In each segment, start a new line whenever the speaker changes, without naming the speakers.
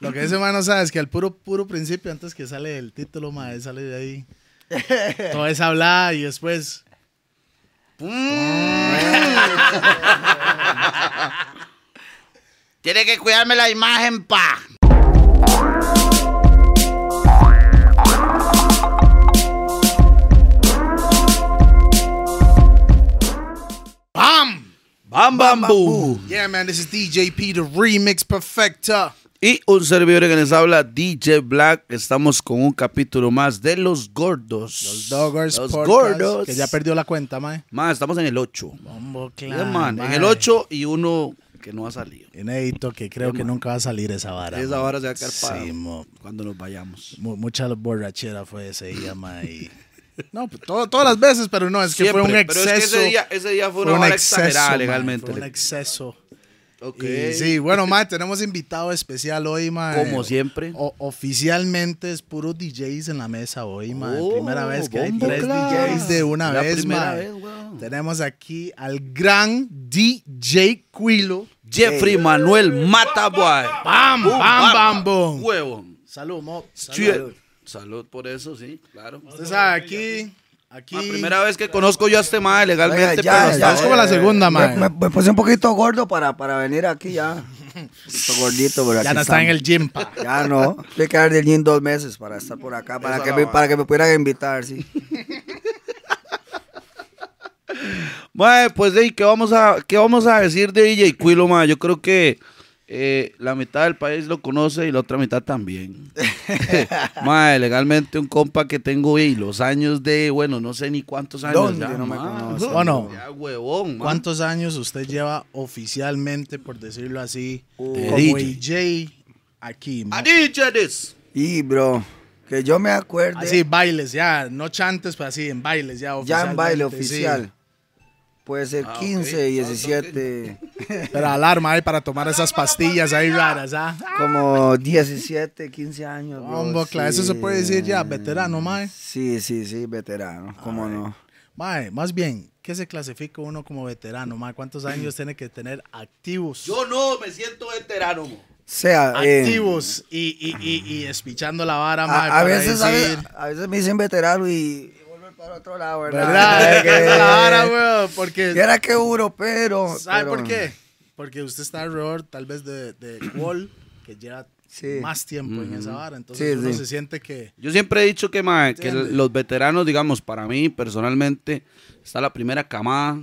Lo que ese man no sabe es que al puro, puro principio, antes que sale el título, madre, sale de ahí. Toda esa hablada y después.
Tiene que cuidarme la imagen, pa.
¡Bam!
Bam, bam, boom.
Yeah, man, this is DJP, the remix perfecta.
Y un servidor que les habla, DJ Black. Estamos con un capítulo más de Los Gordos.
Los Doggers
Los
Podcast,
Gordos.
Que ya perdió la cuenta, mae.
Man, estamos en el 8.
Bombo,
en el 8 y uno que no ha salido.
Inédito, que creo que nunca va a salir esa vara.
Esa
mae.
hora se va a quedar parado.
Sí, mo.
Cuando nos vayamos.
Mu- Mucha borrachera fue ese día, mae. y- No, pues, todo- todas las veces, pero no, es que fue un
Siempre,
exceso.
Pero es que ese día, ese día fue,
Fue
una
un
hora
exceso,
exagerada
mae,
legalmente.
fue un exceso.
Ok.
Y sí, bueno, mae, tenemos invitado especial hoy, mae.
Como siempre.
O- oficialmente es puro DJs en la mesa hoy, mae.
Oh,
primera vez que hay
bombo,
tres
claro.
DJs de una
La
vez,
primera
mae.
vez, wow.
Tenemos aquí al gran DJ Quilo.
Jeffrey Manuel Mataboy.
¡Bam,
Boom,
bam, bam, boom!
Huevo.
Salud, Mo.
Salud. por eso, sí, claro.
Usted sabe, aquí, aquí.
La primera vez que conozco yo a este mae legalmente,
Oiga, ya,
pero
ya,
Es como la
eh,
segunda,
me-
mae.
Me, me puse un poquito gordo para, para venir aquí ya. Un poquito gordito, pero
Ya
aquí
no está en el gym, pa.
estamos. Ya no. Tuve que quedar del gym dos meses para estar por acá, para,
Esa
que
la
me,
va.
para que me pudieran invitar, sí.
Mae, pues de ahí, ¿qué vamos a, qué vamos a decir de DJ Quilo, mae? Yo creo que eh, la mitad del país lo conoce y la otra mitad también. mae, legalmente un compa que tengo y los años de, bueno, no sé ni cuántos años
¿Dónde?
ya,
No me
mae.
conoce.
Bueno.
Ya, huevón, mae.
¿Cuántos años usted lleva oficialmente, por decirlo así,
De
como
DJ?
DJ aquí? mo?
A DJ this.
Y, bro, que yo me acuerde.
Así, bailes, ya, no chantes, pero así, en bailes, ya
ya en baile
oficialmente, sí.
oficial. Puede ser
Ah, ok.
15,
Ah,
17,
Pero alarma ahí para tomar esas pastillas ahí raras, ¿ah?
como 17, 15 años. bro,
Hombo, claro, eso se puede decir ya, veterano, mae.
Sí, sí, sí, veterano, cómo no.
Mae, más bien, ¿qué se clasifica uno como veterano, mae? ¿Cuántos años tiene que tener activos?
Yo no me siento veterano, mo.
Sea, eh,
activos y, y, y, y espichando la vara, mae.
A, a
para
veces, a,
decir-
veces, a veces me dicen veterano y, y vuelven para otro lado, ¿verdad?
¿Verdad? Es que esa es la vara, weón,
Que
Porque,
era que duro, pero.
¿sabe
pero-
por qué? Porque usted está alrededor, tal vez, de, de Wall, que lleva
Sí.
más tiempo en esa vara. Entonces
Sí,
uno
sí.
se siente que...
Yo siempre he dicho que, mae, que
¿Entiende?
los veteranos, digamos, para mí personalmente, está la primera camada.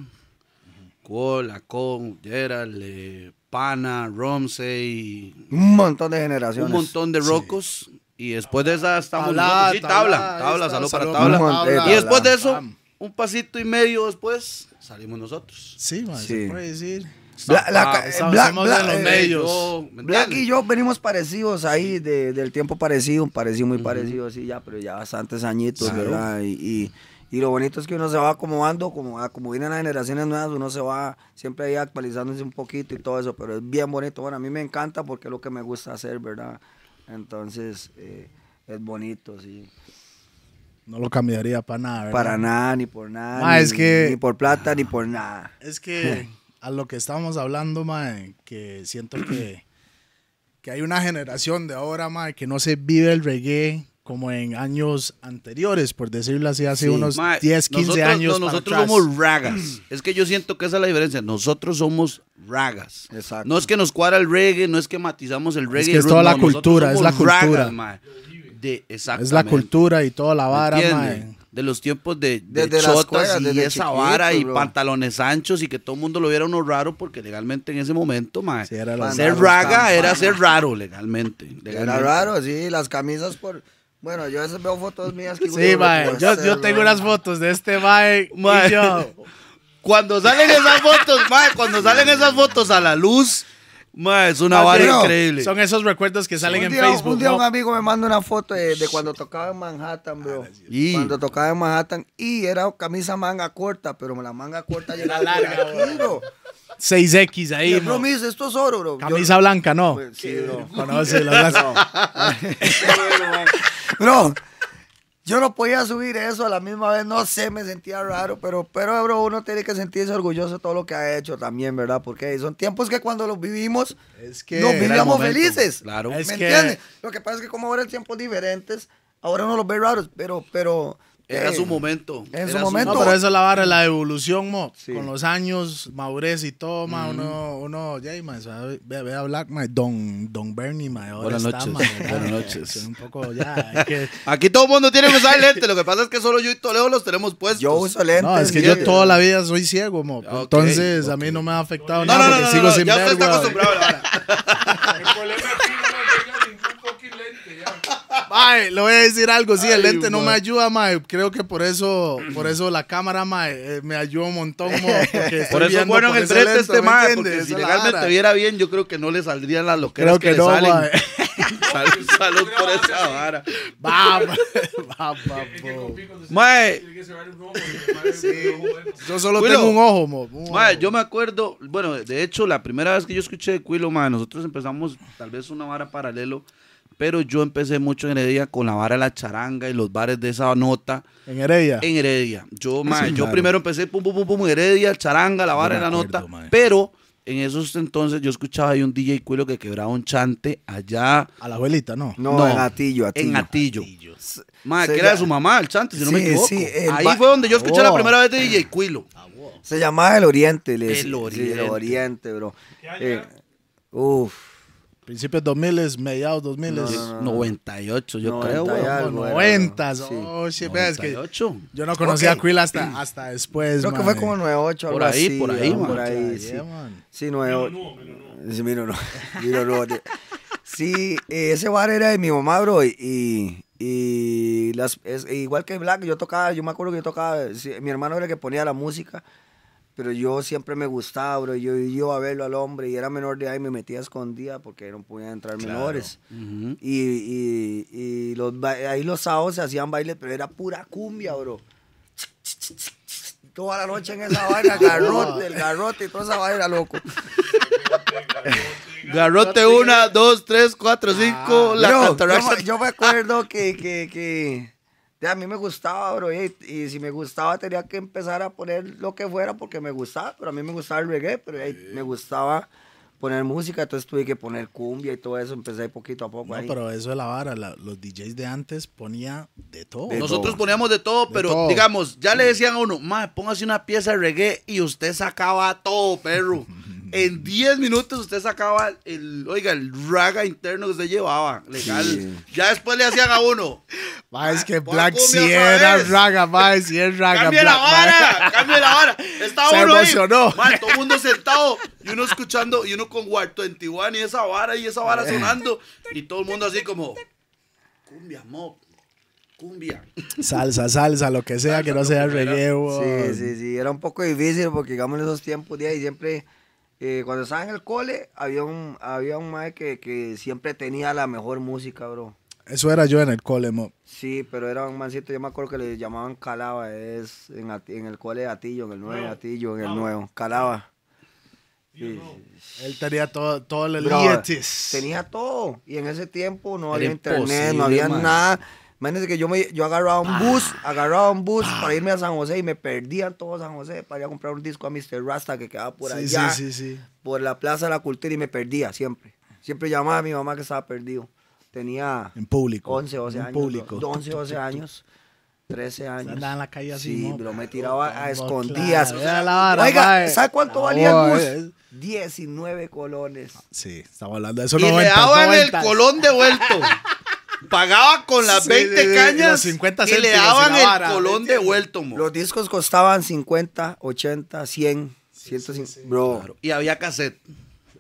Cole, Acon, Gerald, eh, Pana, Romsey,
Un montón de
un
generaciones.
montón de rocos. Y después de esa estamos
Tabla,
nosotros. sí, tabla,
tabla,
tabla,
esta,
salud para
salud
tabla.
para tabla.
Y después de eso,
Pam.
un pasito y medio después, salimos nosotros.
Sí, mae, se
Sí.
puede decir.
Bla- la-
Ah,
eh,
estamos-
Bla-
estamos
Bla-
en los
eh,
medios.
Yo, ¿me
Black
entiendes?
y yo venimos parecidos ahí, de- del tiempo parecido, parecido, muy parecido, sí, ya, pero ya bastantes añitos, ¿verdad? Y, y- y lo bonito es que uno se va acomodando, como, a- como vienen las generaciones nuevas, uno se va siempre ahí actualizándose un poquito y todo eso, pero es bien bonito. Bueno, a mí me encanta porque es lo que me gusta hacer, ¿verdad? Entonces, eh, es bonito, sí.
No lo cambiaría para nada, ¿verdad?
Para nada, ni por nada.
Ma,
ni,
es que- Ah.
ni por plata, ni por nada.
Es que a lo que estábamos hablando, mae, que siento que, que hay una generación de ahora, mae, que no se vive el reggae como en años anteriores, por decirlo así, hace unos
Mae,
10, 15
nosotros,
años.
no,
para
nosotros
atrás.
somos ragas. Es que yo siento que esa es la diferencia. Nosotros somos ragas.
Exacto.
No es que nos cuadra el reggae, no es que matizamos el reggae.
que
y el
es
ritmo,
toda la
nosotros
cultura, es
somos
la cultura.
ragas, mae. De-
es la
exactamente.
cultura y toda la
¿Me
vara,
entiende?
mae.
De los tiempos de, de
Desde las
chotas
cueras,
y
desde
esa
chiquito,
vara y
bro.
pantalones anchos y que todo el mundo lo viera uno raro porque legalmente en ese momento, mae,
Sí, era la-
ser
Pantalón
raga
campana.
era ser raro legalmente.
Era
legalmente.
raro, sí, las camisas por... Bueno, yo a veces veo fotos mías que...
Sí, mae. Yo, yo tengo unas fotos de este mae,
Mae.
y yo.
Cuando salen esas fotos, mae, cuando salen esas fotos a la luz, mae, es una
Ah,
vara
pero
increíble.
Son esos recuerdos que salen
un
en
día,
Facebook.
Un día
¿no?
un amigo me manda una foto de, de cuando tocaba en Manhattan,
Ah,
bro.
Y-
Cuando tocaba en Manhattan. Y era camisa manga corta, pero la manga corta llegaba
larga,
por aquí, bro.
6X ahí.
Y el bro
¿no?
me dice, esto es oro, bro. Yo- Pues,
Camisa blanca, no.
Sí, bro.
Conoce las-
Bro, Yo no podía subir eso a la misma vez, no sé, me sentía raro, pero, pero bro, uno tiene que sentirse orgulloso de todo lo que ha hecho también, ¿verdad? Porque son tiempos que cuando los vivimos,
Es que
nos
era el
vivíamos
momento,
felices.
claro.
¿Me
Es que-
entiendes? Lo que pasa es que como ahora el tiempo es diferentes, ahora uno los ve raros, pero, pero.
Era
eh,
su momento.
en su
era
momento.
No, pero eso es la vara, la evolución, mo.
Sí.
Con los años, madurez y todo, ma, uno, uno, ya, y, ma, se va- ve, ve a hablar, ma, don, don Bernie, ma, ahora
Buenas
está,
noches,
ma, ¿verdad?
buenas noches.
Es Un poco, ya, hay que-
Aquí todo el mundo tiene que usar lente. Lo que pasa es que solo yo y Toledo los tenemos puestos.
Yo uso lentes.
No, es que
sí,
yo toda la vida soy ciego, mo.
ok,
Entonces, a
ok.
mí no me ha afectado
no,
nada
no, no,
porque
no,
sigo
no,
sin
ya usted
ver,
está
weón.
acostumbrado a la vara.
El problema es que no me llega ningún fucking lente. Ya.
Mae, le voy a decir algo, sí, el
Ay,
lente no
mae.
me ayuda, mae. Creo que por eso, por eso la cámara, mae, eh, me ayuda un montón, mo. porque estoy
Por eso es
viendo
bueno
con
en el
ese
frente
lente,
este
¿me
mae,
entiendes?
porque
Esa
si
es la
legalmente
vara.
viera bien, yo creo que no le saldrían las loqueras
Creo
que,
que
le
no,
salen.
mae.
Sal- salud por esa vara.
Va, mae, va, va,
Es que
po.
con pico se-
Mae.
Tiene que cerrar el ojo. porque, mae, el ojo, eh,
Yo solo
Cuilo.
tengo un ojo, mo. un
Mae,
ojo.
yo me acuerdo, bueno, de hecho, la primera vez que yo escuché de Quilo, mae, nosotros empezamos tal vez una vara paralelo, pero yo empecé mucho en Heredia con la vara de la charanga y los bares de esa nota
En Heredia.
en Heredia. Yo, mae, yo
raro.
primero empecé pum, pum, pum, pum, Heredia, charanga, la vara
me
de la
acuerdo,
nota,
mae.
pero en esos entonces yo escuchaba ahí un DJ Quilo que quebraba un chante allá
A la abuelita, no.
No,
No,
en Atillo, Atillo.
en Atillo.
S-
Mae,
se
que era de
ll-
su mamá, el chante, si no me
Sí,
equivoco.
sí, el
Ahí
ba-
fue donde yo escuché la
Oh.
primera vez de DJ Quilo.
Se llamaba El Oriente, le
El
decía. Sí,
Oriente.
el Oriente, bro.
¿Qué año
Eh,
era?
uf.
Principios 2000, mediados 2000.
No,
s
no, no.
98, yo creo,
90 y
weón.
algo, era,
90.
sí.
Oh, shit, vea, es que
98.
yo no conocía
Ok.
a Quill hasta, hasta después.
Creo que
mae.
fue como 98
Por
algo
ahí,
así,
por ahí,
¿no?
man.
Por ahí,
Yeah,
sí.
man.
Sí, 98.
No, pero no.
Sí, miro no. Miro no. de- Sí, eh, ese bar era de mi mamá, bro. y- Y, y las, es- igual que Black, yo tocaba, yo me acuerdo que yo tocaba, sí, mi hermano era el que ponía la música, pero yo siempre me gustaba, bro. Yo iba a verlo al hombre y era menor de edad y me metía escondida porque no podían entrar menores.
Ujú.
Y, y- y los, ba- ahí los sábados se hacían bailes, pero era pura cumbia, bro. Toda la noche en esa vaina, garrote, el garrote y toda esa vaina, loco.
Garrote 1, 2, 3, 4, 5. La
Bro,
catarata.
yo, me- yo me acuerdo que, que, que de, a mí me gustaba, bro, y, y si me gustaba tenía que empezar a poner lo que fuera porque me gustaba, pero a mí me gustaba el reggae, pero eh, me gustaba poner música, entonces tuve que poner cumbia y todo eso, empecé poquito a poco
No,
ahí.
pero eso es la vara. la- los DJs de antes ponía de todo.
De
Nosotros
todo.
poníamos de todo,
De
pero
todo.
digamos, ya le decían a uno, mae, póngase una pieza de reggae y usted sacaba todo, perro. En 10 minutos usted sacaba el, oiga, el raga interno que usted llevaba, legal.
Sí.
Ya después le hacían a uno,
Ma, es que
Pon
Black
cumbia
si
otra
era
vez.
raga, ma, si es raga.
cambie la
Black, ma.
vara, cambie la vara. Estaba
Se
uno ahí,
emocionó.
mae, todo el mundo sentado y uno escuchando y uno con War 21 y esa vara y esa vara sonando y todo el mundo así como, cumbia, mo, cumbia.
Salsa, salsa, lo que sea, que no sea reggae,
Sí,
weón.
sí, sí, era un poco difícil porque digamos en esos tiempos de ahí siempre, eh, cuando estaba en el cole, había un, había un mae que, que siempre tenía la mejor música, bro.
Eso era yo en el cole, mo.
Sí, pero era un mancito, yo me acuerdo que le llamaban Calaba, es en, Ati- en el cole de Atillo, en el nuevo de Atillo, en el nuevo, Calaba. Sí.
Él tenía todo, todo el
Bro,
lietis.
tenía todo, y en ese tiempo no
Era
había internet,
imposible,
no había
man. Ah.
nada. Imagínense que yo, me, yo agarraba un bus, agarraba un bus para irme a San José y me perdían todo San José para ir a comprar un disco a Mr. Rasta que quedaba por
Sí, sí,
allá,
sí, sí.
por la Plaza de la Cultura y me perdía siempre. Siempre llamaba a mi mamá que estaba perdido. Tenía
En público.
11, 12
en
años.
público.
11, 12 años. 13 años.
andaba en la calle así,
Sí,
mo. oh,
pero me tiraba a
Claro,
escondidas.
era la vara,
Oiga,
mae.
¿sabe cuánto
Ah,
valía el bus?
boy,
19 colones.
Sí, estamos hablando de eso.
y le
90,
daban el
90.
colón devuelto. Pagaba con las
Sí,
20
sí, sí,
cañas
los 50
y le
céntimos y
daban
la vara,
el
¿me
colón
entiendes?
devuelto, mo.
Los discos costaban 50, 80, 100, 150. Bro,
Y había cassette.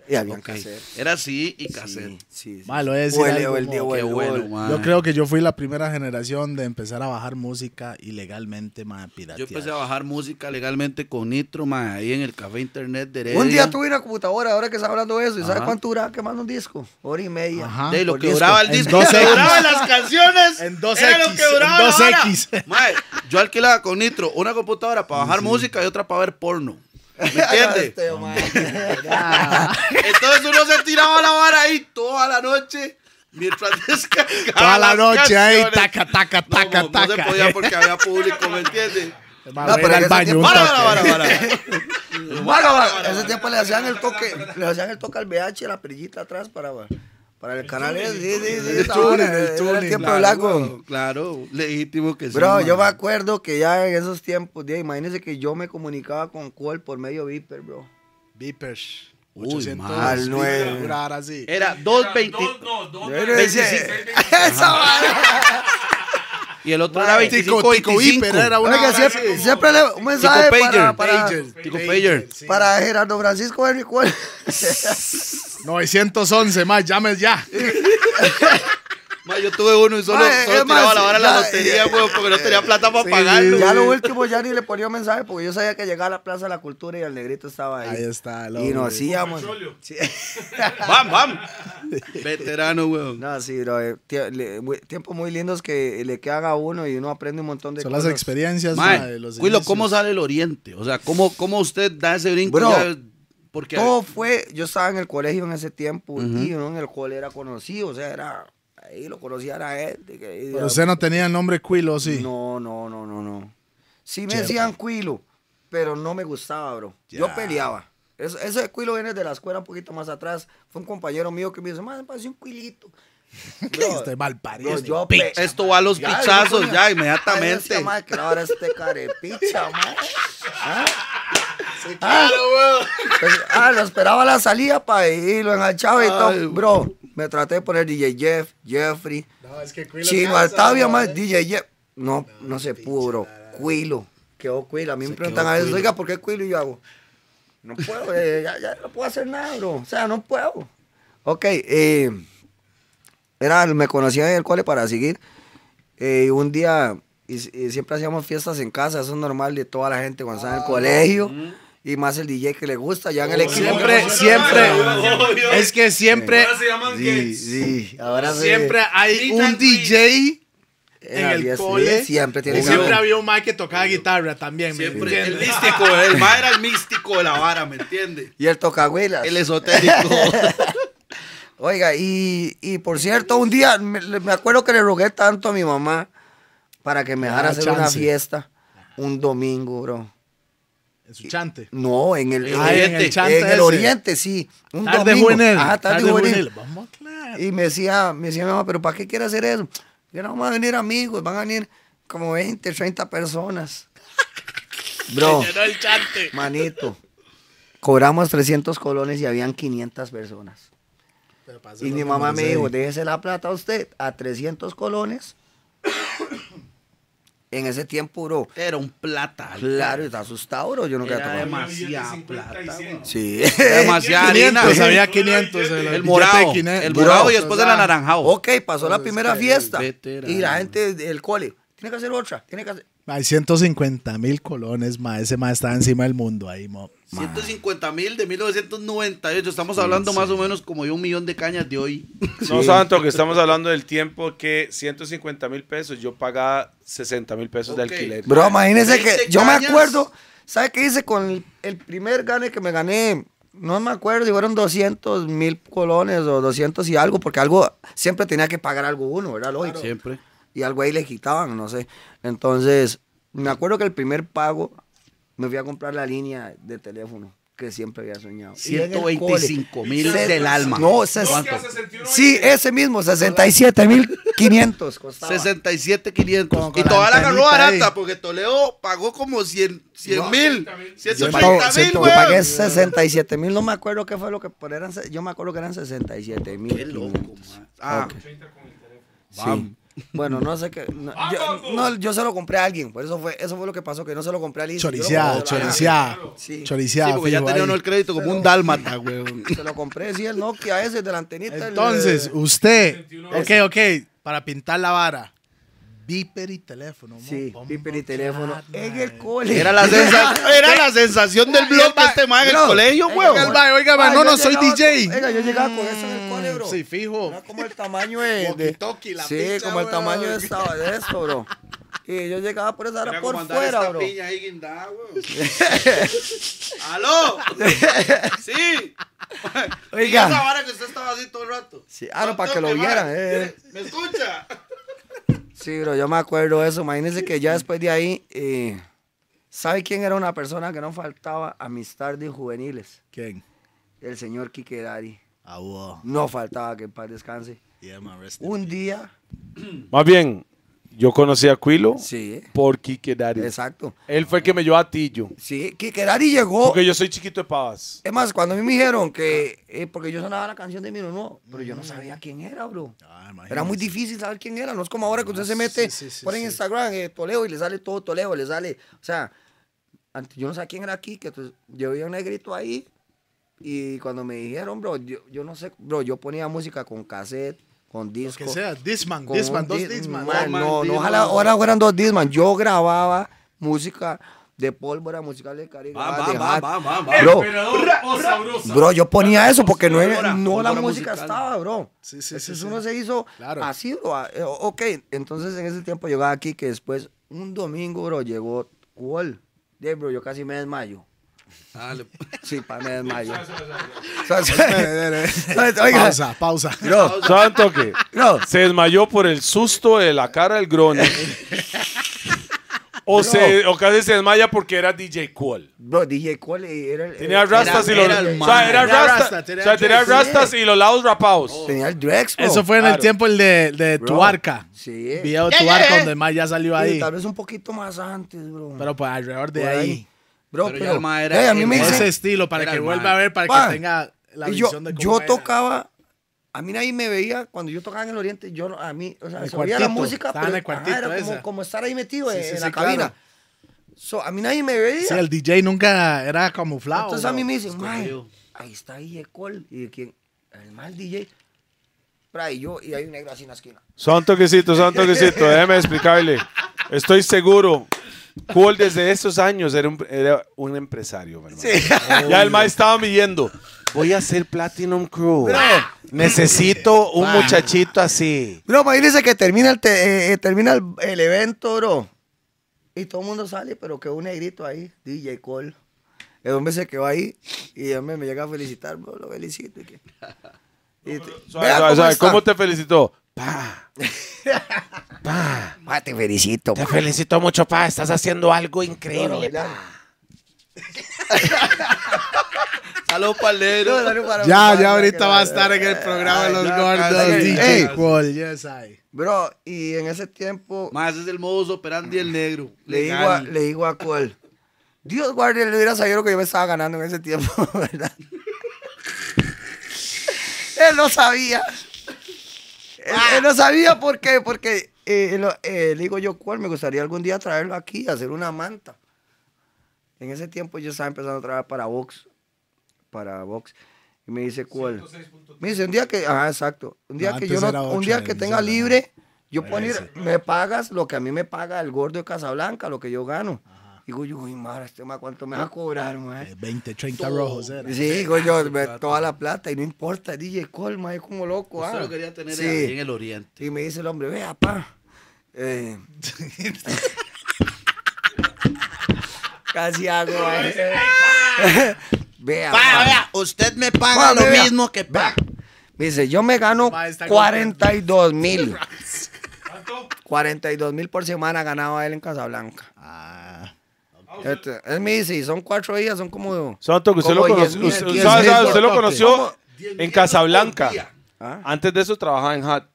y había
Ok.
que hacer.
Era así y
Sí,
cassette.
sí, sí.
Ma, le voy a decir
O el-
algo,
o el-
mo.
o el-
Qué
o el-
bueno, man.
Yo creo que yo fui la primera generación de empezar a bajar música ilegalmente, más piratear.
Yo empecé a bajar música legalmente con Nitro, ma, ahí en el café internet de Heredia.
Un día tuve una computadora, ahora que está hablando de eso, ¿y sabe
Ajá.
cuánto duraba quemando un disco? Hora y media.
Ajá.
De lo
por
que
disco.
duraba el
Ah, En
disco, lo que
2X.
duraban las canciones.
En 2X,
Era lo que
en
duraba la vara.
2X.
Mae, yo alquilaba con Nitro una computadora para bajar música y otra para ver porno. ¿Me entiendes?
Este, man.
Entonces uno se tiraba la vara ahí toda la noche mientras descargaba.
Toda la
las
noche ahí,
canciones.
taca, taca,
No,
taca,
no, No se
taca.
podía porque había público, ¿me entiendes?
Mae,
No,
voy a ir
pero en
al
ese
baño un
tiempo-
Para,
toque.
para, para, para.
Bueno, bueno, ese tiempo le hacían el toque, le hacían el toque al VH, la perillita atrás para, para el canal. ese, Sí, sí, sí,
el
esa
tuning,
vara,
el
era
tuning,
tiempo
claro,
blanco.
Claro, legítimo que sí.
Bro,
mae.
yo me acuerdo que ya en esos tiempos, de, imagínense que yo me comunicaba con Cole por medio Viper, bro.
Beepers.
Uy,
800
mae.
Al nueve.
beepers, durar así.
Era
Dos,
220.
dos, no, dos,
Yo le
veinticinco,
decía, eh.
veinticinco.
Y el otro era 25.
Tico, tico,
25.
beeper, era una
Bueno, que
hora
siempre,
así.
siempre le un mensaje
Pager,
para, para,
Pager,
Tico
Pager,
Pager.
sí.
para Gerardo Francisco Henry Cole.
911, más, llames ya.
Mae, yo tuve uno y solo,
Mae,
solo
es
tiraba
más,
la vara a la
ya-
lotería, weón, porque no tenía plata para
Sí,
pagarlo.
ya lo último ya ni le ponía mensaje porque yo sabía que llegaba a la Plaza de la Cultura y el negrito estaba ahí.
Ahí está, el
Y nos
hombre.
hacíamos. Sí.
¡Bam, bam! Veterano, weón.
No, sí, bro, eh, tie- le- muy- tiempos muy lindos que le quedan a uno y uno aprende un montón de
Son las
cosas.
experiencias, mae,
Mae,
de los
Cuilo, ¿cómo
inicios.
sale el oriente? O sea, ¿cómo, cómo usted da ese brinco?
Bro,
ya? porque
Todo fue, yo estaba en el colegio en ese tiempo y uno en el cole era conocido, o sea, era, ahí lo conocía la gente. que- y-
Pero usted no tenía el nombre Cuilo, sí.
No, no, no, no, no. Sí me decían cuilo, pero no me gustaba, bro. Yo peleaba. Eso, eso de cuilo viene de la escuela un poquito más atrás. Fue un compañero mío que me dice, más parece un cuilito. Bro,
Este mal parido.
bro, yo
Pi-
pe-
esto va a los
Ya, yo
pichazos
ponía-
ya
Ay, yo decía,
inmediatamente.
"Mae, que ahora este carepicha, mae". ¿Ah?
Ah.
Pues, ah, lo esperaba a la salida para y lo enganchaba y todo. Bro, me traté de poner DJ Jeff, Jeffrey,
No, es eh. que Cuilo
Chino
cansa,
Altavia
mae.
más DJ Jeff. No, no se pudo, bro. Cuilo. Quedó cuilo. A mí me preguntan a veces, oiga, ¿por qué cuilo? Y yo hago, no puedo, eh, ya, ya no puedo hacer nada, bro. O sea, no puedo. Ok, eh, era, me conocía en el cole para seguir. Eh, y un día, y, y siempre hacíamos fiestas en casa, eso es normal de toda la gente cuando está en
Ah,
el colegio. Y más el DJ que le gusta, ya en el equipo.
Oh, Siempre,
Obvio,
siempre.
obvio.
Es que siempre,
Ahora se llaman
Sí,
gays.
sí, ahora sí.
siempre hay
Meet
un
and greet.
DJ en
la
el
fiesta,
cole.
Siempre tiene
Y
que
siempre
haber.
había un mae que tocaba guitarra también. ¿me
Siempre el
entiendes?
místico, el mae era el místico de la vara, ¿me entiende?
Y el tocahuilas.
El esotérico.
Oiga, y, y por cierto, un día me, le- me acuerdo que le rogué tanto a mi mamá para que me dejara
Ah,
hacer
chance.
una fiesta un domingo, bro.
En su chante.
No, en el,
Ah, en el chante
en el
ese.
oriente, sí. Un
Tarde
domingo.
juvenil.
Ajá, tarde, juvenil.
Vamos a aclarar.
Y me decía, me decía mi mamá, pero ¿para qué quiere hacer eso? Que no van a venir amigos, van a venir como 20, 30 personas. Bro,
el chante.
manito, cobramos 300 colones y habían 500 personas. Y mi mamá me dijo, déjese la plata a usted a 300 colones. en ese tiempo, bro.
Era un plata.
Claro, está asustado, bro. Yo nunca
Era
había tomado.
demasiada
50
plata.
y cien.
Sí.
Demasiada harina.
500, había 500.
El morado. El morado y después el
la naranja.
anaranjado.
ok, pasó la primera fiesta.
veterano.
Y la gente del cole. Tiene que hacer otra. Tiene que hacer.
Hay 150 mil colones, ma. Ese ma está encima del mundo ahí, mo. Ma.
150 mil de 1998. Estamos hablando más o menos como de un millón de cañas de hoy.
No, Santo, que estamos hablando del tiempo que 150 mil pesos, yo pagaba 60 mil pesos
Ok.
de alquiler.
Bro, imagínese
20
que. Yo me
cañas.
acuerdo. ¿Sabe qué hice con el, el primer gane que me gané? No me acuerdo, y fueron 200 mil colones o 200 y algo, porque algo siempre tenía que pagar algo uno, ¿verdad? Lógico.
Siempre.
y algo ahí le quitaban, no sé. Entonces, me acuerdo que el primer pago me fui a comprar la línea de teléfono que siempre había soñado. Y en el cole,
125 mil
se-
del alma.
No,
No,
ses-
que a 61
sí,
dice,
ese mismo, 67.500 costaba.
67,500.
Con- con
Y
la
todavía la agarró
antenita
barata
ahí.
porque Toledo pagó como 100 mil.
Yo pago-
180 mil,
siento-
güey.
pagué 67 mil, no me acuerdo qué fue lo que, pero eran, se- yo me acuerdo que eran 67 mil.
Qué loco, man. Ah,
Sí. Bueno, no sé qué. No yo, no, yo se lo compré a alguien, por eso fue, eso fue lo que pasó, que no se lo compré a alguien.
Choriciada, choriciada.
Sí.
Choriciada.
sí, porque ya
fijo,
tenía
ahí.
uno el crédito como un dálmata, güey.
Se lo compré, sí, el Nokia ese, de la antenita. el- eh,
Entonces, usted. Ok, ok. Para pintar la vara. Viper y teléfono. mo.
Sí,
Vamos
piper
a
y teléfono.
aclarar,
En
ma.
el cole.
Era la, sensa- era la sensación del bloque este man en el
No.
colegio,
Oiga,
güey.
Oiga, ma, oiga, ma,
Ah,
no,
yo
no, soy
llegaba
DJ.
con- oiga, yo llegaba con eso en el cole, bro.
Sí, fijo.
Era como el tamaño de. de-
Walkie-talkie, la
sí,
pizza,
como el
weón.
tamaño de, esta, de esto, bro. Y yo llegaba por esa era por fuera, bro.
ahí guindada, güey. ¡Aló! ¡Sí!
Oiga.
Esa vara que usted estaba así todo el rato.
Sí, ah, no, para que
Doctor,
lo
¿qué
vieran.
más?
eh.
¿Me escucha?
Sí, bro, yo me acuerdo de eso. Imagínense que ya después de ahí, eh, ¿sabe quién era una persona que no faltaba a mis tardes juveniles?
¿Quién?
El señor Quique Dari.
Ah, wow.
No faltaba que en paz descanse.
Yeah, man, rest in
Un día,
Más bien, yo conocí a Quilo
sí,
por Quique Dari.
exacto.
Él fue el que me llevó a Tillo.
Sí, Quique Dari llegó.
Porque yo soy chiquito de pavas.
Es más, cuando a mí me dijeron que, eh, porque yo sonaba la canción de Miro, no, pero yo no sabía quién era, bro.
Ah, imagínese.
Era muy difícil saber quién era. No es como ahora que usted se mete,
sí, sí,
por en
sí.
Instagram, eh, Toleo, y le sale todo Toleo, le sale. O sea, antes yo no sabía quién era aquí, que entonces yo vi un negrito ahí. Y cuando me dijeron, bro, yo, yo no sé, bro, yo ponía música con cassette, con disco.
Que sea, Disman,
con
Disman,
un
dos
dis-
Disman.
man, no, no, ojalá ahora fueran dos Disman. Yo grababa música de pólvora, musical de Caribe.
Va, va,
de
va,
Hat.
va, va, va.
Bro,
Eh,
Emperador o sabrosa.
Bro, yo ponía eso porque no, era-
Pólvora,
no la
pólvora
música
musical.
estaba, bro.
Sí, sí,
Entonces
sí, sí.
uno se hizo
Claro.
así, bro. Ah, eh, o- Ok, entonces en ese tiempo llegaba aquí que después, un domingo, bro, llegó Wall. De bro, yo casi me desmayo.
Dale.
Sí, pa, me desmayo.
Pues
Oiga,
Pausa, pausa.
bro,
Santo que
bro,
se desmayó por el susto de la cara del grone. o, se, o casi se desmaya porque era DJ Cool.
bro, DJ, ¿cuál Eh, era el-
Tenía
el-
rastas y los.
era el
o sea, era
man. Era
rasta-
rasta, tenía
o sea, tenía
dreads.
rastas y los lados rapados.
Tenía el Drex, bro.
Eso fue en el
Claro.
tiempo el de, de
Bro.
Tuarca.
Sí.
Video de
Ya, ya,
Tuarca,
ya.
donde más ya salió
Sí,
ahí.
Tal vez un poquito más antes, bro.
Pero pues alrededor de
Por
ahí.
Bro,
Pero
pero,
ya el ma era
Ey, a mí me
el-
dicen-
Ese estilo, para
Era
que
el
vuelva
man.
a ver, para
Pa,
que tenga la
Y yo,
visión de cómo
yo
era.
tocaba, a mí nadie me veía cuando yo tocaba en el Oriente, yo no- a mí, o sea,
El
se oía la
cuartito,
música,
estaba
pero
en el cuartito
ajá, era
ese.
como, como estar ahí metido
Sí,
en,
sí,
en
sí,
la
claro.
cabina. So, a mí nadie me veía.
Sí, el DJ nunca era camuflado.
Entonces a
bro.
mí me dicen, "Mae,
Escondido.
ahí está DJ Cole. Y de quién, el mal DJ. Pra, y yo, y hay un negro así en la esquina.
Santo quesito, santo quesito, déjeme explicarle. Estoy seguro. Cool desde esos años era un, era un empresario, mi hermano. Ya el maestro estaba midiendo. Voy a hacer Platinum Crew. Necesito un muchachito así.
Bro, imagínense que termina el, te- eh, eh, termina el, el evento, bro. Y todo el mundo sale, pero que un negrito ahí, DJ Cole. El hombre se quedó ahí y el hombre me llega a felicitar, bro, lo felicito. Y que... Y te-
Suave,
Vea
suave,
cómo
suave.
está.
¿Cómo te felicitó?
Ma, Ah, te felicito.
Te felicito mucho, pa. Estás haciendo algo
Bro,
increíble.
¿verdad?
Saludos, palero.
pues.
Ya, ya ahorita va a estar en el programa de los
ya,
gordos.
casi.
DJ Paul, yes, I.
Bro, y en ese tiempo
Más ese es el modus operandi del negro.
le digo, a,
Legal.
le digo a Cole, Dios guarde, le hubiera sabido lo que yo me estaba ganando en ese tiempo, ¿verdad? él no sabía. Él, él no sabía por qué, porque eh, él lo- eh, le digo yo, ¿cuál? Me gustaría algún día traerlo aquí, hacer una manta. En ese tiempo yo estaba empezando a trabajar para Vox. Para Vox. Y me dice, ¿cuál? Me dice, un día que, ajá, exacto. Un día
No,
que
antes
yo no-
era
un
8,
día que
ahí,
tenga
sí,
libre, yo puedo ir, me pagas lo que a mí me paga el gordo de Casablanca, lo que yo gano. Digo yo, uy, madre, este ma, ¿cuánto
Ah.
me va a cobrar, mae?
Eh, 20, 30 rojos era.
Sí, digo
Este
yo, me- toda la plata y no importa, DJ Colma es como loco.
Usted
ah.
lo quería tener
Sí.
ahí en el oriente.
Y me dice el hombre, vea, pa. eh, casi hago. eh, vea,
Pa,
pa.
vea, usted me paga
Pa,
lo
vea,
mismo que pa.
vea. Me dice, yo me gano
Ma, está
42 mil. 42 mil por semana ganaba él en Casablanca.
Ah,
Este, él me dice, y son cuatro días, son como...
Santo, que usted lo
Como
conoció.
10.000,
Usted,
10.000
sabe, sabe,
por
usted lo
toque.
conoció
Como
en Casablanca.
10.000
Ah.
Antes de eso trabajaba en Hat.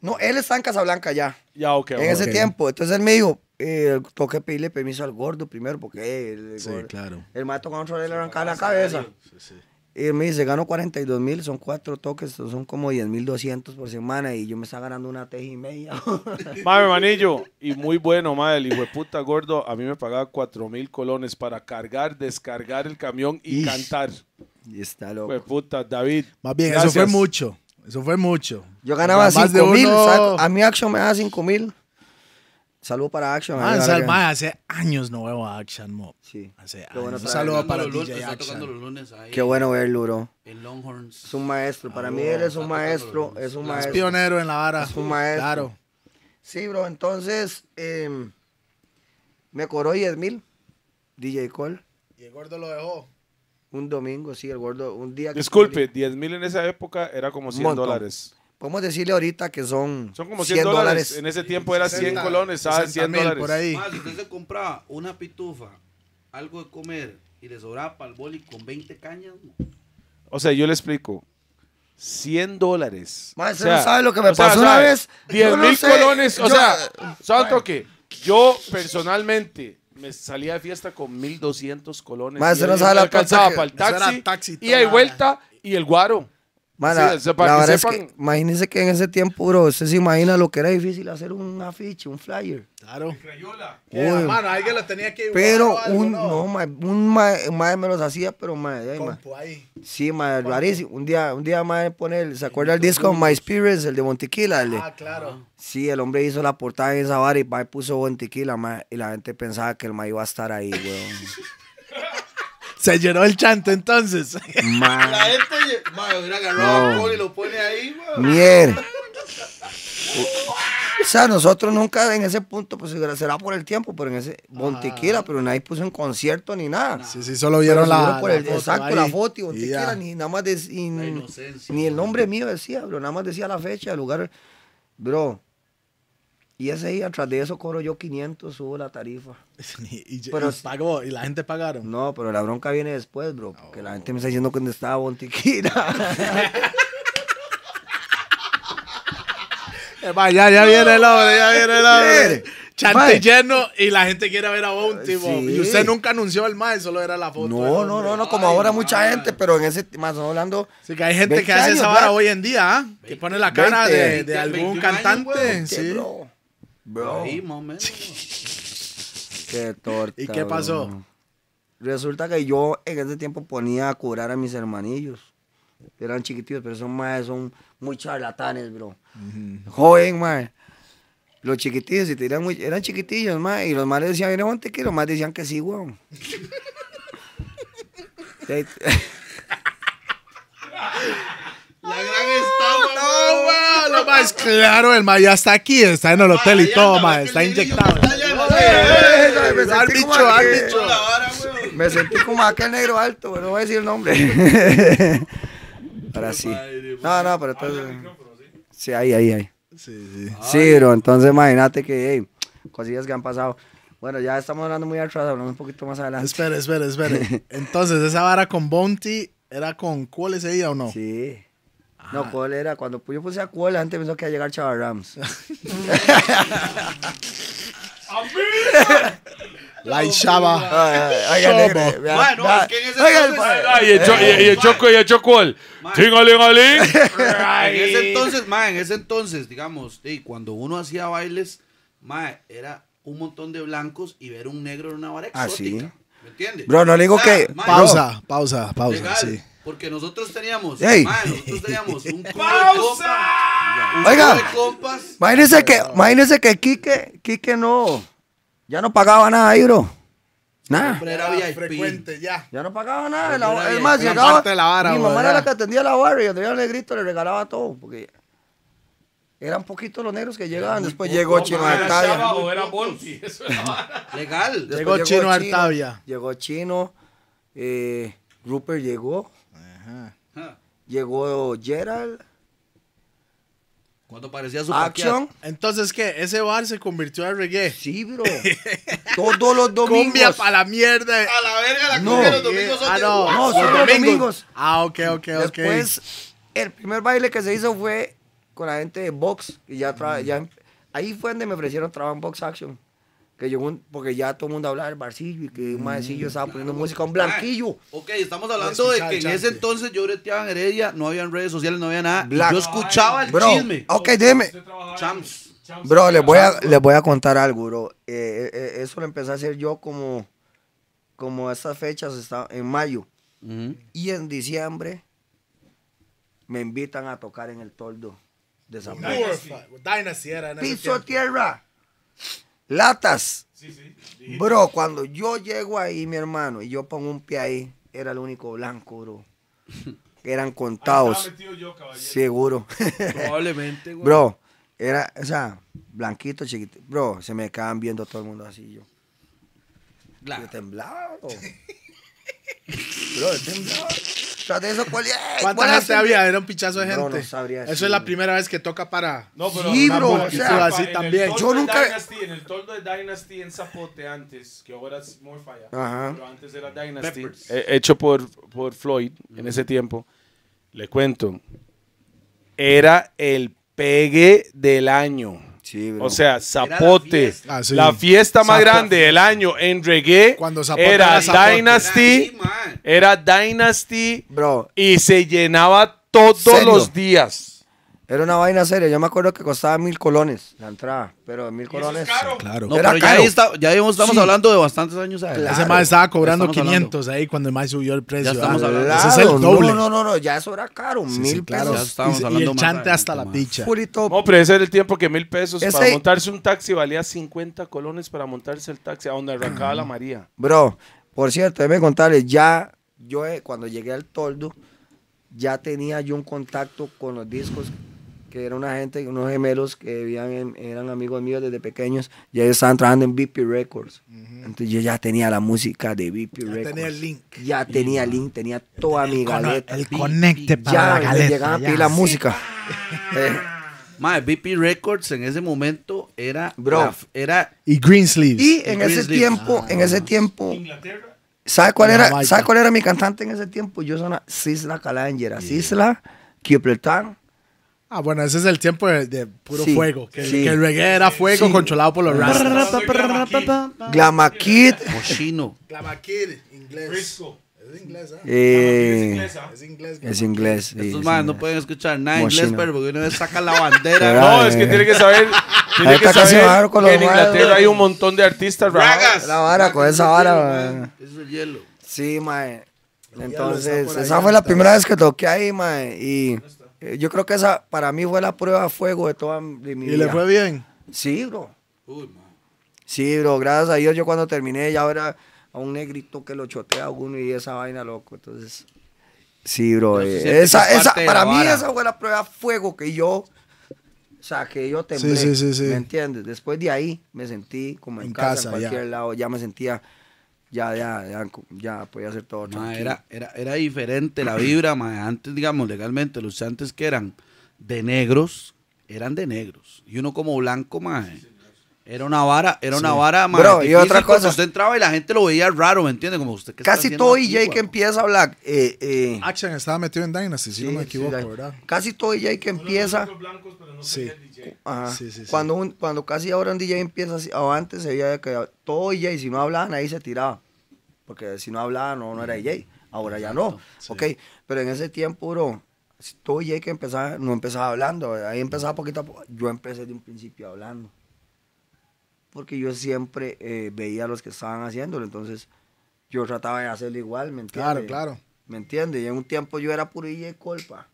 No, él está en Casablanca ya.
Ya, ok.
en
ok.
ese tiempo. Entonces él me dijo, eh, tengo que pedirle permiso al gordo primero, porque eh, el, el
Sí,
gordo-
claro.
el mato cuando le arrancaba la cabeza. Y él me dice, gano 42 mil, son cuatro toques, son como 10 mil 200 por semana y yo me está ganando una teja y media.
Madre, manillo, y muy bueno, madre, el hijo de puta gordo, a mí me pagaba cuatro mil colones para cargar, descargar el camión y
Ish.
cantar.
y está
Hijo de
loco.
puta, David.
Más bien,
gracias.
eso fue mucho. Eso fue mucho.
Yo ganaba
Más
5 mil,
uno- Ah,
saco- a mi Action me da 5 mil. Saludo para Action.
Ah,
Man,
ahí,
sal-
ahora que-
man, hace años no veo a Action Mo.
Sí.
Ah,
Hace
Qué bueno
años. Un
saber.
saludo para
los lunes,
DJ
está tocando
Action.
los lunes ahí.
Qué bueno verlo, bro.
En Longhorns.
Es un maestro. Para mí él es un maestro, es un
Es
maestro.
pionero en la vara.
Es un maestro.
Claro.
Sí, bro, entonces em, me cobró 10 mil, DJ Cole.
Y el gordo lo dejó.
Un domingo, sí, el gordo, un día. que-
Disculpe, 10 mil en esa época era como 100
Montón.
dólares.
Podemos decirle ahorita que son.
Son como 100, dólares. En este- ese tiempo era 100
60,
Ah, colones, ¿sabes? 100
60 mil
dólares.
por ahí.
Más, usted se compraba una pitufa, algo de comer y le sobraba para el boli con 20 cañas. mo.
O sea, yo le explico. 100 dólares.
Mae,
O
¿usted
sea,
no sabe lo que me
o sea,
pasó una
¿sabe?
vez?
10
Yo no
mil
sé,
colones. O
yo-
sea, santo que yo personalmente me salía de fiesta con 1200 colones.
Mae,
y
usted
ahí
no sabe
me
la
alcanzaba
plata
para el
que- Eso era
taxi,
taxi
y hay
toda-
vuelta y el guaro.
Mae,
Sí,
la,
o sea, para
la
que
verdad es
sepan-
que, imagínese que en ese tiempo, bro, usted se imagina lo que era difícil hacer un afiche, un flyer.
Claro.
Uy.
Eh, mano, alguien lo tenía que dibujar
Pero
o algo,
un, no, mae, un mae, mae me los hacía, pero mae, ay, mae.
Compo ahí.
Sí, mae, rarísimo. Un día, un día mae pone, el- ¿se acuerda el disco My Spirits, el de Montequila? el de-
Ah, claro.
Sí, el hombre hizo la portada en esa vara y mae puso Montequila, mae, y la gente pensaba que el mae iba a estar ahí, weón.
Se llenó el chante entonces.
Mae.
La gente, lle- mae, hubiera agarrado
No.
el boli y lo pone ahí, mae.
Mier. O sea, nosotros nunca en ese punto, pues será por el tiempo, pero en ese
Ah.
Bontiquera, pero nadie puso en concierto ni nada.
Sí, sí, solo vieron
Pero
la,
seguro por
la
el-
foto
exacto,
ahí.
la foto y
Y ya.
Bontiquera, ni nada más de, y-
La inocencia.
ni el nombre mío decía, bro, nada más decía la fecha, el lugar. Bro, y ese día, tras de eso, cobro yo 500, subo la tarifa.
Y, y-
Pero-
y pagó, y la gente pagaron.
No, pero la bronca viene después, bro, porque la gente me está diciendo que dónde estaba Bontiquera.
Eh, ma, ya, ya viene el hombre, ya viene el hombre.
Mire,
Chante
mae.
lleno y la gente quiere ver a Bounty, bo.
Eh, Sí.
Y usted nunca anunció al mae, solo era la foto.
No,
del
no,
hombre.
no, no, como ahora mucha gente, pero en ese, más no hablando,
Así que hay gente
20
que hace
años,
esa vara
¿verdad?
hoy en día, ¿ah? Que pone la cara
20,
de, de
20,
algún
21 años,
cantante.
weón.
sí.
Che, bro. Bro.
Ahí, más o menos, mae.
Qué torta.
¿Y qué pasó?
bro. Resulta que yo en ese tiempo ponía a curar a mis hermanillos. Eran chiquititos, pero son más, son muy charlatanes, bro. Joven, más. Los chiquitillos, si te dirán muy- eran chiquitillos, más. Y los más decían, viene Montequilla, los más decían que sí, weón. Ey,
La gran estafa,
No,
mae.
weón, lo más claro, el mae ya está aquí, está en el hotel y
Ahí
todo,
anda,
mae,
aquel
está
negrito
inyectado.
que está allá, mae.
ey, me
Al
sentí
bicho,
como aquel-
al bicho.
La vara, weón.
Me sentí como aquel negro alto, pero no voy a decir el nombre. Ahora sí. No, no, pero
Ah,
entonces. Sí, ahí, ahí, ahí.
Sí, sí.
Sí, bro, entonces imagínate que, hey, cosillas que han pasado. Bueno, ya estamos hablando muy atrás, hablamos un poquito más adelante.
Espere, espere, espere. Entonces, esa vara con Bounty era con cuál ese día o no?
Sí.
Ah.
No, ¿cuál era? Cuando yo puse a cuál, la gente pensó que iba a llegar Chava Rams.
La Ishaba.
Ah, Oiga, negro, vea,
Mae, no,
vea. Eh,
es que en ese
Oiga, el
entonces-
pa-
Ah, y echó, y, y echó, y echó cuál. Tingalingaling.
En ese entonces, mae, en ese entonces, digamos, sí, cuando uno hacía bailes, mae, era un montón de blancos y ver un negro en una vara
Ah, sí.
exótica. ¿Me entiendes?
Bro, no le digo que-
mae,
Pausa, pausa,
bro,
pausa,
legal,
sí.
Porque nosotros teníamos,
Ey.
mae, nosotros teníamos un ¡Pausa!
Oiga.
de compas.
Imagínense que, imagínense que Quique, Quique no, ya no pagaba nada ahí, bro. Nada.
Hombre, era VIP.
frecuente ya.
Ya no pagaba nada.
Pero
la-
no era
es
bien,
más,
era
llegaba.
parte de la vara,
mi
güey,
mamá era la
¿verdad?
que atendía la barra y cuando llegaba el negrito le regalaba todo. Porque eran poquitos los negros que llegaban. Después llegó Chino Artavia.
Legal.
Después
Llegó Chino Artavia.
Llegó Chino. eh, Rupert llegó.
Ah,
Llegó Gerald.
Cuando parecía su
Action.
Entonces, ¿qué? Ese bar se convirtió en reggae.
Sí, bro. Todos los
Cumbia
domingos.
para la mierda.
A la verga, la
No.
cumbia los domingos son
ah,
de-
no.
No, son los domingos.
Ah, ok, ok, ok.
Después, el primer baile que se hizo fue con la gente de Box. Y ya, tra- ya- em-, ahí fue donde me ofrecieron trabajo en Box Action. Que llegó un- porque ya todo el mundo hablaba del barcillo y que un maecillo estaba poniendo música, un blanquillo.
Ah,
Pues,
Ok, estamos hablando de que en ese entonces yo breteaba en Heredia, no habían redes sociales, no había nada. y
Black.
Yo escuchaba Ah, el
Bro,
chisme.
ok, déjeme.
Champs.
Bro, les voy a, les voy a contar algo, bro. Eh, eh, eh, eso lo empecé a hacer yo como, como estas fechas está, en mayo. Y en diciembre me invitan a tocar en el toldo de San Pedro.
Dynasty era en ese
piso
tiempo.
tierra, latas. Bro, cuando yo llego ahí, mi hermano, y yo pongo un pie ahí, era el único blanco, bro. Eran contados. Seguro.
Probablemente, güey.
bro, era, o sea, blanquito, chiquito. Bro, se me acaban viendo todo el mundo así yo.
Black.
Yo temblaba, bro. Bro, tras de eso, ¿cuál es?
¿Cuánta
¿Cuál
gente
hace?
había? Era un pichazo de gente.
No, no sabría
Eso
decir.
es la primera vez que toca para.
No, pero
Sí,
una
bro, o
multitud
sea,
así
en el
también.
toldo
Yo
de
nunca-
Dynasty, en el toldo de Dynasty en Zapote antes, que ahora es Morfire.
Ajá.
Pero antes era Dynasty. eh, hecho por, por Floyd en ese tiempo. Le cuento. Era el pegue del año.
Sí, bro.
O sea, Zapote, la fiesta,
fiesta. Ah, sí.
más
Zapo-
grande del año en reggae
Cuando Zapote
era
era Zapote.
Dynasty, era Dynasty
Bro,
y se llenaba todos
Serio.
los días.
era una vaina seria. Yo me acuerdo que costaba mil colones la entrada, pero mil colones.
Claro.
No,
Era
pero ya,
caro.
ahí está- ya vimos- estamos
Sí.
hablando de bastantes años adelante.
Ese mae estaba cobrando
Estamos hablando.
500 ahí cuando el mae subió el
Ya
precio.
estamos
ah,
hablando.
Ese es el
Claro,
doble.
No, no, no, no, ya eso era caro.
Sí, sí,
mil
claro.
Ya
pesos.
estábamos
Y- y,
hablando
el
más
chante hasta la
adelante,
picha.
Full y todo.
No, pero ese era el tiempo que mil pesos para
Ese-
montarse un taxi valía 50 colones para montarse el taxi a donde arrancaba la María.
Bro, por cierto, déjeme contarles, ya yo eh, cuando llegué al toldo, ya tenía yo un contacto con los discos, que era una gente, unos gemelos que vivían en- eran amigos míos desde pequeños, y ellos estaban trabajando en BP Records. Entonces yo ya tenía la música de BP Records.
tenía el link.
Ya tenía el link, tenía toda mi galeta.
el conecte para
ya
la
me
galeta.
llegaba a
ya.
pedir la música. Eh,
Mae, BP Records en ese momento era.
Bro.
la f- era
Y Greensleeves.
y en
Y
ese
Grizzlies.
tiempo, en ese tiempo, ¿Sabe cuál, era,
Jamaica.
¿Sabe cuál era mi cantante en ese tiempo? Yo sonaba Sisla Calangera. Sisla, Kipletan.
Ah, bueno, ese es el tiempo de, de puro
Sí,
fuego. Que,
sí.
que el reggae era fuego
Sí.
controlado por los rastas.
Glama Kid.
cochino.
inglés. Es inglés, ¿ah?
eh,
Es inglés.
es inglés. sí,
Estos
es
maes no
inglés.
pueden escuchar nada en
Mochino.
inglés, pero porque una vez saca la bandera.
¿Verdad?
No, es que
eh.
tiene que saber, tiene que
está casi
saber
bajaron con los
que en Inglaterra
malos.
hay un montón de artistas ragas.
La vara, con esa vara.
Eso
mae.
es el hielo.
Sí, mae.
está
Entonces,
por ahí,
esa fue la primera vez que toqué ahí, mae. Y eh, yo creo que esa para mí fue la prueba a fuego de toda mi de mi
Y
vida.
le fue bien.
Sí, bro.
Uy, mae.
Sí, bro, gracias a Dios yo cuando terminé ya era a un negrito que lo chotea a uno y esa vaina loco. Entonces, sí, bro.
Pero se
eh,
siente que
esa,
es
esa,
parte de
para
la
mí
vara.
esa fue la prueba a fuego que yo, o sea, que yo temblé.
sí, sí, sí.
¿Me entiendes? Después de ahí me sentí como en,
En
casa,
casa,
en
ya.
cualquier lado, ya me sentía, ya, ya, ya, ya podía hacer todo.
Ma,
tranquilo.
era, era, era diferente la vibra, ma. Antes, digamos, legalmente, los chantes que eran de negros, eran de negros. Y uno como blanco, ma, Era una vara, era una vara, ma,
Bro, y otra
difícil, porque
cosa.
Usted entraba y la gente lo veía raro, ¿me entiende? Como usted ¿qué está
Casi
haciendo
todo
aquí,
DJ que
guapo?
empieza a hablar, eh, eh,
Action estaba metido en Dynasty, Ah, si no
sí,
me equivoco,
sí,
¿verdad?
Casi todo DJ que empieza...
Sí.
Ajá.
Sí, sí, sí.
Cuando, un- cuando casi ahora un DJ empieza así, o antes se veía que todo DJ, si no hablaban, ahí se tiraba. Porque si no hablaban, no, no era DJ. Ahora ya no. Ok, pero en ese tiempo, bro, si todo DJ que empezaba, no empezaba hablando. Ahí empezaba poquito a poco. Yo empecé de un principio hablando. Porque yo siempre eh, veía a los que estaban haciéndolo. Entonces, yo trataba de hacerlo igual, ¿me
Claro,
entiendes?
claro.
¿Me entiendes? Y en un tiempo yo era puro DJ Colpa.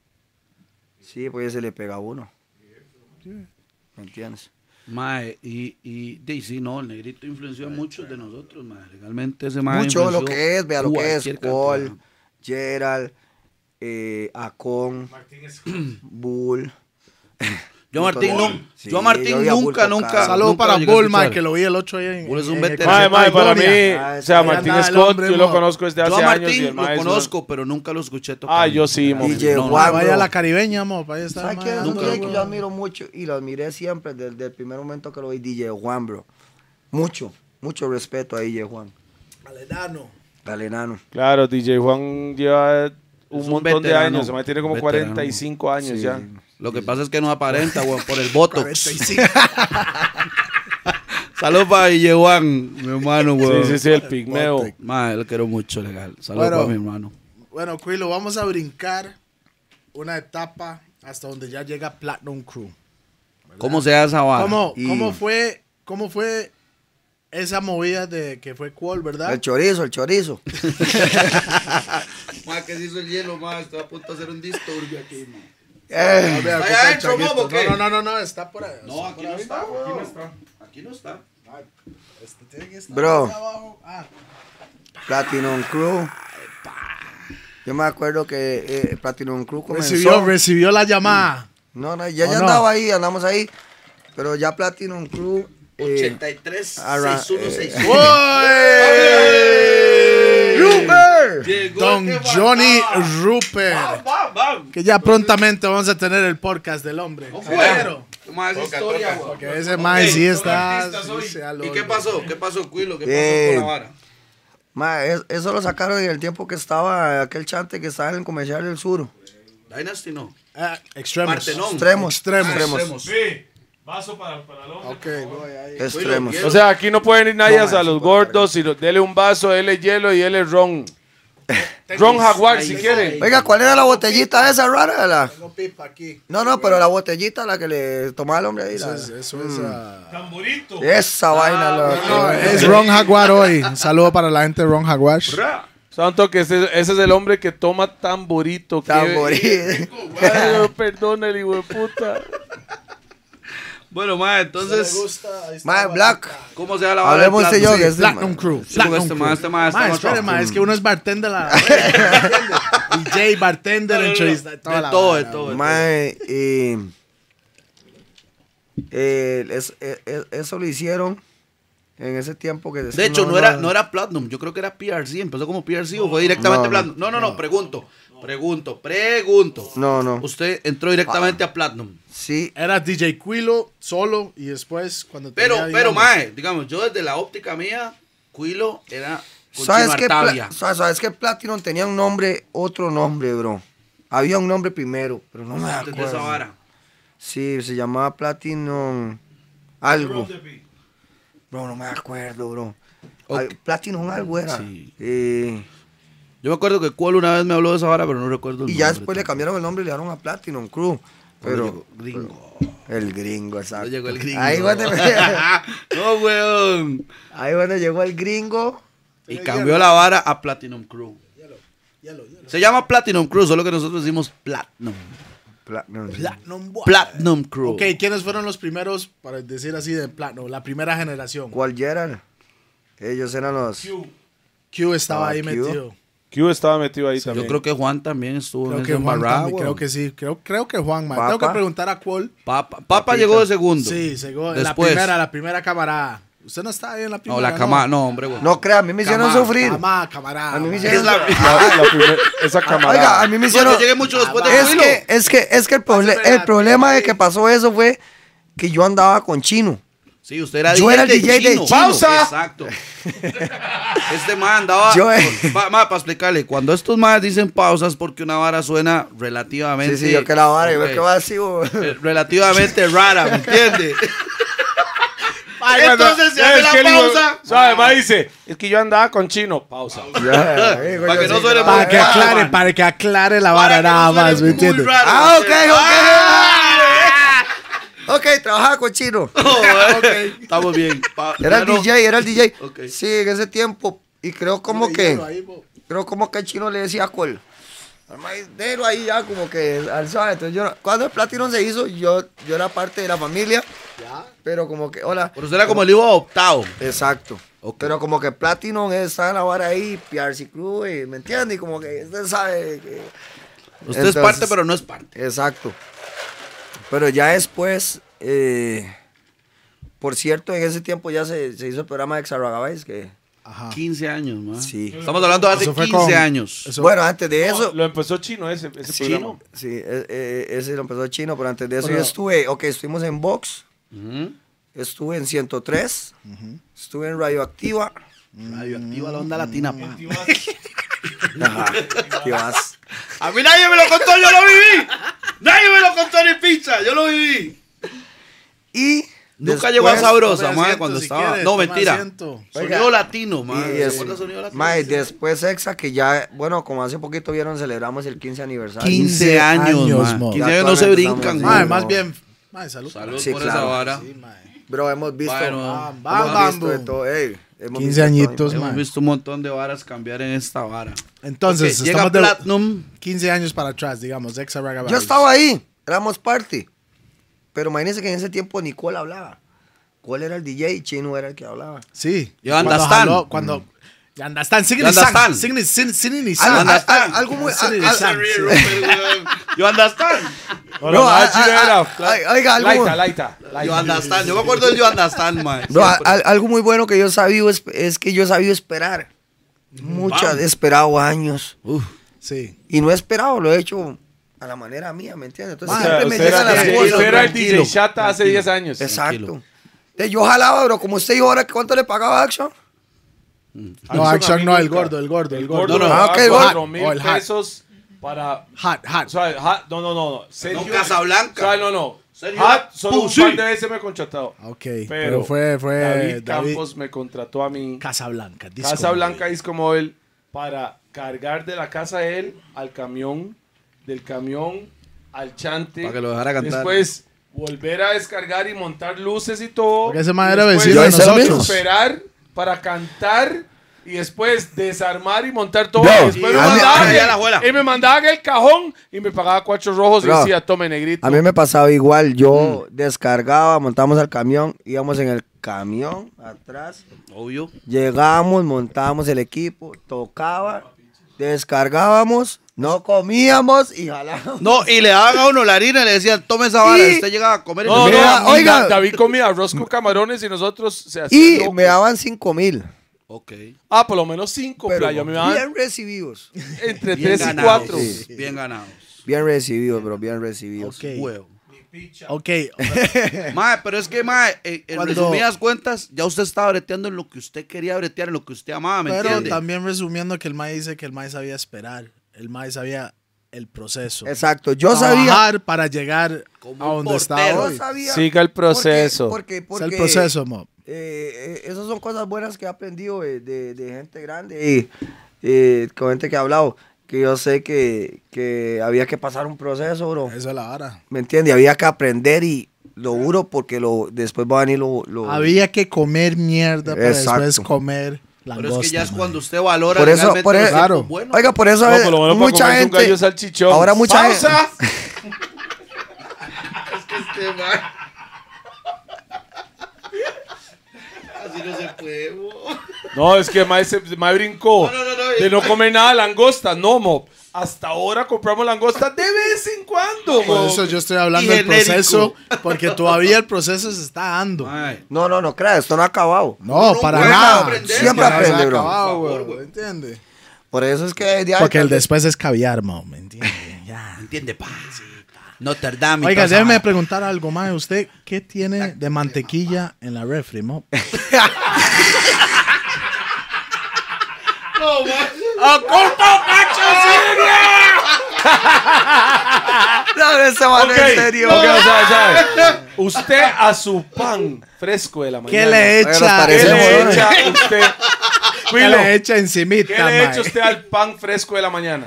Sí, pues se le pega a uno. ¿Me entiendes?
Ma, y, y, de- sí, no, el negrito influenció a muchos de nosotros, ma. Legalmente ese ma
Mucho
influenció
lo que es, vea lo que es.
cualquier
Cole,
cantidad.
Gerald, eh, Acon, Bull.
Yo a Martín,
Bull.
no,
Sí,
yo a Martín
yo vi a Bull
nunca,
tocar.
Ah,
nunca.
Saludos
nunca
para
lo llegué a
Bull, mae,
escuchar.
que lo vi el 8 ahí en.
Bull es un
en
veterano.
Mae, mae, para mí,
California.
Ah,
o sea,
ahí
Martín
andaba el
Scott,
hombre,
yo lo
mo.
conozco desde hace
Yo a
años. y
Martín
el mae
lo
es un-
conozco, pero nunca lo escuché tocar.
Ah, yo sí, mo.
DJ
No, no,
Juan,
Vaya
bro.
a la caribeña, mo, para ahí está.
¿Sabes
mae,
quién es un
nunca
DJ que
lo-
yo admiro mucho y lo admiré siempre desde el primer momento que lo vi? DJ Juan, bro. Mucho, mucho respeto a DJ Juan. Al enano.
Claro, DJ Juan lleva un,
un
montón de
veterano,
años. Se tiene como
veterano.
45 años ya.
Lo que pasa es que no aparenta, weón, por el botox.
45.
Saludos para Illewan, mi hermano,
Sí,
weón.
sí, sí, el pigmeo.
Madre, lo quiero mucho, legal. Saludos
Bueno.
para mi hermano.
Bueno, Quilo, vamos a brincar una etapa hasta donde ya llega Platinum Crew.
¿Cómo se da esa vara?
¿Cómo,
y-
cómo fue, ¿Cómo fue esa movida de que fue Qual, verdad?
El chorizo, el chorizo.
Ma, que se hizo el hielo, ma. Estoy a punto de hacer un disturbio aquí, ma.
Eh.
Ah, vea, ocupa
Ahí
el
adentro,
changuito.
bobo, ¿qué?
no, no, no, no, está por ahí.
No, aquí no está, aquí no está. Aquí no está.
Este tiene que estar
Bro.
ahí abajo. Ah,
Platinum Crew. Yo me acuerdo que eh, Platinum Crew comenzó.
recibió, recibió la llamada.
No, no, ya,
¿O
ya
no?
andaba ahí, andamos ahí. Pero ya Platinum Crew. eh,
83,
ah,
arra-
61,
eh,
61.
¡Uy!
Rupert.
Llegó
Don
el que
Johnny
faltaba.
Rupert.
Va, va.
Que ya prontamente vamos a tener el podcast del hombre.
No
Pero,
fueron. Más historia, güey.
que ese mae
Ok,
sí
son
está.
artistas hoy.
sí se
¿Y qué
alogra.
pasó? ¿Qué pasó, Cuilo? ¿Qué
Eh,
pasó con la vara?
Ma, es- eso lo sacaron en el tiempo que estaba aquel chante que estaba en el comercial del sur.
Dynasty no.
Ah, extremos.
Partenón.
Extremos.
Extremos.
Sí, vaso para, para el hombre.
Ok, voy ahí.
Extremos.
O sea, aquí no pueden ir nadie a los gordos y los- dele un vaso, dele hielo y dele ron. Ron jaguar si quieren.
Oiga, ¿cuál era la botellita esa rara? La-
Tengo pipa aquí.
No, no, pero la botellita la que le tomaba el hombre ahí. la-
Eso es. Eso
Mm.
es ah,
Tamborito.
Esa vaina. la-
no, es Ron Jaguar hoy. Un saludo para la gente de Ron Jaguar.
Santo que ese, ese es el hombre que toma tamborito. que-
Tamborí.
Ay, no, perdona el hijo de puta.
Bueno, ma, entonces,
Ma, Black.
¿cómo se da la vara? del
Hablemos de
plato?
yo.
Sí,
que es el
Platinum
ma-
Crew.
Sí, con este ma, este ma, este
Ma,
ma-
espere, ma, es que uno es bartender. La... DJ, bartender,
No, no, no.
entrevista.
De
toda la
todo,
vara,
de todo.
Mae, y, eh, es- eh, eh, eso lo hicieron en ese tiempo que...
De hecho, no, era, no era Platinum, yo creo que era PRC. Empezó como PRC o fue directamente
No, no,
Platinum. No, no, no, pregunto. Pregunto, pregunto.
No, no.
Usted entró directamente a Platinum.
Sí,
Era DJ Quilo solo y después cuando
Pero,
tenía,
pero,
digamos,
mae, digamos, yo desde la óptica mía, Cuilo era con
¿sabes
Chino
que, Pla-
Artavia.
sa- ¿sabes que Platinum tenía un nombre, otro nombre, bro? Había un nombre primero, pero no me
Antes de esa
acuerdo.
vara.
Sí, se llamaba Platinum algo. Bro, no me acuerdo, bro. Al- Platinum algo era.
Sí.
Eh,
Yo me acuerdo que Cualo una vez me habló de esa vara, pero no recuerdo el
y ya
nombre
después le
tampoco.
cambiaron el nombre y le dieron a Platinum Crew. Pero,
Gringo.
El gringo, exacto.
No llegó el gringo.
Ahí cuando,
no, weón.
ahí cuando llegó el gringo.
Y cambió la vara a Platinum Crew. Se llama Platinum Crew, solo que nosotros decimos Platinum.
Platinum.
Platinum Boy.
Platinum Crew.
Ok, ¿quiénes fueron los primeros, para decir así, de Platinum? La primera generación.
¿Cuál eran? Ellos eran los.
Q estaba
Ah,
ahí
Q.
metido.
Q estaba metido ahí también.
Yo creo que Juan también estuvo
Creo
en
que
esa
Juan
embarrada,
también, creo
weón.
que sí. Creo, creo que Juan, man.
Papa.
Tengo que preguntar a cuál.
Papa, Papa llegó de segundo.
Sí, llegó la
Después.
primera, la primera camarada. Usted no estaba ahí en la primera.
No, la cama, no, hombre, weón.
No crea, a mí me hicieron
Camada,
sufrir.
Camada, camarada.
A mí me
man.
hicieron.
La- la primer- esa camarada.
Oiga, a mí me
No, yo
hicieron.
llegué mucho después
Ah,
de
Es
Camilo.
que, es que, es que el, proble-
Pásame
el
la-
problema de que pasó eso fue que yo andaba con chino.
Sí, usted era
Yo era el DJ de Chino.
¡Pausa!
Exacto. Este man andaba.
Yo- eh.
para explicarle, cuando estos manes dicen pausas porque una vara suena relativamente.
Sí, sí, yo que la vara, yo
Ok.
que va así, bo.
Eh, Relativamente rara, ¿me entiende?
Ay, cuando-
Entonces se hace
¿sabes
la
qué, Ligo?
pausa. Ah,
¿Sabe? Más dice, es que yo andaba con chino. Pausa.
Ya, eh,
Para
coño,
que no
sí,
suene
la-
Para que
Ah,
aclare,
man.
para que aclare la
Para
vara
que
nada
no suene
más, ¿me
muy
entiende?
raro,
Ah, ok,
¿me entiende?
ok.
Ah,
Ok, trabajaba con chino.
no, eh, Estamos bien. Pa-
Era
ya
el
no-
DJ, era el DJ.
Ok.
Sí, en ese tiempo. Y creo como que.
Ahí, bo.
Creo como que el chino le decía a Col. al maidero ahí ya como que alzaba. Entonces yo, no- cuando el platino se hizo, yo, yo era parte de la familia. Pero como que, hola.
Pero usted era como el hijo adoptado.
Exacto.
Ok.
Pero como que Platinum está en la vara ahí, PRC Crew, y, ¿me entiendes? Y como que usted sabe que-
Usted es parte,
Entonces-
pero no es parte.
Exacto. Pero ya después, eh, por cierto, en ese tiempo ya se, se hizo el programa de Xaragabais que...
Ajá.
15 años, man.
Sí.
Estamos hablando de hace
Eso fue
15
con-
años.
Eso-
Bueno, antes de eso...
Lo empezó chino ese, ese programa.
Sí, e- e- ese lo empezó chino, pero antes de eso
Bueno.
yo estuve, ok, estuvimos en Vox,
Ujú.
estuve en 103, estuve en Radioactiva.
Radioactiva la onda latina, pa.
Ajá, ¿qué más?
A mí nadie me lo contó, yo lo viví. Nadie me lo contó ni pizza, yo lo viví.
Y
Nunca
después-
llegó a sabrosa,
Tome
madre,
asiento,
cuando
si
estaba.
quiere,
no,
tome
mentira.
asiento.
Oiga,
Sonido latino,
y
madre.
es-
¿Se acuerda del sonido latino?
mae, después Exa, que ya, bueno, como hace poquito vieron, celebramos el 15 aniversario.
15 años,
años,
mae.
mo.
15 años no se
Actualmente
brincan,
estamos,
Mae,
madre.
sí.
más
no.
bien. Mae, salud.
Salud Ah.
Sí,
por
claro.
esa vara.
Sí, mae.
Bro, hemos visto.
Bueno,
Bam,
hemos
bam, bam.
visto de
boom.
todo, ey, hemos
15
visto de todo,
añitos,
mae.
Hemos
mae.
visto un montón de varas cambiar en esta vara.
Entonces,
Ok, llega
estamos de
Platinum.
15 años para atrás, digamos, Exa Ragabal.
Yo estaba ahí, éramos parte. Pero imagínense que en ese tiempo Nicole hablaba. ¿Cuál era el DJ? y Chino era el que hablaba.
Sí.
Yo Mm. Andastán.
Cuando. jaló- cuando ya Andastán, sin
Yo Andastán.
Andastán. Sin sin- sin
Ah,
iniciar.
Algo-
Andastán.
a- a- algo muy-
Sin
a-
iniciar,
a-
sí.
Yo understand.
No,
No, ah,
no,
a-
nada chino
a-
era.
a- a- oiga, algo-
Laita, laita.
Yo understand. Yo me acuerdo del Yo understand, madre.
Bro, a- a- algo muy bueno que yo he sabido es, es que yo he sabido esperar. Muchas, he esperado años.
Sí.
Y no he esperado, lo he hecho a la manera mía, ¿me entiendes? Entonces
O sea,
siempre me
usted
llegan
era,
las
usted
cosas.
era el
tranquilo.
DJ Chata hace 10 años.
Exacto. Eh, Yo jalaba, bro, como usted dijo ahora, ¿cuánto le pagaba a Action?
Ah, No, Action no, el gordo, el gordo, el gordo.
no,
no, ah, ok, el gordo.
4 mil
O Oh, el hat.
pesos para...
Hat,
O
hat.
sea, el hat- no, no, no. no. Sergio,
No, Casablanca.
O sea, no, no.
Sergio,
Hat, solo un
Pussy.
par de veces me ha contratado.
Ok,
Pero,
pero, fue, fue
David,
David,
Campos me contrató a mí.
Casablanca. Disco
Casa Blanca
Móvil.
Disco Móvil para cargar de la casa de él al camión, del camión al chante.
Para que lo dejara cantar.
Después volver a descargar y montar luces y todo.
Porque ese man era
Después
vecino
de nosotros.
Esperar para cantar. Y después desarmar y montar todo.
Bro,
y, después me
a mí-
mandaban
a mí-
el-
a la abuela.
y me mandaban el cajón y me pagaba cuatro rojos y
Bro,
decía, tome negrito.
A mí me pasaba igual, yo
Mm.
descargaba, montamos al camión, íbamos en el camión atrás,
Obvio.
llegábamos, montábamos el equipo, tocaba, descargábamos, no comíamos y jalábamos.
No, y le daban a uno la harina y le decían, tome esa vara.
Y-
Usted llegaba a comer y
No, no,
le-
Mira,
no,
oiga.
Da- David comía arroz con camarones y nosotros se
Y
hacía loco.
me daban 5 mil.
Ok. Bien
Ah, por lo menos cinco,
Pero
playa. Me daban
bien recibidos.
entre tres y
ganados,
cuatro.
sí. Bien ganados.
Bien recibidos, bro, bien recibidos.
Ok,
Huevo.
ok.
Mae, pero es que, mae, en, en
Cuando-
resumidas cuentas, ya usted estaba breteando en lo que usted quería bretear, en lo que usted amaba, ¿me
Pero
entiende?
también resumiendo que el Mae dice que el Mae sabía esperar. El Mae sabía el proceso.
Exacto, yo sabía.
Trabajar para llegar
Como
a
un
donde está
portero.
Yo
hoy.
sabía.
Siga el proceso.
Porque,
Es
porque,
el
porque,
proceso, mo.
eh, eh, esas son cosas buenas que he aprendido eh, de, de gente grande y eh, con gente que he hablado, que yo sé que, que había que pasar un proceso, bro.
Eso es la vara.
¿Me entiendes? Había que aprender y lo juro porque lo, después va a venir lo... lo-
Había que comer mierda para
Exacto.
después comer langosta.
Pero es que ya es
mae.
cuando usted valora
Por eso,
realmente
por
lo
eso,
que-
Claro.
bueno.
oiga, por eso a veces mucha gente, ahora mucha gente,
¡Pausa!
Este man. Así no se puede, bo.
No, es que Mae, se- mae brincó.
No, no, no, no.
de no comer nada de langosta. No, mo. Hasta ahora compramos langosta de vez en cuando, mo.
Por eso yo estoy hablando
Y
del
genérico. Ah.
proceso, porque todavía el proceso se está dando.
Mae,
no, no, no, crea, esto no ha acabado,
No,
no,
para
bueno,
nada.
aprender.
Siempre
Para nada se ha
aprende, bro.
acabado,
Por
güey,
favor, güey.
¿Entiende?
por eso es que... de ahí
Porque el
también-
después es caviar, mo, ¿me entiende? Ya.
¿entiende, pa? Notre Dame. y
Oiga,
toda esa
déjeme
vara.
preguntar algo más. ¿Usted qué tiene de mantequilla en la refri, mo?
No, man.
No, ese man,
Ok,
en serio.
ok, o sea, o sea, Usted a su pan fresco de la mañana.
¿Qué le
Oiga, nos
echa?
¿Qué le
parecemos,
echa usted?
¿Qué
Cuilo,
le echa encimita,
¿Qué le echa
mae?
usted al pan fresco de la mañana?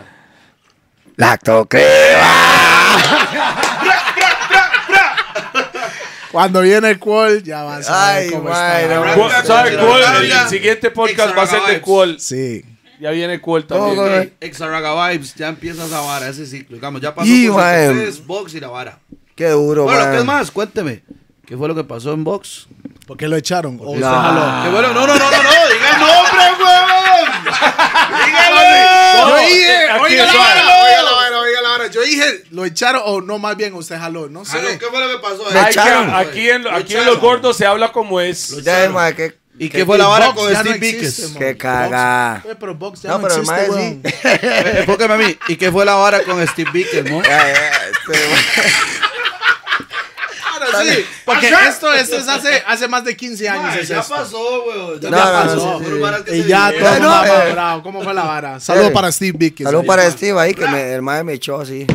Cuando viene el cual, ya vas a ver
Ay,
cómo
mae,
está.
no.
Cu- ¿Sabe
no,
cuál?
no, ya.
El siguiente podcast va a ser de cuál.
Sí.
Ya viene cuál también.
Exaraga Vibes, ya empieza esa vara, ese ciclo. Digamos, ya pasó
Y,
por
mae.
ustedes, box y la vara.
Qué duro,
Bueno,
man.
¿qué es más? Cuénteme. ¿Qué fue lo que pasó en Vox?
¿Por qué lo echaron? O usted
Ah.
jaló.
Qué bueno, no, no, no, no, no, diga el nombre, huevón.
No,
Yo
eh,
dije,
aquí
oiga la
está.
vara, oiga la vara, oiga la vara. Yo dije, lo echaron o no, más bien usted jaló, no sé.
Ah, ¿Qué fue lo que pasó?
Me
ahí?
Hay que-
echaron.
aquí en,
Lo
aquí en
echaron.
los gordos se habla como es.
Ya, mae, qué,
¿Y qué, fue la vara con
ya
Steve
no existe,
Víquez?
mo.
qué
Box-
cagada.
Oye, pero Box ya
No,
no,
pero el
existe,
mae
weón.
sí.
Eh, Enfóqueme a mí. ¿Y qué fue la vara con Steve Víquez, mo?
Ya, ya, este man.
Porque esto, esto es hace, hace más de 15 años.
Mae,
es
Ya
esto.
pasó, huevón. Ya
No, no,
pasó.
no,
sí,
Fueron
sí.
varas que
Y
se
ya todo
vivieron.
el
no,
mundo
eh.
amarrado. ¿Cómo fue la vara? Saludos
Eh.
para Steve Vicky.
Salud para Steve ahí, que me, el mae me echó así.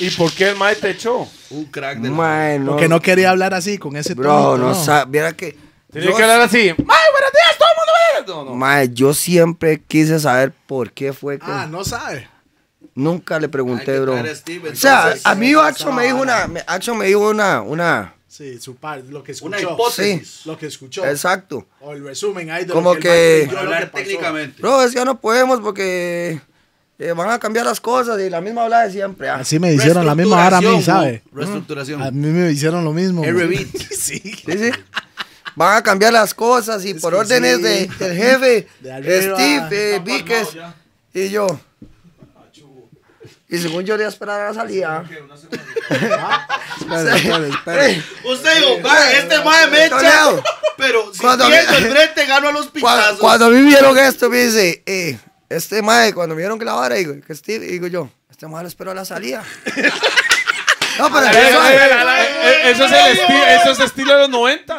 ¿Y por qué el mae te echó?
Un crack de la-
Mae, no.
Porque no quería hablar así, con ese
Bro, no,
sabe.
sa- Viera que.
Tenía
yo-
que hablar así. ¡Mae, buenos días! ¡Todo el mundo ve! No, no.
Mae, yo siempre quise saber por qué fue que.
Ah, no sabe.
Nunca le
Hay que
pregunté, bro.
traer a Steve,
o sea,
entonces,
a mí
no
Action me dijo una. me- Action me dijo una. una
Sí, su par, lo que escuchó.
Una hipótesis.
Lo que escuchó.
exacto.
O el resumen ahí de
Como
lo que...
que-
el mae creyó,
Para
lo que
hablar
pasó.
técnicamente.
Bro, decía, no podemos porque. eh, van a cambiar las cosas y la misma habla de siempre. ah.
Así me hicieron la misma hora a mí, ¿sabe?
Reestructuración, Reestructuración.
A mí me hicieron lo mismo.
El
man.
Revit.
sí.
Sí, sí. Van a cambiar las cosas y por
que
órdenes
sí.
de, del jefe,
De arriba.
Steve eh, Víquez y yo. Y según yo le esperaba la salida.
Espera, espera, espera.
Usted dijo, mae, este mae me echa.
Toledo,
pero si
Cuando-
pierdo el brete, gano a los
Cuando,
pintazos.
cuando a mí vieron esto, me dice, eh, este mae, cuando me vieron que la vara, digo, que Steve, digo yo, este mae lo espero a la salida. no, pero,
Eh,
eso,
eh, eh, eh, Eso es el estilo, eso es estilo de los 90.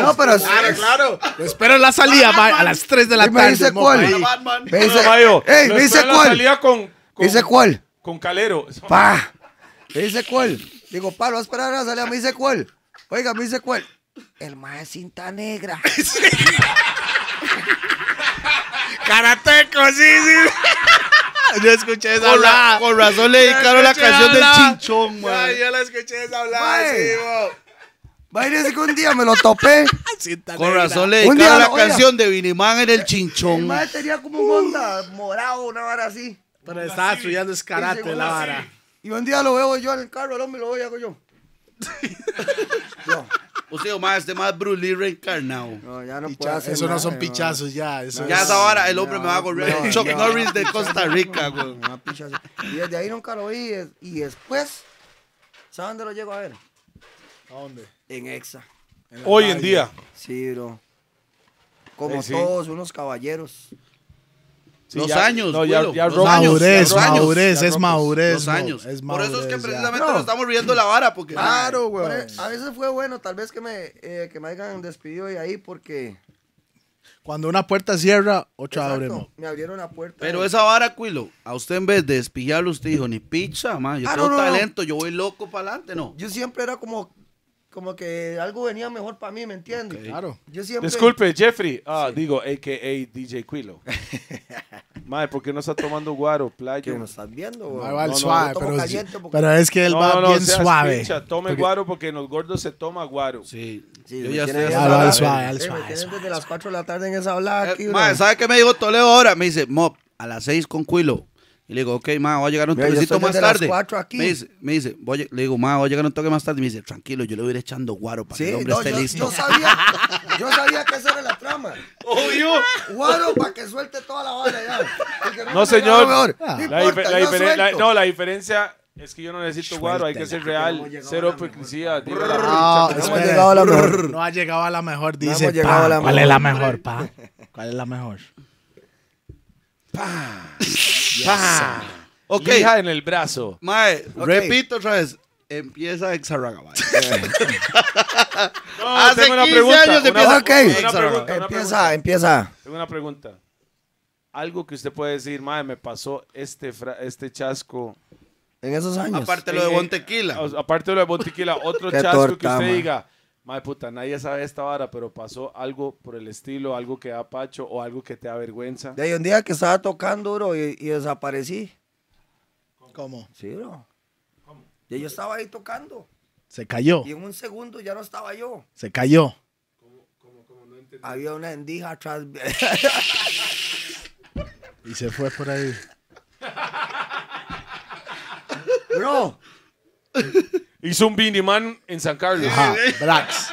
no, pero,
claro. Lo espero en la salida, mae, a las 3 de la
¿Y me
tarde.
dice
mo,
cuál?
mae.
Batman.
me dice,
Mayo,
"Ey,
lo
me dice
espero en la
cuál,
salida con,
me
con,
dice cuál,
con Calero.
pa, me dice cuál, digo, pa, lo voy a esperar a la salida, me dice cuál, oiga, me dice cuál, el mae es cinta negra.
Karateco, sí, sí. Yo escuché esa hablada.
Con razón le dedicaron la canción del chinchón, man.
yo la escuché esa
hablada, sí, Imagínense que un día me lo topé,
Con razón le
Un día
dedicaron la
lo- oiga.
canción de Vinimán en el
el
chinchón.
mae tenía como un onda morado, una vara así.
Pero estaba estudiando es karate la vara.
Y un día lo veo yo en el carro, el hombre lo veo y hago yo. No,
Usted, más este más Bruce Lee reencarnado.
no, ya no puedo
Picha-
hacer
Eso no
nada,
son
ya,
pichazos ya. Eso
Ya
es-
esa hora el hombre me va a
no,
correr.
no,
Chuck
no.
Norris de Costa Rica, güey.
no, pichazo. Y desde ahí nunca lo vi. es- Y después, ¿sabes dónde lo llego a ver?
¿A dónde?
En Exa.
Hoy en día.
Sí, bro. Como
Ahí sí.
todos unos caballeros.
Sí,
Los
ya-
años,
no, ya-
Willow,
ya
los
rompes.
años,
Madurez,
ya rompes,
madurez,
ya
es
rompes.
madurez.
Los
mo,
años.
es
Por eso es que
madurez, ya.
precisamente
No.
nos estamos riendo la vara, porque.
Claro,
Por
güey.
e- A veces fue bueno, tal vez que me, eh, que me hayan despedido de ahí porque
Cuando una puerta cierra, otra
exacto,
abre. mo.
me abrieron la puerta.
Pero
de-
esa vara, Cuilo, a usted en vez de despillarlo, usted dijo, ni pizza, man. Yo
Ah,
tengo
no, no, no.
talento, yo voy loco para adelante, ¿no?
Yo siempre era como, como que algo venía mejor para mí, ¿me entiendes?
Claro.
Yo siempre.
Disculpe, Jeffrey. Ah, digo, a.k.a. DJ Quilo. Mae, ¿por qué no está tomando guaro, playa?
Que nos estás viendo, güey.
Mae va al
no,
suave,
yo tomo
pero,
caliente porque-
pero eh, es que él va bien
seas
suave.
picha, tome
Porque-
guaro porque en los gordos se toma guaro.
Sí.
Sí,
yo
me
ya
tienen
estoy
Ya,
en esa
Ah, va al
habla,
suave,
eh,
al
me
suave,
tienen
suave,
desde las 4 de la tarde en esa hablada aquí,
Eh,
bro.
mae, ¿sabe qué me dijo Toledo ahora? Me dice, Mop, a las 6 con Cuilo. Y le digo, ok, ma, voy a llegar un
Mira, yo
toquecito
estoy
más
desde las
tarde.
cuatro aquí.
Me dice, me dice voy a- le digo, ma, voy a llegar un toque más tarde. Y me dice, tranquilo, yo le voy a ir echando guaro para
Sí,
que el hombre
no,
esté
yo,
listo.
yo sabía, yo sabía que esa era la trama.
Obvio.
Guaro para que suelte toda la bala ya. Y que
No,
me
señor.
diga, "No,
Ah.
no
La, dife-
importa,
la
yo
diferen- la-
suelto".
no, la diferencia es que yo no necesito guaro, hay que ser real.
llegado a
Cero
la mejor
hipocresía. digo la
No,
picha.
hemos
espere.
llegado a la mejor.
No ha llegado a la mejor,
hemos
dice.
llegado
pa.
a la
¿Cuál
mejor.
es la mejor, pa? ¿Cuál es la mejor?
ok,
Lija en el brazo.
mae,
Ok.
repito otra vez. Empieza Exarragabay.
No,
Hace
tengo una
15
pregunta.
años
una,
empieza-
una
Ok.
pregunta, una pregunta.
Empieza, empieza.
Tengo una pregunta. Algo que usted puede decir, madre, me pasó este, fra- este chasco.
En esos años.
Aparte lo de
Eh, eh,
Bontequila.
o- Aparte de lo de Bontequila, otro
Qué
chasco que
torta,
usted
ma.
diga, madre puta, nadie sabe esta vara, pero pasó algo por el estilo, algo que da pacho o algo que te da vergüenza.
De ahí un día que estaba tocando, bro, y, y desaparecí.
¿Cómo?
Sí, bro. Y yo estaba ahí tocando.
Se cayó.
Y en un segundo ya no estaba yo.
Se cayó.
Había una endija atrás.
Y se fue por ahí.
Bro,
Hizo un Biniman en San Carlos.
Ajá, Brax.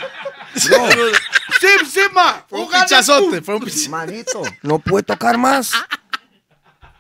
¡Sim, Sima!
Fue un pichazote, fue un pichazote.
manito, no pude tocar más.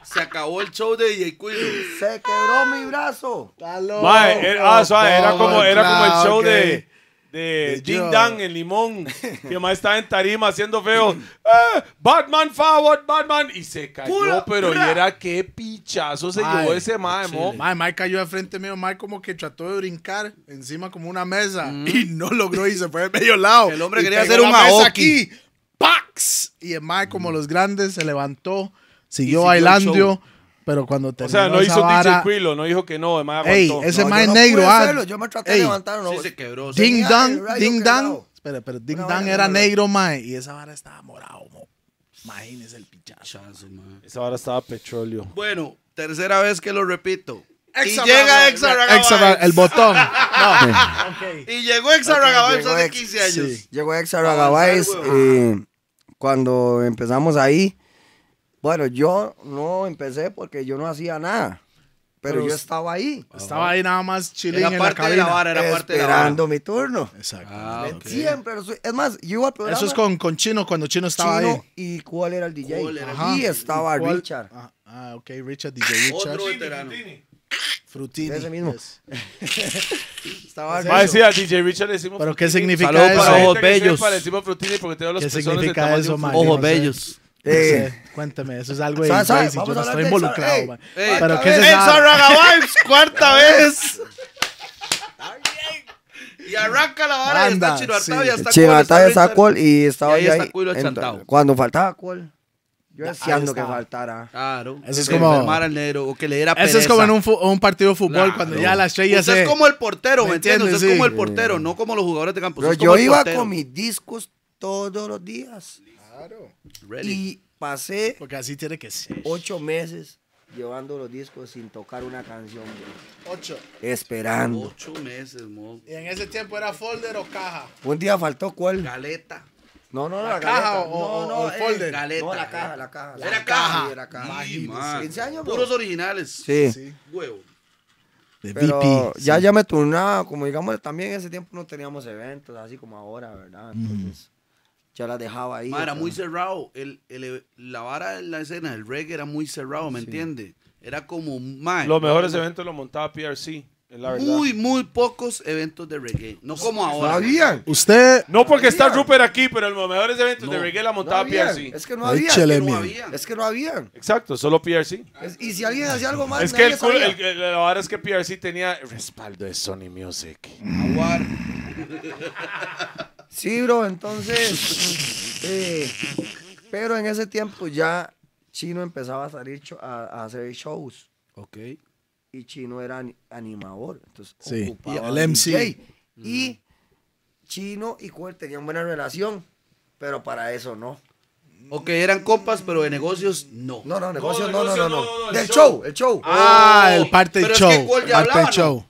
Se acabó el show de DJ Cuilo.
Se quebró mi brazo.
Mae, era, ah, suave, era
no,
como, era como el
Oh, claro,
show
ok.
de, de
De
Ding
yo.
Dang en Limón, que más estaba en tarima haciendo feo. "Eh, Batman forward, Batman. Y se cayó,
Pura,
pero
pura.
y era qué pichazo se
Mae,
llevó ese mae, mo.
Mae, Mae cayó de frente mío. Mae como que trató de brincar encima como una mesa y no logró y se fue de medio lado.
Mm. El hombre
Y
quería
pegó
hacer
la
un
mesa
aoki.
aquí. ¡Pax! Y el Mae, como los grandes, se levantó, siguió
el
bailando.
show.
Pero cuando terminó
O sea, no
esa
hizo
vara,
DJ Quilo, no dijo que no, el mae
Ey,
aguantó.
ese
No,
mae
yo no
negro,
pude
ah.
hacerlo, Yo me traté de
Ey,
levantar. No,
Sí, se quebró. sí.
Ding
Tenía
Dang,
el rayo
Ding Dang.
quebrado.
Espera, pero Ding
Una
Dang
vaina
era
rara.
negro, mae. Y esa vara estaba morado, mo. Imagínese el pichazo.
Chazo, man.
Esa vara estaba petróleo.
Bueno, tercera vez que lo repito.
Exa
y llega
Bravo, Exa Bravo,
Exarragabay.
El botón.
Y llegó Exarragabay
llegó
hace
Ex-
15 años.
Sí.
Llegó Exa Ragabáez. eh, cuando empezamos ahí, bueno, yo no empecé porque yo no hacía nada. Pero,
Pero
yo
us-
estaba ahí,
Estaba ahí nada más chilling
Era
en la
parte de la
cabina.
vara, era parte de la vara.
esperando mi turno.
Exacto.
Ah, ok.
Siempre, lo soy- es más, yo iba al programa
Eso es con, con Chino, cuando Chino estaba
Chino,
ahí.
¿Y cuál era el DJ?
¿Cuál era el
Y estaba
¿Cuál?
Richard.
Ah, ah, ok, Richard, DJ Richard.
Otro veterano.
Frutini.
Ese mismo.
yes.
Estaba
Mae, sí, a DJ Richard le decimos
Pero
frutini.
¿qué significa
Saludo
eso?
para
Para
ojos
gente que
bellos.
sepa, le decimos frutini porque tenemos los
¿Qué
pezones del
significa
tamaño
eso,
de un
mae?
fru-
Yo
Ojos
no sé.
bellos.
No
Eh.
sé, cuéntame, eso es algo de
Sabe, sabe,
crazy, yo
vamos
no
a hablar
estoy
de eso,
involucrado,
ey.
mae.
Ey,
Pero ¿qué es
¡Ey,
esa-
Zorraga
pues,
Vibes! ¡Cuarta vez!
Y arranca la vara y está
Anda,
Chino
sí.
Artavia, está
Chino,
Cuero,
estaba esa
Richard.
col y estaba
ahí
yo ahí.
está Cuilo
Entonces,
chantao.
Cuando faltaba col, yo
Ya,
deseando
ahí
que
estaba.
faltara.
Claro.
Eso es
Que
como-
enfermara al negro o que le diera
Eso es
pereza.
como en un, fu- un partido de fútbol
Claro.
cuando ya la estrella
Usted
se...
es como el portero, ¿me
¿Me
entiendes? Usted es
entiendes?
como el
Sí.
portero, no como los jugadores de campo.
Pero
Usted Pues es como
yo
el
iba
portero.
con mis discos todos los días
Ready.
y pasé
Porque así tiene que ser.
ocho meses llevando los discos sin tocar una canción, bro.
Ocho.
esperando.
Ocho meses, mo.
Y en ese tiempo era folder o caja.
Un día faltó cuál.
Galeta.
No, no, no,
¿La
la
caja
galeta.
o- o-
no, no,
o el
eh,
folder?
galeta, no, la
Galeta.
caja, la caja.
Era caja.
Sí, era caja.
Sí, man.
15 años, bro.
Puros originales.
Sí.
Sí.
Huevo.
De
Pero
VP.
ya,
sí.
ya me turnaba, como digamos, también en ese tiempo no teníamos eventos, así como ahora, ¿verdad? Entonces, ya las dejaba ahí.
Ma, era
¿no?
muy cerrado. El, el- la vara de la escena del reggae era muy cerrado, ¿me entiende? Era como, mae,
Los mejores eventos los montaba PRC, es la verdad.
muy, muy pocos eventos de reggae. No como
No
ahora.
habían.
Usted...
No porque está
Había.
Rupert aquí, pero los mejores eventos de
No.
reggae la
No
montaba
habían.
PRC.
Es que no había.
Échele,
no
mijo.
había.
Es que no habían.
Exacto, solo PRC.
Es- y si alguien hacía algo más,
es que el,
nadie
culo-
sabía.
el- el- la verdad es que PRC tenía el respaldo de Sony Music.
Aguar.
Sí, bro, entonces. eh, pero en ese tiempo ya Chino empezaba a salir cho- a, a hacer shows.
Ok.
Y Chino era ani- animador. Entonces,
Sí,
ocupaba
y el
un
MC.
DJ. Y Chino y Cuel tenían buena relación. Pero para eso no.
Ok, eran compas, pero de negocios, no. Oh,
No, no, negocio, no, no,
negocio,
no, no.
no, no, no, el
Del
show.
show, el show.
Ah, el parte del
Pero es
show.
que Cuel ya
parte del
hablaba,
show.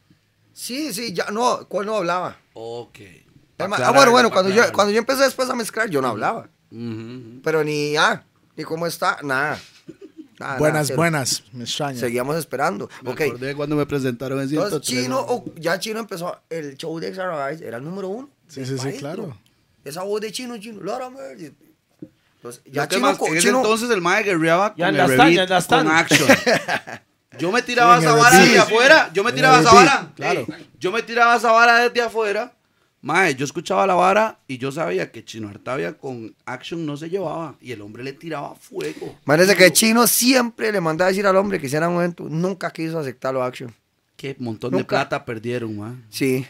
Sí, sí, ya no, Cuel no hablaba.
Ok.
Ah,
Pa'
bueno,
aclararlo,
bueno,
pa'
cuando yo,
aclararlo.
cuando yo empecé después a mezclar, yo no hablaba.
Ujú.
Pero ni, ah, ni cómo está, nada.
Ah,
Nada, nada,
buenas,
cero.
buenas. Me extraña.
Seguíamos esperando.
Me
ok.
acordé cuando me presentaron en
Entonces,
103.
Chino, o- ya Chino empezó. El show de Xarabice era el número uno.
Sí,
del
sí, sí,
país,
claro.
bro. Esa voz de Chino, Chino, Lorimer. y- Entonces,
Ya
ya Chino, co-
en ese
Chino-
entonces el mae guerreaba con
Ya
el
la están,
Revit,
ya la están.
con Action. Yo me tiraba
Sí, en
esa
el
vara
Revit.
desde afuera. Yo me
En
tiraba
el
esa
Revit,
vara.
claro.
Ey, Yo me tiraba esa vara desde afuera. Mae, yo escuchaba la vara y yo sabía que Chino Artavia con Action no se llevaba. Y el hombre le tiraba fuego.
Parece que Chino siempre le mandaba a decir al hombre que hiciera un evento. Nunca quiso aceptarlo, Action.
Qué montón de
Nunca.
plata perdieron, mae.
Sí.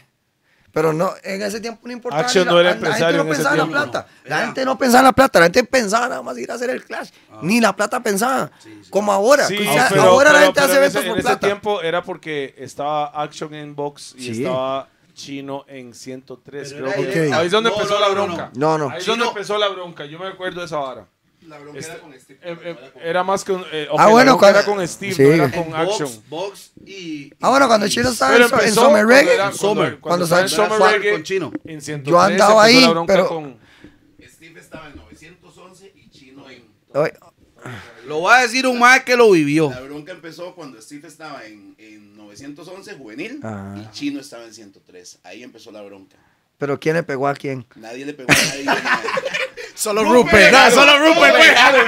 Pero no, en ese tiempo no importaba.
Action
ni la,
no era
la- la gente
empresario
no
en ese
pensaba en la
tiempo,
plata.
no.
La
Era-
gente no pensaba en la plata. La gente pensaba nada más ir a hacer el clash. Ni la plata pensaba. Como ahora.
Ah. Sí,
que ya-
pero-
ahora
pero-
la gente
pero
hace
en
eventos
ese-
por
en
plata.
ese tiempo era porque estaba Action en Box y
Sí.
estaba Chino en 103.
Pero
creo
era
que-
directo.
Ahí es donde
No,
empezó
no,
la
no, no,
bronca.
no. No, no.
Ahí es
Chino-
donde empezó la bronca. Yo me acuerdo de esa vara.
La
Este- eh, eh, era más con. eh, ok,
Ah,
la
bueno,
bronca
cuando-
era con Steve,
sí.
no era
Con
con Action.
Box, box y.
Ah, bueno, cuando
y-
Chino estaba en,
Pero
so- en
empezó
Summer
cuando
Reggae.
era-
Summer.
cuando- Cuando estaba en Summer
Summer
Reggae
con Chino.
en 103,
Yo andaba
empezó
ahí,
la bronca
pero-
con-
Steve estaba en 911 y Chino en...
Oye,
Lo va a decir un mae que lo vivió.
La bronca empezó cuando Steve estaba en, en 911, juvenil,
Ah.
y Chino estaba en 103. Ahí empezó la bronca.
Pero ¿quién le pegó a quién?
Nadie le pegó a nadie.
Solo Rupert. Eh, No, solo Rupert. eh. güey.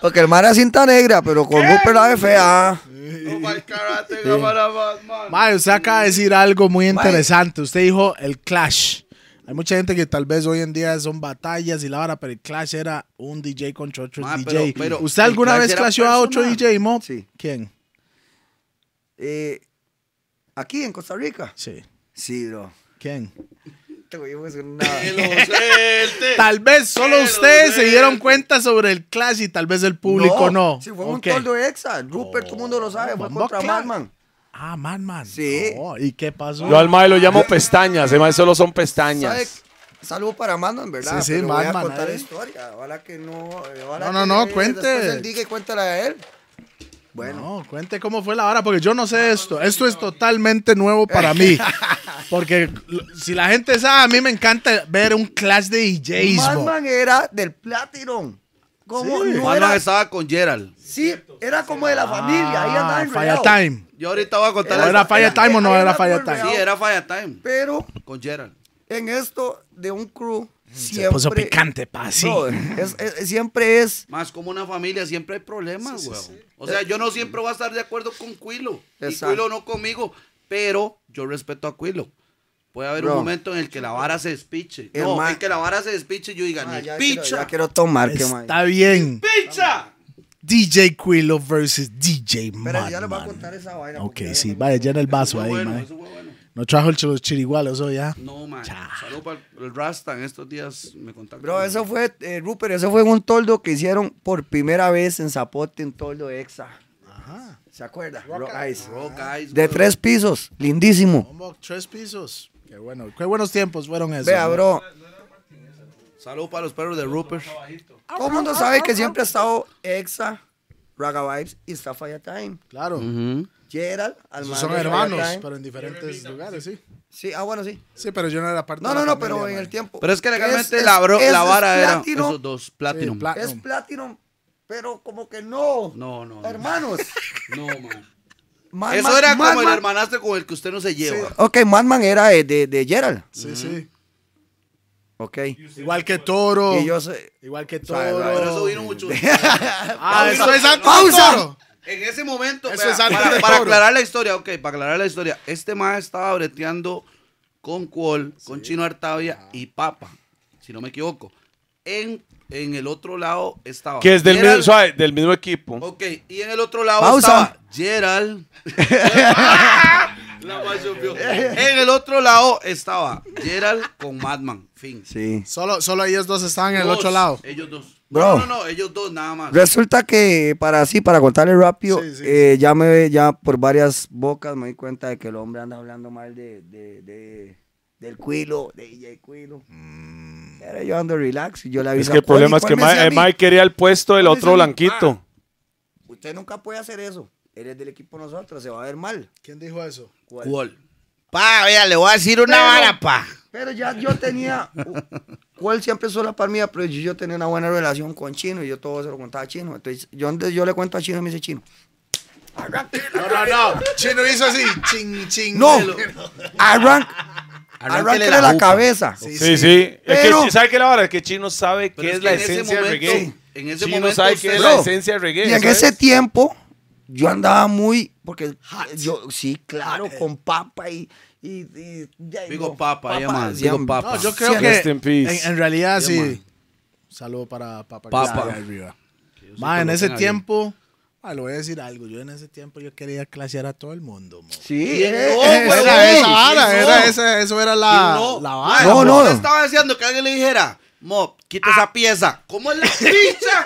Porque el mar era cinta negra, pero con Rupert la ve fea.
Oh my God, I think I'm gonna have a man.
Mae, usted acaba de decir algo muy interesante. Usted dijo el clash. Hay mucha gente que tal vez hoy en día son batallas y la vara, pero el clash era un DJ contra otro
Ma, pero-
DJ.
pero
¿Usted
el
alguna
clash
vez
era
clashó a otro
personal.
DJ, Mo?
Sí.
¿Quién?
Eh, aquí en Costa Rica.
Sí.
Sí, bro.
¿Quién?
Te voy a decir nada.
Que lo suelte.
Tal vez solo
Pero,
ustedes se
güey.
dieron cuenta sobre el clash y tal vez el público no.
Sí, fue
Ok.
un toldo exa. Rupert, todo el mundo lo sabe. Fue
Bombo
contra
Clan.
Madman.
Ah, man, man.
Sí.
Oh, ¿Y qué pasó?
Yo al mae lo llamo pestañas. El mae solo son pestañas.
Saludos para Madman, ¿verdad?
Sí, sí,
Pero Voy a
Madman,
contar
ahí.
la historia. Ojalá que no. eh, ojalá
No, no,
que
no,
le-
cuente.
Después él diga y cuéntala a él. Bueno.
No, cuente cómo fue la hora, porque yo no sé esto. Esto es totalmente nuevo para mí. Porque lo- si la gente sabe, a mí me encanta ver un clash de DJs. bo.
Madman era del Platinum. ¿Cómo?
Sí.
No
Mano
era,
estaba con Gerald.
sí, era como de la familia. Ahí
Ah,
andaban
Fire
enredados.
Time.
Yo ahorita voy a contar
¿O
la
era
historia.
Fire Time o no
ahí
era
andaban
Fire Time?
enredados.
Sí, era Fire Time
Pero
con Gerald.
en esto de un crew
Se puso
siempre-
picante, pa, sí.
Brother, es- es- siempre es
Más como una familia, siempre hay problemas, weón. O sea, yo no siempre voy a estar de acuerdo con Cuilo.
Exacto.
Y Cuilo no conmigo, pero yo respeto a Cuilo. Puede haber
Bro.
un momento en el que la vara se despiche.
El
no,
ma-
en que la vara se despiche y yo diga,
Ah,
ni
ya quiero-
picha,
ya quiero Ah, tomar, que mae.
Está bien.
picha.
DJ Quilo versus DJ
Espera, ya les voy a
Madman.
contar esa vaina.
Ok,
porque ya-
sí, vaya, llena el vaso
Eso fue
Ah, ahí,
bueno,
mae.
eso fue bueno.
No trajo el los chirigualos hoy, ¿ya?
No, man. Saludos para el Rasta. En estos días me contactó.
Bro, eso fue, eh, Rupert, eso fue en un toldo que hicieron por primera vez en Zapote, un toldo exa. ¿Se acuerda? Rock Eyes.
Rock Eyes,
De
weón.
tres pisos, lindísimo.
Tres pisos. Qué bueno. Qué buenos tiempos fueron esos.
Vea, bro,
Saludos para los perros de Rupert.
todo el mundo sabe que siempre ha estado exa, Raga Vibes y Stafaya Time.
Claro.
Gerald, al
Esos
man
son
de Stafaya
hermanos,
Time.
pero en diferentes lugares, sí.
Sí, ah, bueno, sí.
Sí, pero yo no era parte
No,
de la
no, no,
familia,
pero en
mae.
el tiempo.
Pero es que legalmente
Es-
la, bro-
es-
la
es
vara era
Platinum,
esos dos,
Sí,
Platinum.
Es
Platinum.
Platinum, pero como que no.
No, no, no.
Hermanos.
no, man.
Man-
Eso
Man-
era
Man-
como el
Man-
hermanastro con el que usted no se lleva.
Ok, Madman era de, de, de Gerald.
Sí, sí.
Ok.
Igual que Toro.
Y yo sé.
Igual que Toro.
Sabe,
Pero eso vino mucho.
Ah, eso es antes
Pausa.
de Toro.
En ese momento,
Eso
vea,
es antes
para,
de
para
Toro.
aclarar la historia, ok, para aclarar la historia, este mae estaba breteando con Cuol, con Chino Artavia y Papa, si no me equivoco. En, en el otro lado estaba.
Que es del mismo,
Gerald-
suave, del mismo equipo.
Ok, y en el otro lado
Pausa.
estaba Gerald. La mae sufrió. en el otro lado estaba Gerald con Madman. Fin.
Sí.
Solo, solo ellos dos estaban en el
Dos,
otro lado.
Ellos dos.
Bro.
No, no, no, ellos dos nada más.
Resulta que, para así, para contarle rápido,
Sí, sí.
eh, ya me ya por varias bocas me di cuenta de que el hombre anda hablando mal de, de, de- del Cuilo, de DJ Cuilo. Pero yo ando relax y yo le
Mm. Es
aviso.
que el
"Oli,
problema es que
ponme ese a
Mike,
mí".
Mike quería el puesto del
Ponme ese
otro
a mí. Ah,
blanquito.
Usted nunca puede hacer eso. Eres del equipo nosotros, se va a ver mal.
¿Quién dijo eso?
¿Cuál?
Cuol.
Pa, vea, le voy a decir una
Pero-
vara, pa.
Pero ya yo tenía, cuál siempre es la par mía, pero yo, yo tenía una buena relación con Chino y yo todo se lo contaba a Chino. Entonces, yo, antes- yo le cuento a Chino y me dice Chino.
No, no, no. Chino hizo así. Ching, ching.
No, arranca, arráncale la, cabeza.
Sí, sí. Es que,
Pero-
chi- ¿Sabe qué es la hora? Que Chino sabe qué
Pero
es,
es que
la
en ese
esencia del
momento-
reggae.
en ese
Chino
momento
sabe qué es
usted-
la
Bro,
esencia del reggae.
Y en
¿sabes?
ese tiempo yo andaba muy, porque yo, sí, claro, con papa y... y, y- ya
Digo
no,
papa, ya, man,
decían,
digo papa.
No, yo creo
Sí,
que
rest in
en,
peace.
en realidad
Yeah,
sí.
man.
Saludo para Papa.
Papa.
que está ahí arriba.
Dios
Ma,
lo
en ese
tenga bien.
tiempo, ma, le voy a decir algo. Yo en ese tiempo yo quería clasear a todo el mundo. mo.
Sí, eh,
no,
eh,
güey,
Era
sí,
esa vara,
sí,
era
no.
esa, eso era
Y
la,
no,
la
ma,
vara.
No, no.
usted estaba deseando que alguien le dijera, Mo, quita
Ah.
esa pieza. ¿Cómo es la pizza?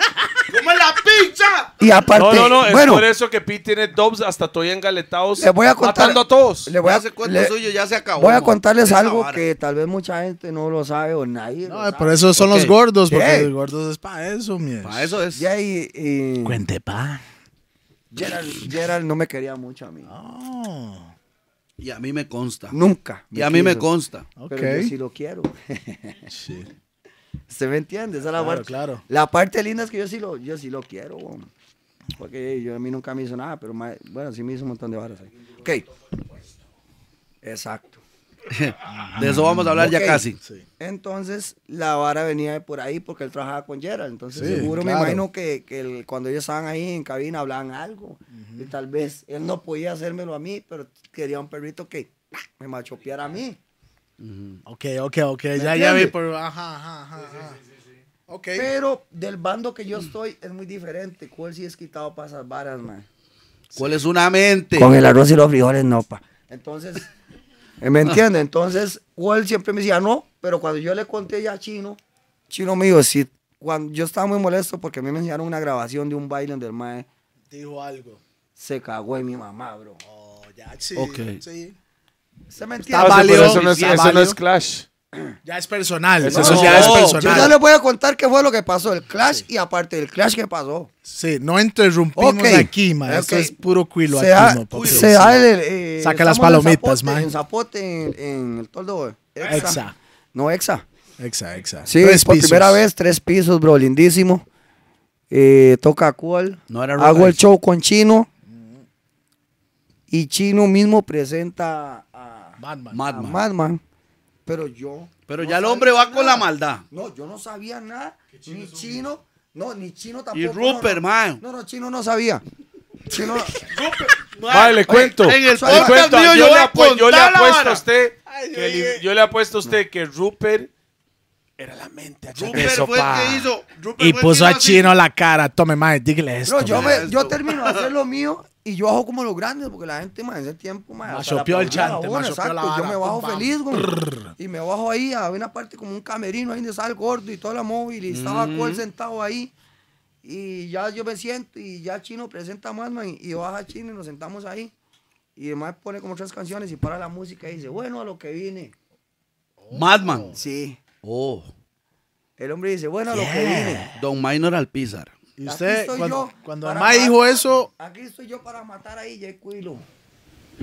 ¿Cómo es la pizza?
Y aparte,
No, no, no. Es
bueno,
por eso que Pete tiene dubs hasta todavía engaletados.
Les voy a contar-
Matando a todos.
le voy a,
Ese cuento
le-
suyo ya se acabó.
voy a
Mo.
contarles
Esa
algo
vara.
que tal vez mucha gente no lo sabe o nadie lo
No,
sabe.
por eso son los
Ok.
gordos, porque
Yeah.
los gordos es para eso, mierda.
Pa' eso es.
Ya y, y
Cuente, pa.
Gerald, Gerald no me quería mucho a mí.
Oh,
Y a mí me consta.
Nunca.
Y a mí me
quiso.
consta.
ok.
Pero yo sí lo quiero.
Sí.
¿Usted me entiende? Esa es la
Claro,
parte.
claro.
La parte linda es que yo sí lo, yo sí lo quiero. weón. Porque yo a mí nunca me hizo nada, pero ma- bueno, sí me hizo un montón de varas. ahí. Ok. Exacto.
De eso vamos a hablar
Ah, Ok.
ya casi.
Entonces, la vara venía de por ahí porque él trabajaba con Gerald. Entonces,
Sí,
seguro
claro.
me imagino que, que el- cuando ellos estaban ahí en cabina hablaban algo. Y tal vez él no podía hacérmelo a mí, pero quería un perrito que me machopeara a mí.
Ok, ok, ok. Ya, ya vi
entiende?
por. Ajá, ajá, ajá. ajá. Ok.
Pero del bando que yo estoy es muy diferente. ¿Cuál sí es quitado para esas varas, man?
¿Cuál es una mente?
Con el arroz y los frijoles, no, pa. Entonces, eh, ¿me entiende? Entonces, Wall siempre me decía, no, pero cuando yo le conté ya a Chino, Chino me dijo, sí, cuando yo estaba muy molesto porque a mí me enseñaron una grabación de un baile donde el mae
Dijo algo.
se cagó en mi mamá, bro.
Oh, ya, sí.
Ok.
Sí.
¿Se me
Ah,
entiende?
sí, pero
válido,
eso no es,
está
eso no es
válido.
Clash.
Ya es personal.
Eso
eso
no,
ya es
no,
Oh, Yo ya
personal.
les voy a contar qué fue lo que pasó, el clash y aparte del clash que pasó.
Sí, no interrumpimos
Ok,
aquí, ma. Esto
ok.
es puro cuilo
se da-
aquí, mo, porque-
se da el- el, eh,
Saca las
estamos en
palomitas,
Zapote,
man.
En Zapote, en, en el toldo. eh. Exa.
Exa.
No, Exa.
Exa, exa.
Sí,
Tres
por
pisos.
primera vez, tres pisos, bro, lindísimo. Eh, toca cual.
No era
Hago
Rock
el
Eyes.
show con Chino. Y Chino mismo presenta a, a
Madman.
Madman.
Madman. Pero yo.
Pero
no
ya el hombre
sabía
va con la maldad.
No, yo no sabía nada. Ni chino. No, ni chino tampoco.
Y Rupert,
no, no.
mae.
No, no, chino no sabía. Chino.
Mae, le cuento.
En el
le
podcast
cuento,
mío yo
yo, le
voy a
apue- yo le
contar la
apuesto
vara.
a usted. que li- yo le apuesto a usted que Rupert era la mente. achacada.
Rupert
Eso,
fue el
pa.
que hizo. Rupert
Y
fue el
puso
que
a
hizo así.
Chino la cara. Tome, mae, dígale esto.
No, yo,
mae.
me, yo termino de hacer lo mío y yo bajo como los grandes, porque la gente, más en ese tiempo, más.
Machopeó el chante, machopeó la
Exacto, yo
vara,
me bajo
pum, pam.
feliz, güey. Y me bajo ahí, había una parte como un camerino, ahí donde estaba el gordo y toda la móvil, y estaba
Mm.
Cole sentado ahí. Y ya yo me siento, y ya Chino presenta más, man, y baja Chino y nos sentamos ahí. Y además pone como tres canciones y para la música y dice, bueno, a lo que vine.
Madman.
Sí.
Oh.
El hombre dice, bueno, a lo que vine.
Don Minor Alpizar.
Y
Aquí
usted,
estoy
cuando,
yo
cuando
para
Mae
matar-
dijo eso.
Aquí estoy yo para matar a DJ Quilo.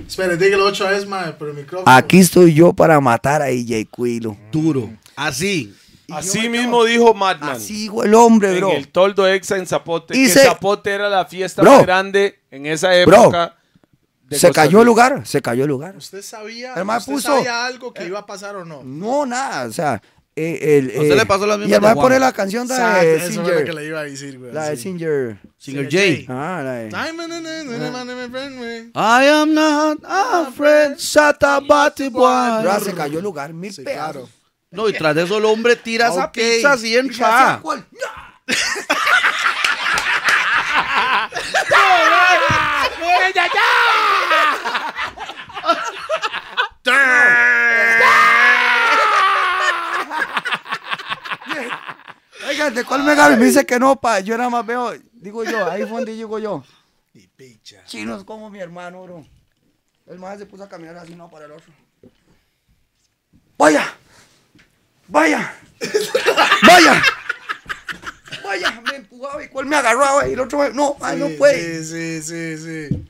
Espere, dígalo otra vez, mae, por el micrófono.
Aquí estoy yo para matar a E DJ Quilo.
Duro. Así.
Así mismo dijo Madman.
Así dijo el hombre,
en
bro.
el toldo exa en Zapote.
Y
que
se-
Zapote era la fiesta
Bro.
más grande en esa época. de
Se
Costa
cayó el
Rica.
lugar, se cayó el lugar.
¿Usted sabía,
El mae
usted
puso- Eh.
sabía algo que iba a pasar o no?
No, nada, o sea, eh, el,
¿A usted
eh,
le pasó la misma
Y además
de Juan?
pone la canción de
Exacto, eso
eh,
era lo que
Singer.
le iba a decir, güey.
La de
sí.
Singer.
Singer
Singer
J.
J.
Ah, la de.
Diamond and then- and then my name is friend, güey.
I am not a friend, Satabati
Bro,
boy.
se cayó el lugar, mil
Sí,
pedazos.
claro.
No, y tras de eso el hombre tira esa
Ok.
pizza así
Y le hacía
entra.
gol. ¡No! Ah, Oigan, ¿de cuál mega me dice que no, pa? Yo nada más veo, digo yo, ahí fue donde digo yo. Chinos como mi hermano, bro. El más se puso a caminar así, no para el otro. ¡Vaya! ¡Vaya! ¡Vaya! ¡Vaya! Me empujaba y cuál me agarraba y el otro me- No, ay, no
Sí,
puede.
Sí, sí, sí, sí.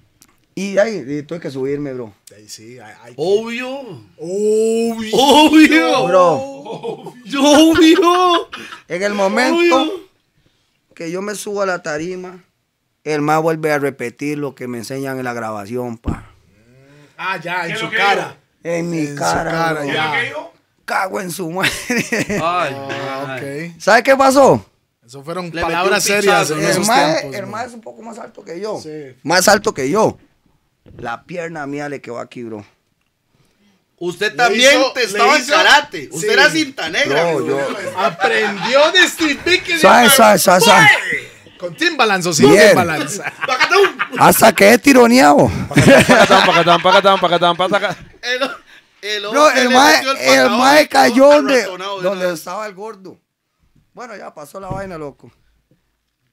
Y ahí y tuve que subirme, bro.
Ahí sí, ahí- ahí-
Obvio.
Uy.
Obvio.
Bro,
Yo, obvio.
en el momento que yo me subo a la tarima, el más vuelve a repetir lo que me enseñan en la grabación, pa.
Ah, ya, en
es
su
lo que
cara.
En mi
En su
cara,
cara,
bro.
ya.
¿Qué dijo?
Cago en su madre.
Ay,
Ah, ok.
¿Sabe qué pasó?
Eso fueron
metió
palabras
un
serias
pinchazo,
en
¿no?
esos
El mae,
tiempos.
el
man.
mae es un poco más alto que yo.
Sí.
Más alto que yo. La pierna mía le quedó aquí, bro.
Usted
Le
también
hizo-
te
le
estaba en
hizo-
karate. Usted
sí.
era cinta negra.
Bro,
mi
yo-
señor.
Aprendió de Steve Biko y de
Suave,
Mar-
suave, suave, suave.
Con Timbalance o sin
Bien.
Timbalance.
¡Pacatún!
Hasta que he tironeado.
Pacatán, pacatán, pacatán, pacatán, pacatán.
El, el,
Bro,
hombre
el
le
mae,
metió
el
patadón
mae cayó donde,
arratonado de
donde
una vez.
estaba el gordo. Bueno, ya pasó la vaina, loco.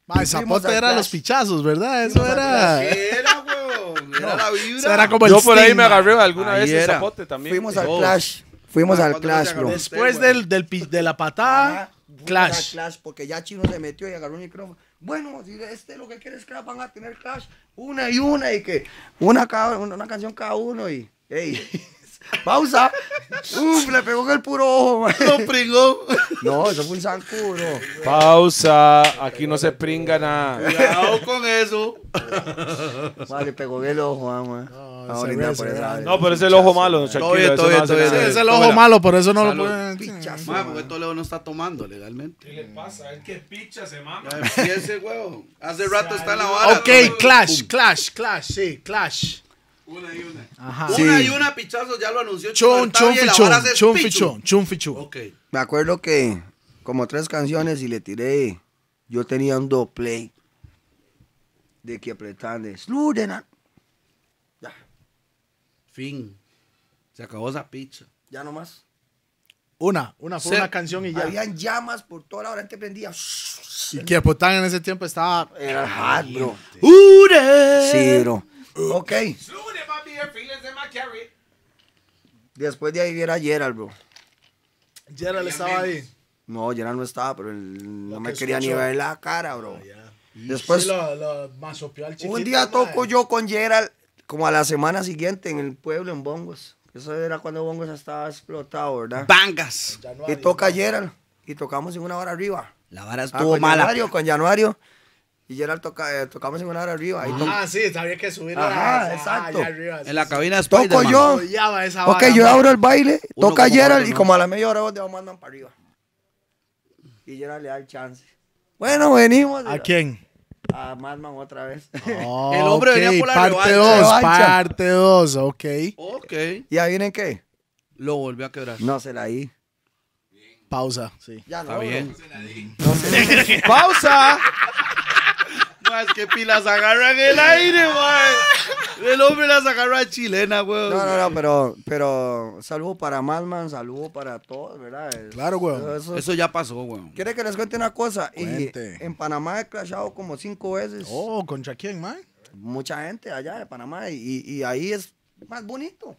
Mae,
Fuimos
Zapote
al
era
Clash.
los pichazos, ¿verdad? Eso
Fuimos al
era.
¿Qué era, weón? Era la vibra.
Eso era como el
Yo por ahí
Sting,
me
man.
agarré alguna
Ahí
vez en
era.
Zapote también. Oh,
Fuimos al
Dios.
Clash. Fuimos
Ah,
al
¿cuándo se
Clash,
agarró
bro.
usted?
Después del, del pi- de la patada,
Ajá, fuimos al
Clash.
Clash, porque ya Chino se metió y agarró el micrófono. Bueno, si este lo que quieres que van a tener Clash una y una y que una cada una, una canción cada uno y ey, pausa. Uf, le pegó en el puro ojo, man.
Lo pringó.
No, eso fue un zancuro.
Pausa. Aquí no se pringa nada.
Cuidado con eso.
Vale, pegó en el ojo, ah, man.
se
Ahorita
ve,
por
se ve.
esa
No, pero es el ojo malo, no,
Todo bien,
tranquilo.
todo
Eso
bien,
no hace
todo bien.
Sí,
nada.
es el ojo malo, por eso no lo pueden.
Pichazo,
Mae,
man.
porque Toledo no está tomando legalmente.
¿Qué pasa? Es que picha se mama.
Y ese huevo. Hace rato está en la vara.
Ok, Clash, Clash, Clash, sí, Clash.
Una y una.
Ajá.
Una y una pichazo, ya lo anunció.
Chun, chun,
Chon,
fichun, chun,
chon.
fichun, chun, fichun.
Ok.
Me acuerdo que como tres canciones y le tiré. Yo tenía un do play de que apretan de Sludena. Ya,
Fin. Se acabó esa picha.
ya nomás.
Una, una fue
Sí.
una canción y ya.
Habían llamas por toda la hora, gente prendía.
Y que Potán en ese tiempo estaba.
Era hard, bro.
¡Ure!
Sí, bro. Ok.
Lunes, papi, el feeling de McCarry.
Después de ahí viera Gerald, bro.
Gerald estaba ahí.
No, Gerald no estaba, pero él no
Lo
me
que
quería ni
escuchó.
ver la cara, bro. Después,
Sí, lo, lo masopeó al chiquito.
Pues, un día toco
mae.
yo con Gerald, como a la semana siguiente en el pueblo, en Bongos. Eso era cuando Bongos estaba explotado, ¿verdad?
Bangas.
Ya no
Y
había.
toca Gerald. Y tocamos en una hora arriba.
La vara
Ah, con Januario, con Januario. Y Gerald toca, eh, tocamos en una hora arriba. Ahí to-
Ah, sí, había que subir
Ajá,
a,
exacto.
allá arriba. sí,
En la
sí.
cabina de
toco
Spider-Man.
yo.
Odiaba esa
Ok,
vara,
yo
mae.
abro el baile,
Uno
toca
como
Gerald
Jorge,
y
¿no?
como a la media hora vos te mandan para arriba. Y Gerald le da el chance. Bueno, venimos.
¿A quién?
A Madman otra vez.
El
hombre venía por la
parte
revancha.
2,
Revancha.
parte 2, ok.
Ok.
¿Y adivinen qué?
Lo volvió a quebrar.
No se la di.
Pausa. Sí.
Ya no.
Está bien.
¡Pausa!
Más que pilas agarran el aire, mae. El hombre las agarra chilena, weón.
No, no, no, pero, pero saludo para Madman, saludo para todos, ¿verdad?
Claro, weón.
Eso-
Eso ya pasó, weón.
¿Quiere que les cuente una cosa? Y
Cuente.
en Panamá he clashado como cinco veces.
Oh, ¿contra quién, man?
Mucha gente allá de Panamá y, y ahí es más bonito.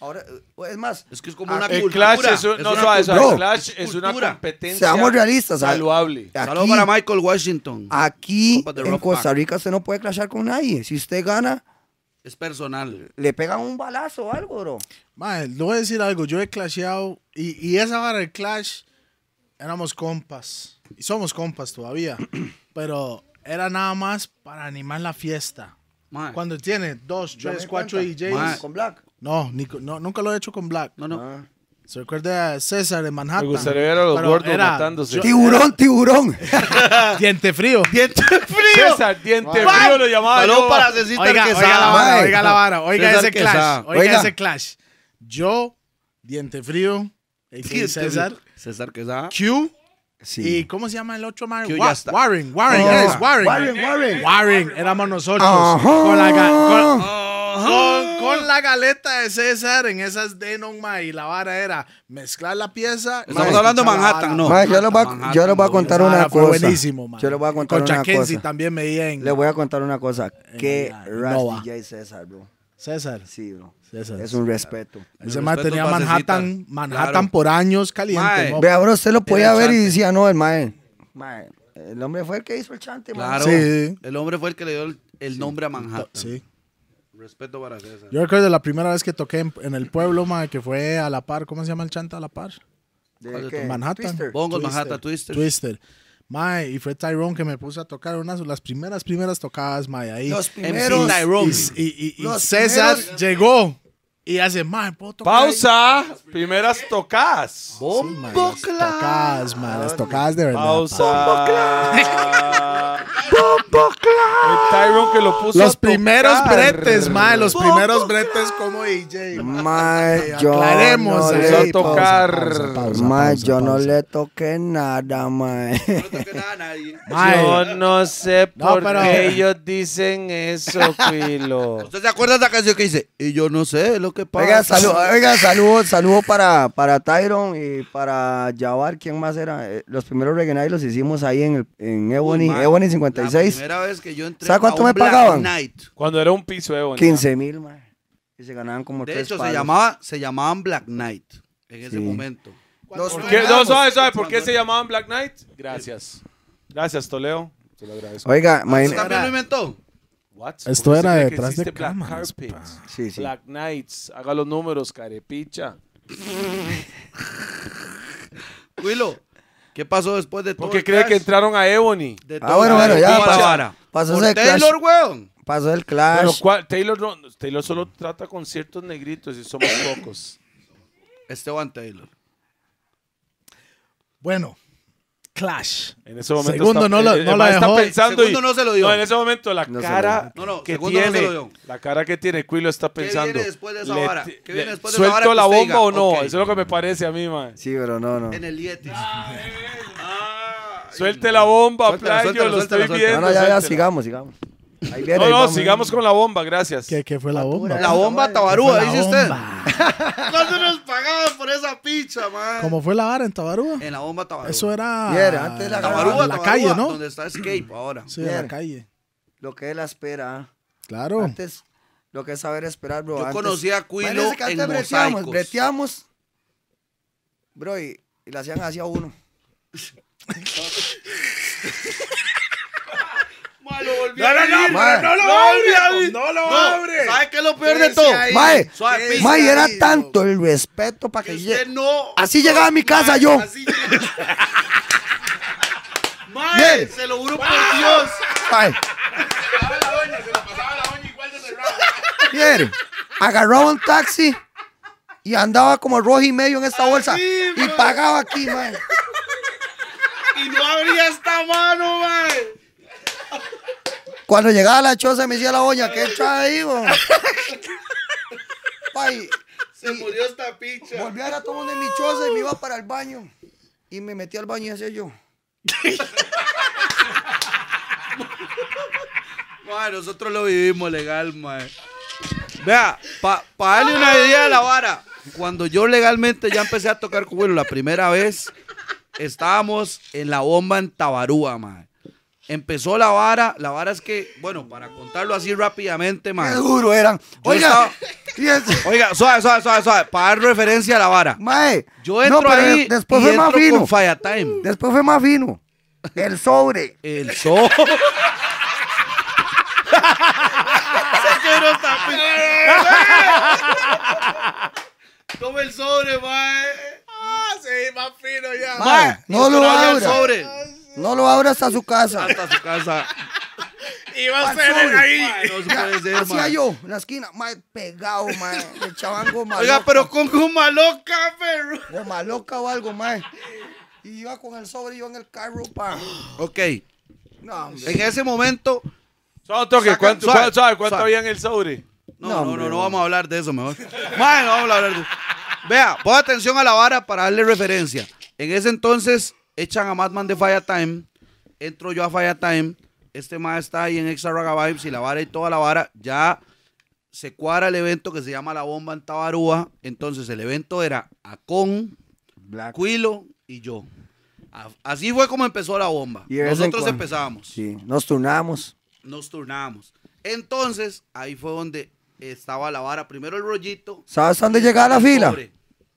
Ahora, eh, es más,
Es que es como una
El
cultura.
Clash es, un- no,
una
suave, suave,
cultura.
Bro.
Clash es una
Cultura.
competencia
seamos realistas. a-
saludable.
Aquí,
Saludos para Michael Washington.
aquí
Compa de
en
Rough
Costa
Pack.
Rica usted no puede clashar con nadie. Si usted gana,
Es personal.
le pegan un balazo o algo, bro.
Mae, le voy a decir algo. Yo he clasheado y, y esa vara del clash, éramos compas. Y somos compas todavía. pero era nada más para animar la fiesta.
Mae.
Cuando tiene dos,
Yo me
tres,
di
cuatro
cuenta.
DJs.
Mae.
Con Black.
No, ni co- no, nunca lo he hecho con Black.
No, no.
Ah.
Se recuerda a César de Manhattan.
Me gustaría ver a los
Pero
gordos
era-
matándose.
yo-
Tiburón, tiburón.
Diente frío.
¡Diente frío!
César, diente frío lo llamaba
Saludos
yo.
para Cecita
Oiga, oiga
Quesada.
la vara,
mae.
oiga la vara, oiga
César
ese
Quesada.
clash, oiga,
Oiga.
ese clash. Yo, Diente Frío, a.k.a.
Diente
César,
frío. César Quesada.
Q, y
Sí.
¿cómo se llama el otro man?
Q ya
Wa-
está.
Warren, Warren,
Oh.
yes, Warren.
Warren, Warren.
Warren, éramos nosotros.
Ajá.
Con la, ga- con- con- con la galeta de César en esas Denon, ma, y la vara era mezclar la pieza.
Estamos hablando de Manhattan, ¿no?
Ma, yo les voy a-
Manhattan,
yo les voy a
Manhattan,
contar
Manhattan.
una
fue
cosa.
buenísimo, man.
Yo les voy a contar
Contra
una
Kenzie
cosa.
también me di en
Le voy a contar una cosa. Qué
la
ras
Nova.
DJ César, bro.
César.
Sí, bro.
César.
Es un respeto.
Ese
Mi
man
respeto
tenía
pa'
Manhattan,
Cecita.
Manhattan
Claro.
por años caliente.
Mae.
¿no?
Vea, bro, usted lo podía
el
ver y
chante.
decía, no, el mae. mae, El hombre fue el que hizo el chante, mae.
Claro.
Sí.
El hombre fue el que le dio el, el nombre a Manhattan.
ah, Sí.
Respeto para César.
Yo recuerdo la primera vez que toqué en, en el pueblo, mae, que fue a la par, ¿cómo se llama el chanta a la par?
¿De
Eh,
Manhattan.
Twister.
Bongo, Manhattan, Twister.
Twister. Mae, y fue Tyrone que me puso a tocar unas las primeras, primeras tocadas, mae, ahí.
Los
y,
primeros.
Tyrone.
y, y- y
Los
César
primeros-
llegó y hace, mae, ¿puedo tocar ahí?"
Pausa. Primeras tocadas.
Sí, mae, las tocadas, mae, las tocadas de verdad.
Pausa. El Tyron que lo
pa.
puso
Los
a
primeros
tocar.
bretes, mae, los primeros bretes como DJ.
Mae, yo
Aclaremos,
no
eh.
Empezó a
le
pausa,
tocar.
pausa, pausa,
Mae,
pausa,
yo no
pausa.
le toqué nada, mae.
No toque nada a nadie.
Mae,
Yo no sé
No,
por
pero-
qué ellos dicen eso, Quilo.
¿Usted se acuerda de esa canción que dice? Y yo no sé lo que pasa.
Oiga, saludo, oiga, saludo, saludo para, para Tyron y para Javar, ¿quién más era? Eh, Los primeros Reggae Night los hicimos ahí en, el, en Ebony,
Uy, mae,
Ebony
La
56.
primera vez que yo entré.
¿Sabe
a
cuánto
un
me
Black
pagaban?
Knight.
Cuando era un piso, Evo.
15 mil, mae. Y se ganaban como
De
tres
hecho, se,
palos.
llamaba, se llamaban Black Knight en ese
Sí.
momento.
Nos
¿Por qué? No,
pagamos.
suave, suave. ¿Por qué se llamaban Black Knight? Gracias. Gracias, Toleo. Te lo agradezco.
Oiga,
¿Eso
imagínate.
también lo inventó?
What?
Esto
¿Por qué
era
se cree que
detrás
existe
de
Black
cámaras,
Carpet?
Sí, sí.
Black Knights. Haga los números, carepicha.
Willow, ¿qué pasó después de todo?
Porque
el
cree que
crash?
entraron a Ebony.
De
Ah,
todo
bueno,
el
bueno, ya,
crash, toda la
pasa-
vara.
pasó
Por
ese crash.
Taylor, weón.
Pasó el
Pero
clash.
¿cuál? Taylor, no- Taylor solo trata conciertos negritos y somos pocos.
Esteban Taylor.
bueno, Clash.
En ese momento
Segundo,
está,
no lo-
el- el
no
man
la
está
dejó.
pensando
Segundo
y-
no se lo dio.
en ese momento la
No se
cara
lo dio. No, no,
que
segundo no se
tiene,
lo dio.
la cara que tiene Quilo está pensando.
viene después de esa
le-
vara? ¿Qué
le-
viene después de esa
¿Suelto
vara que
la
usted
bomba
diga?
o no?
Ok.
Eso es lo que me parece a mí, man.
Sí, pero no, no.
En el Yetis.
Suelte la bomba,
Suéltela,
playo,
suéltela,
lo estoy
suéltela,
viendo.
No, no, ya, ya,
suéltela.
sigamos, sigamos. Ahí viene,
No,
ahí
no,
vamos.
sigamos con la bomba, gracias.
¿Qué, qué fue la bomba?
La bomba tabarúa,
Fue la
dice usted.
bomba.
¿Cuánto nos pagaban por esa picha, man?
¿Cómo fue la vara en Tabarúa?
En la bomba Tabarúa.
Eso era.
Y era, antes era
Tabarúa,
la
Tabarúa,
calle, ¿no?
Donde está Escape ahora.
Sí, en la
Bien.
calle.
Lo que es la espera. ah.
Claro.
Antes, lo que es saber esperar, bro.
Yo
antes-
conocí a Cuilo
Imagínese que
en
antes breteamos,
mosaicos.
breteamos. Bro, y, y la hacían así a uno.
Ma, lo volví a abrir.
ma.
no lo abre. No lo abre. ¿Sabe qué es lo peor de todo?
Mae,
Suave, pizza,
mae, era
ahí,
tanto el respeto para que,
Que
llegue.
usted no.
Así llegaba a mi casa
Ma,
yo.
así llega- Mae,
Bien.
se lo juro por Dios.
mae,
Pasaba la doña, se la pasaba la doña igual de cerrado.
Pierre, agarraba un taxi y andaba como rojo y medio en esta bolsa y pagaba aquí, mae.
Y no abría esta mano, mae.
Cuando llegaba a la choza me decía la olla, ¿qué trae ahí, bo? Pa, y-
Se murió esta picha.
Volví a ir a todo mundo en mi choza y me iba para el baño. Y me metí al baño y hacía yo.
Mae, nosotros lo vivimos legal, mae. Vea, para pa darle una idea a la vara, cuando yo legalmente ya empecé a tocar con Willow la primera vez, estábamos en la bomba en Tabarúa, mae. Empezó la vara, la vara es que, bueno, para contarlo así rápidamente,
Qué
mae.
duro eran. Oiga,
estaba-
y es-
Oiga, suave, suave, suave, suave, para dar referencia a la vara.
mae.
Yo entro
no, pero
ahí
Después
y
fue
entro
más fino.
con Falla Time.
Después fue más fino. El sobre.
El sol. Toma el sobre, mae.
Ah, sí, más fino ya.
Mae, no lo
Trae el
abra.
sobre.
No lo abra hasta su casa.
Hasta su casa.
Iba a ser ahí.
Mae, no se puede ser,
Hacía
mae.
yo en la esquina. Mae, pegado, mae. Le echaban goma
Oiga,
loca.
pero con goma loca, perro.
Goma loca o algo, mae. Y iba con el sobre yo en el carro, pa.
Ok,
No, hombre.
en ese momento.
Suave un toque,
Sacan-
¿cuánto,
suave,
cuánto- suave, cuánto
suave.
había en el sobre?
No,
No,
no, no,
hombre,
no, vamos a hablar de eso mejor. Mae, no vamos a hablar de eso. Vea, pon atención a la vara para darle referencia. En ese entonces echan a Madman de Fire Time. Entro yo a Fire Time. Este mae está ahí en Extra Raga Vibes y la vara y toda la vara. Ya se cuadra el evento que se llama La Bomba en Tabarúa. Entonces el evento era Acon, Cuilo y yo. A- Así fue como empezó la bomba.
Y de vez en
Nosotros
cuando-
empezábamos
Sí, nos turnamos.
nos turnábamos. Entonces, ahí fue donde estaba la vara. Primero el rollito.
¿Sabes dónde llegaba la
El
fila?
sobre.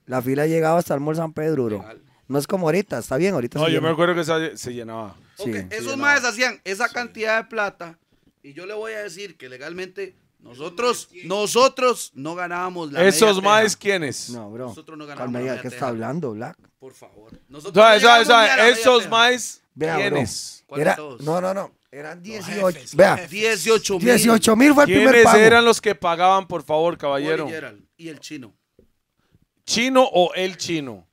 La fila llegaba hasta el Mall San Pedro, bro. No es como ahorita, está bien, ahorita
No,
se
yo me
llena.
acuerdo que esa- se llenaba.
Sí.
Ok, esos madres hacían esa cantidad de plata. Y yo le voy a decir que legalmente nosotros, nosotros no ganábamos la
¿Esos
media
maes
teja.
quiénes?
No, bro.
Nosotros no ganamos
Calma,
la
ya,
media
¿qué
teja.
está hablando, Black?
Por favor. Nosotros
Suave,
no
suave,
llegamos ni a la
suave.
media
¿Esos
teja.
maes
Vea, bro.
quiénes?
¿Cuál
Era-
de todos?
no, no, no. Eran 18.
jefes,
Vea,
18 mil.
18 mil fue el primer
¿Quiénes
pago.
eran los que pagaban, por favor, caballero?
Y el chino.
¿Chino o el chino?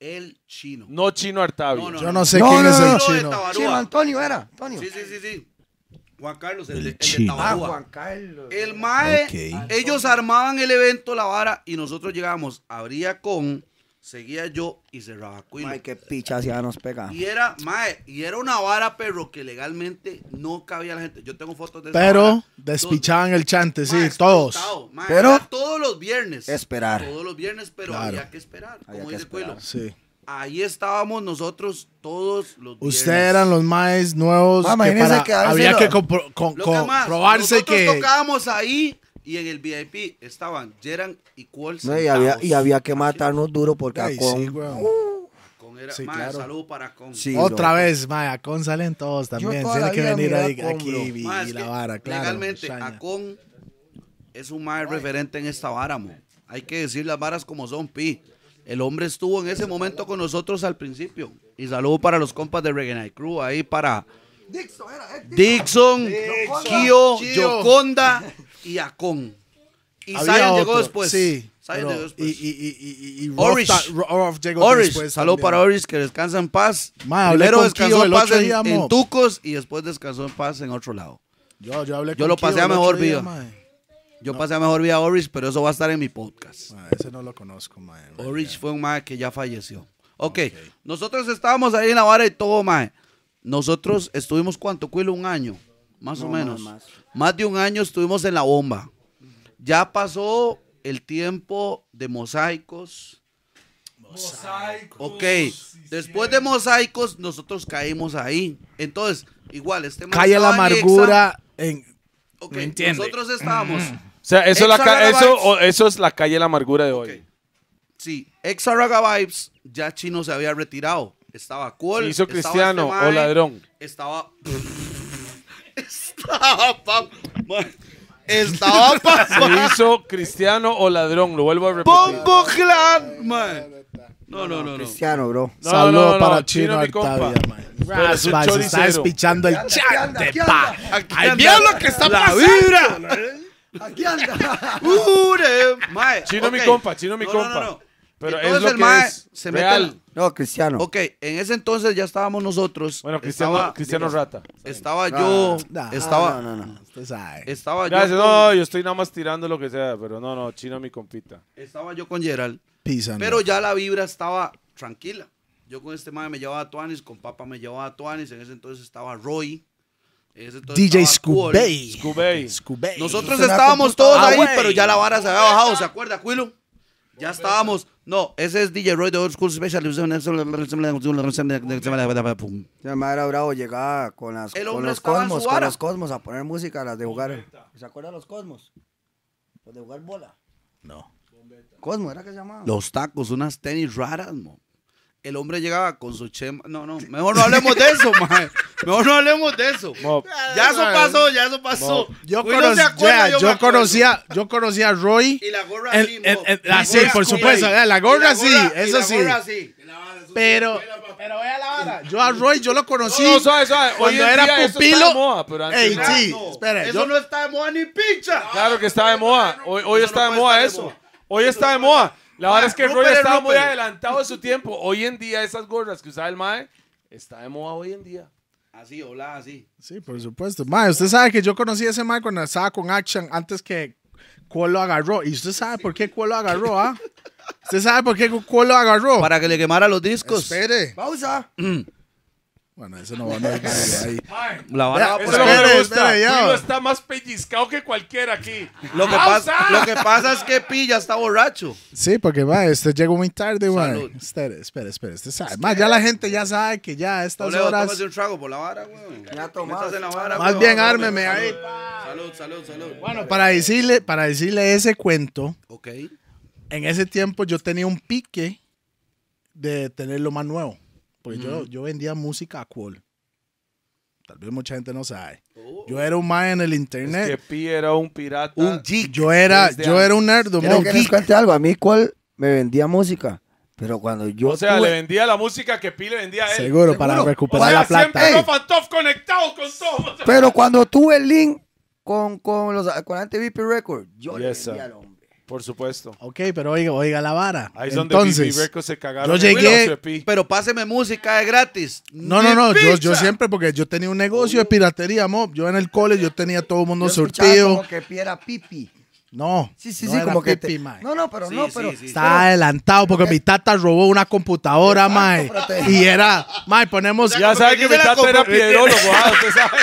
El chino.
No chino Artavia.
Yo no sé
No,
quién
no,
es
no,
el
no,
de
chino.
Tabarúa.
Chino, Antonio era. Antonio.
Sí, sí, sí, sí. Juan Carlos, el, de- el de
chino.
Ah,
Tabarúa.
Juan Carlos.
El MAE,
Ok.
ellos armaban el evento, la vara, y nosotros llegábamos, abría con, seguía yo y cerraba Cuilo.
Ay, qué picha ya nos pega.
Y era, mae, y era una vara, perro, que legalmente no cabía la gente. Yo tengo fotos de esa
Pero
vara.
despichaban el chante,
Dos-
sí,
mae,
todos.
explotado, mae,
Pero-
era todos los viernes.
Esperar.
Todos los viernes, pero
Claro.
había que esperar, como
Había que
dice Cuilo.
esperar.
Sí.
Ahí estábamos nosotros todos los viernes.
Ustedes eran los más nuevos
Ma,
que,
imagínese
para-
que a veces
había
lo-
que compro- con-
Lo que
con-
más,
probarse
nosotros
que
tocábamos ahí y en el VIP estaban Jeran y Qualls.
No, y, había, y había que matarnos duro porque
Ey,
con...
sí, weón.
Con era,
Sí,
mae,
claro.
salud para con.
Sí,
Otra
loco.
vez, Maya, con salen todos también.
toda la
Tiene que
vida
venir
miré a
ahí-
Con, bro.
aquí y,
Mae, es
y la
que
vara, claro.
Legalmente,
saña.
Acon es un mae referente en esta vara, mo. Hay que decir las varas como son, Pi. El hombre estuvo en ese momento con nosotros al principio. Y saludo para los compas de Reggae Night Crew, ahí para Dixon, Kio,
Chio.
Yoconda y Acon. Y
Había
Zion llegó
otro,
después.
Sí.
Zion
pero-
llegó después.
Y, y, y, y, y
Orish.
Roth ta- Ro- Roth llegó
Orish,
después
salud
también.
para Orish, que descansa en paz.
Ma, hablé
Primero
con
descansó
Kio
en
el
paz
otro
en,
día,
en
mo.
Tucos y después descansó en paz en otro lado.
Yo, yo hablé
Yo
con
lo pasé
Kio
a
el otro
mejor
día,
vida.
mae.
Yo pasé a mejor vida a Orish, pero eso va a estar en mi podcast.
Mae, ese no lo conozco, mae.
Orich fue un mae que ya falleció. Ok, nosotros estábamos ahí en la vara y todo, mae. Nosotros estuvimos, ¿cuánto, Cuilo? Un año, más o menos. Más, de un año estuvimos en la bomba. Ya pasó el tiempo de mosaicos. Mosaicos. Ok, después de mosaicos, nosotros caímos ahí. Entonces, igual, este mae
Calla la
estaba en Exa.
amargura en...
Ok,
me entiende.
Nosotros estábamos.
O sea, eso, es la ca-
Exageradas.
eso, o- eso es la calle de la amargura de hoy.
Ok. Sí, ex Zaraga Vibes, ya Chino se había retirado. Estaba cool.
Se hizo
estaba
cristiano
este mae,
o ladrón.
Estaba. estaba pa- ma- Estaba pa.
Se hizo cristiano o ladrón, lo vuelvo a repetir.
Bombo Clan, man. No, no, no, no.
Cristiano, bro.
No,
Saludo
no, no,
para
no,
Chino,
Chino es mi
Artavia,
compa.
mae.
Pero es un
Mae, se está
choricero.
despichando el chat de pa.
Ahí lo que está pasando. vibra.
Aquí anda.
Ure, mae.
Chino
ok.
mi compa, chino mi
No, no,
compa.
no, no.
Pero
Entonces
es lo
el
que
mae
es
se mete
real.
la-
No, Cristiano.
Ok, en ese entonces ya estábamos nosotros.
Bueno, Cristiano,
estaba,
Cristiano Rata.
Estaba yo,
No,
estaba,
No, no, no.
Usted sabe.
estaba yo,
Gracias,
con-
no, yo estoy nada más tirando lo que sea, pero no, no, chino mi compita.
estaba yo con Gerald.
Pisando.
Pero ya la vibra estaba tranquila. Yo con este madre me llevaba a Tuanis, con Papa me llevaba a Tuanis. En ese entonces estaba Roy. En ese entonces
DJ
estaba Cuori.
Scubey.
Scubey.
Scubey.
Nosotros
Será
estábamos todos
Ah,
ahí,
güey.
pero ya la vara se había bajado. ¿Se acuerda, Cuilo? Ya estábamos. No, ese es DJ Roy de Old School Special.
Ya me era bravo, llegaba con, las,
El
con
hombre
los
estaba en su
cosmos, con
vara.
los cosmos a poner música, las de jugar. ¿Se acuerdan los cosmos? Los de jugar bola.
No.
Cosmo, ¿era que se llamaba?
Los tacos, unas tenis raras, mo. El hombre llegaba con su chema. No, no, mejor no hablemos de eso, mae. Mejor no hablemos de eso.
Mo-
Ya eso pasó, ya eso pasó.
Yo,
Cuilo
conoc-
se acuerda,
ya, yo
me acuerdo.
conocía, yo conocía a Roy.
Y la gorra
El-
así,
el-
mo.
el-
La
así,
gorra
ah, por
así,
supuesto,
ahí.
la gorra
Y
sí,
gorra- y
eso
la
sí.
gorra así.
Pero, pero vea la vara. Yo a Roy, yo lo conocí.
No, no, suave, suave. Hoy
Cuando
en día
era
eso está
pupilo.
de moda, pero antes
Ey,
no.
sí,
No,
espere.
Eso
yo-
no está de moda ni pincha.
Claro que está de moda. Hoy, hoy
Eso
está
no
de
puede
moda
estar de
eso.
moda.
Hoy está de moda. La
Ma,
verdad es que Roy
Rupert es
estaba muy
Rupert.
adelantado de su tiempo. Hoy en día esas gorras que usaba el mae está de moda hoy en día.
Así, hola, así.
Sí, por supuesto. Mae, usted sabe que yo conocí a ese mae cuando estaba con Action antes que Cuál lo agarró. Y usted sabe por qué Cuál lo agarró, ¿ah? Usted sabe por qué Cuál lo agarró.
Para que le quemara los discos.
Espere.
Pausa.
Bueno, eso no va a no hay nadie ahí.
La vara
Vea,
va
Eso
por
es lo que
espere,
me gusta.
espere, ya.
Cuilo está más pellizcado que cualquiera aquí. Ah,
Lo que, pasa, lo que pasa es que Pilla está borracho.
Sí, porque mae, este llegó muy tarde, mae.
Salud.
Espere, espere, espere. Usted sabe. Mae, ya la gente ya sabe que ya a estas
Toledo,
horas.
tómase un trago por la vara, güey.
Ya tomás.
Métase en la vara,
Más
güey.
bien ármeme ahí.
Salud, salud, salud.
Bueno, para decirle, para decirle ese cuento,
Ok.
en ese tiempo yo tenía un pique de tener lo más nuevo. Porque yo, yo vendía música a Quol. Tal vez mucha gente no sabe.
Oh.
Yo era un mae en el
Es que ah,
internet.
Pi era un pirata.
Yo era,
desde
yo era un nerdo,
Quiero
mo,
que les
geek.
cuente algo. A mí, ¿cuál me vendía música? Pero cuando yo.
O sea,
tuve-
le vendía la música que Pi le vendía a él.
Seguro, para
eh. Seguro.
O
recuperar
sea,
la plata.
siempre
Ey.
Rob and Tough conectado con todo.
Pero cuando tuve el link con, con, los, con Ante Record, yo le
Yes,
vendí
sir.
al hombre.
Por supuesto.
Ok, pero oiga, oiga la vara.
Ahí es donde
Entonces,
Bibi Records se cagaron.
yo
en el
llegué-
negocio de Pi.
Pero páseme música de gratis.
No, no, no,
Ni
yo, yo
pincha.
siempre, porque yo tenía un negocio de piratería, mo. Yo en el cole, yo tenía todo el mundo
Yo escuchaba
surtido.
Como que piera pipi.
No,
Sí, sí,
no
sí,
era
como que.
pipi,
te-
mae.
No, no, pero
Sí,
no,
sí,
pero.
sí.
Estaba adelantado porque mi tata robó una computadora, mae.
pero te-
Y era, mae, ponemos.
Ya sabe que mi
la
tata era
compró-
piedrólogo. ah, Usted sabe.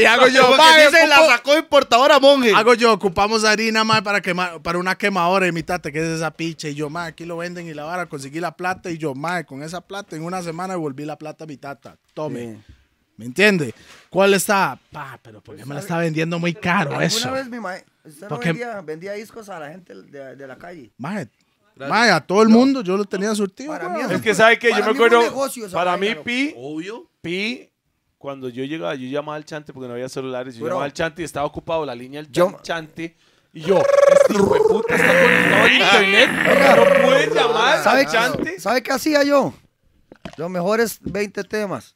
Y hago yo,
Porque
mae.
dice, la
ocupo-
sacó importadora, monje.
Hago yo, ocupamos harina, mae, para, quemar, para una quemadora. Y mi tata, que es esa picha? Y yo, mae, aquí lo venden y la vara. Conseguí la plata. Y yo, mae, con esa plata, en una semana devolví la plata a mi tata. Tome.
Sí.
¿Me entiende? ¿Cuál está? Pa, pero ¿por qué me la está vendiendo muy caro
Pues, Alguna
eso?
vez mi mae. Usted no
Porque-
vendía, vendía discos a la gente de, de la calle.
Mae, mae, a todo el mundo yo lo tenía surtido.
Para
weón.
mí
Es que sabe que yo
Para
me
mí fue un
acuerdo.
negocio esa
para mí,
vaina, loco.
Pi,
Obvio.
Pi, cuando yo llegaba, yo llamaba al chante porque no había celulares. Yo
Bro.
llamaba al chante y estaba ocupado la línea del
Yo-
chante. Y yo, este hijo de puta está conectado a internet. No puede
Ah,
llamar
¿Sabe,
al chante.
Ah, ¿Sabe qué hacía yo? Los mejores 20 temas.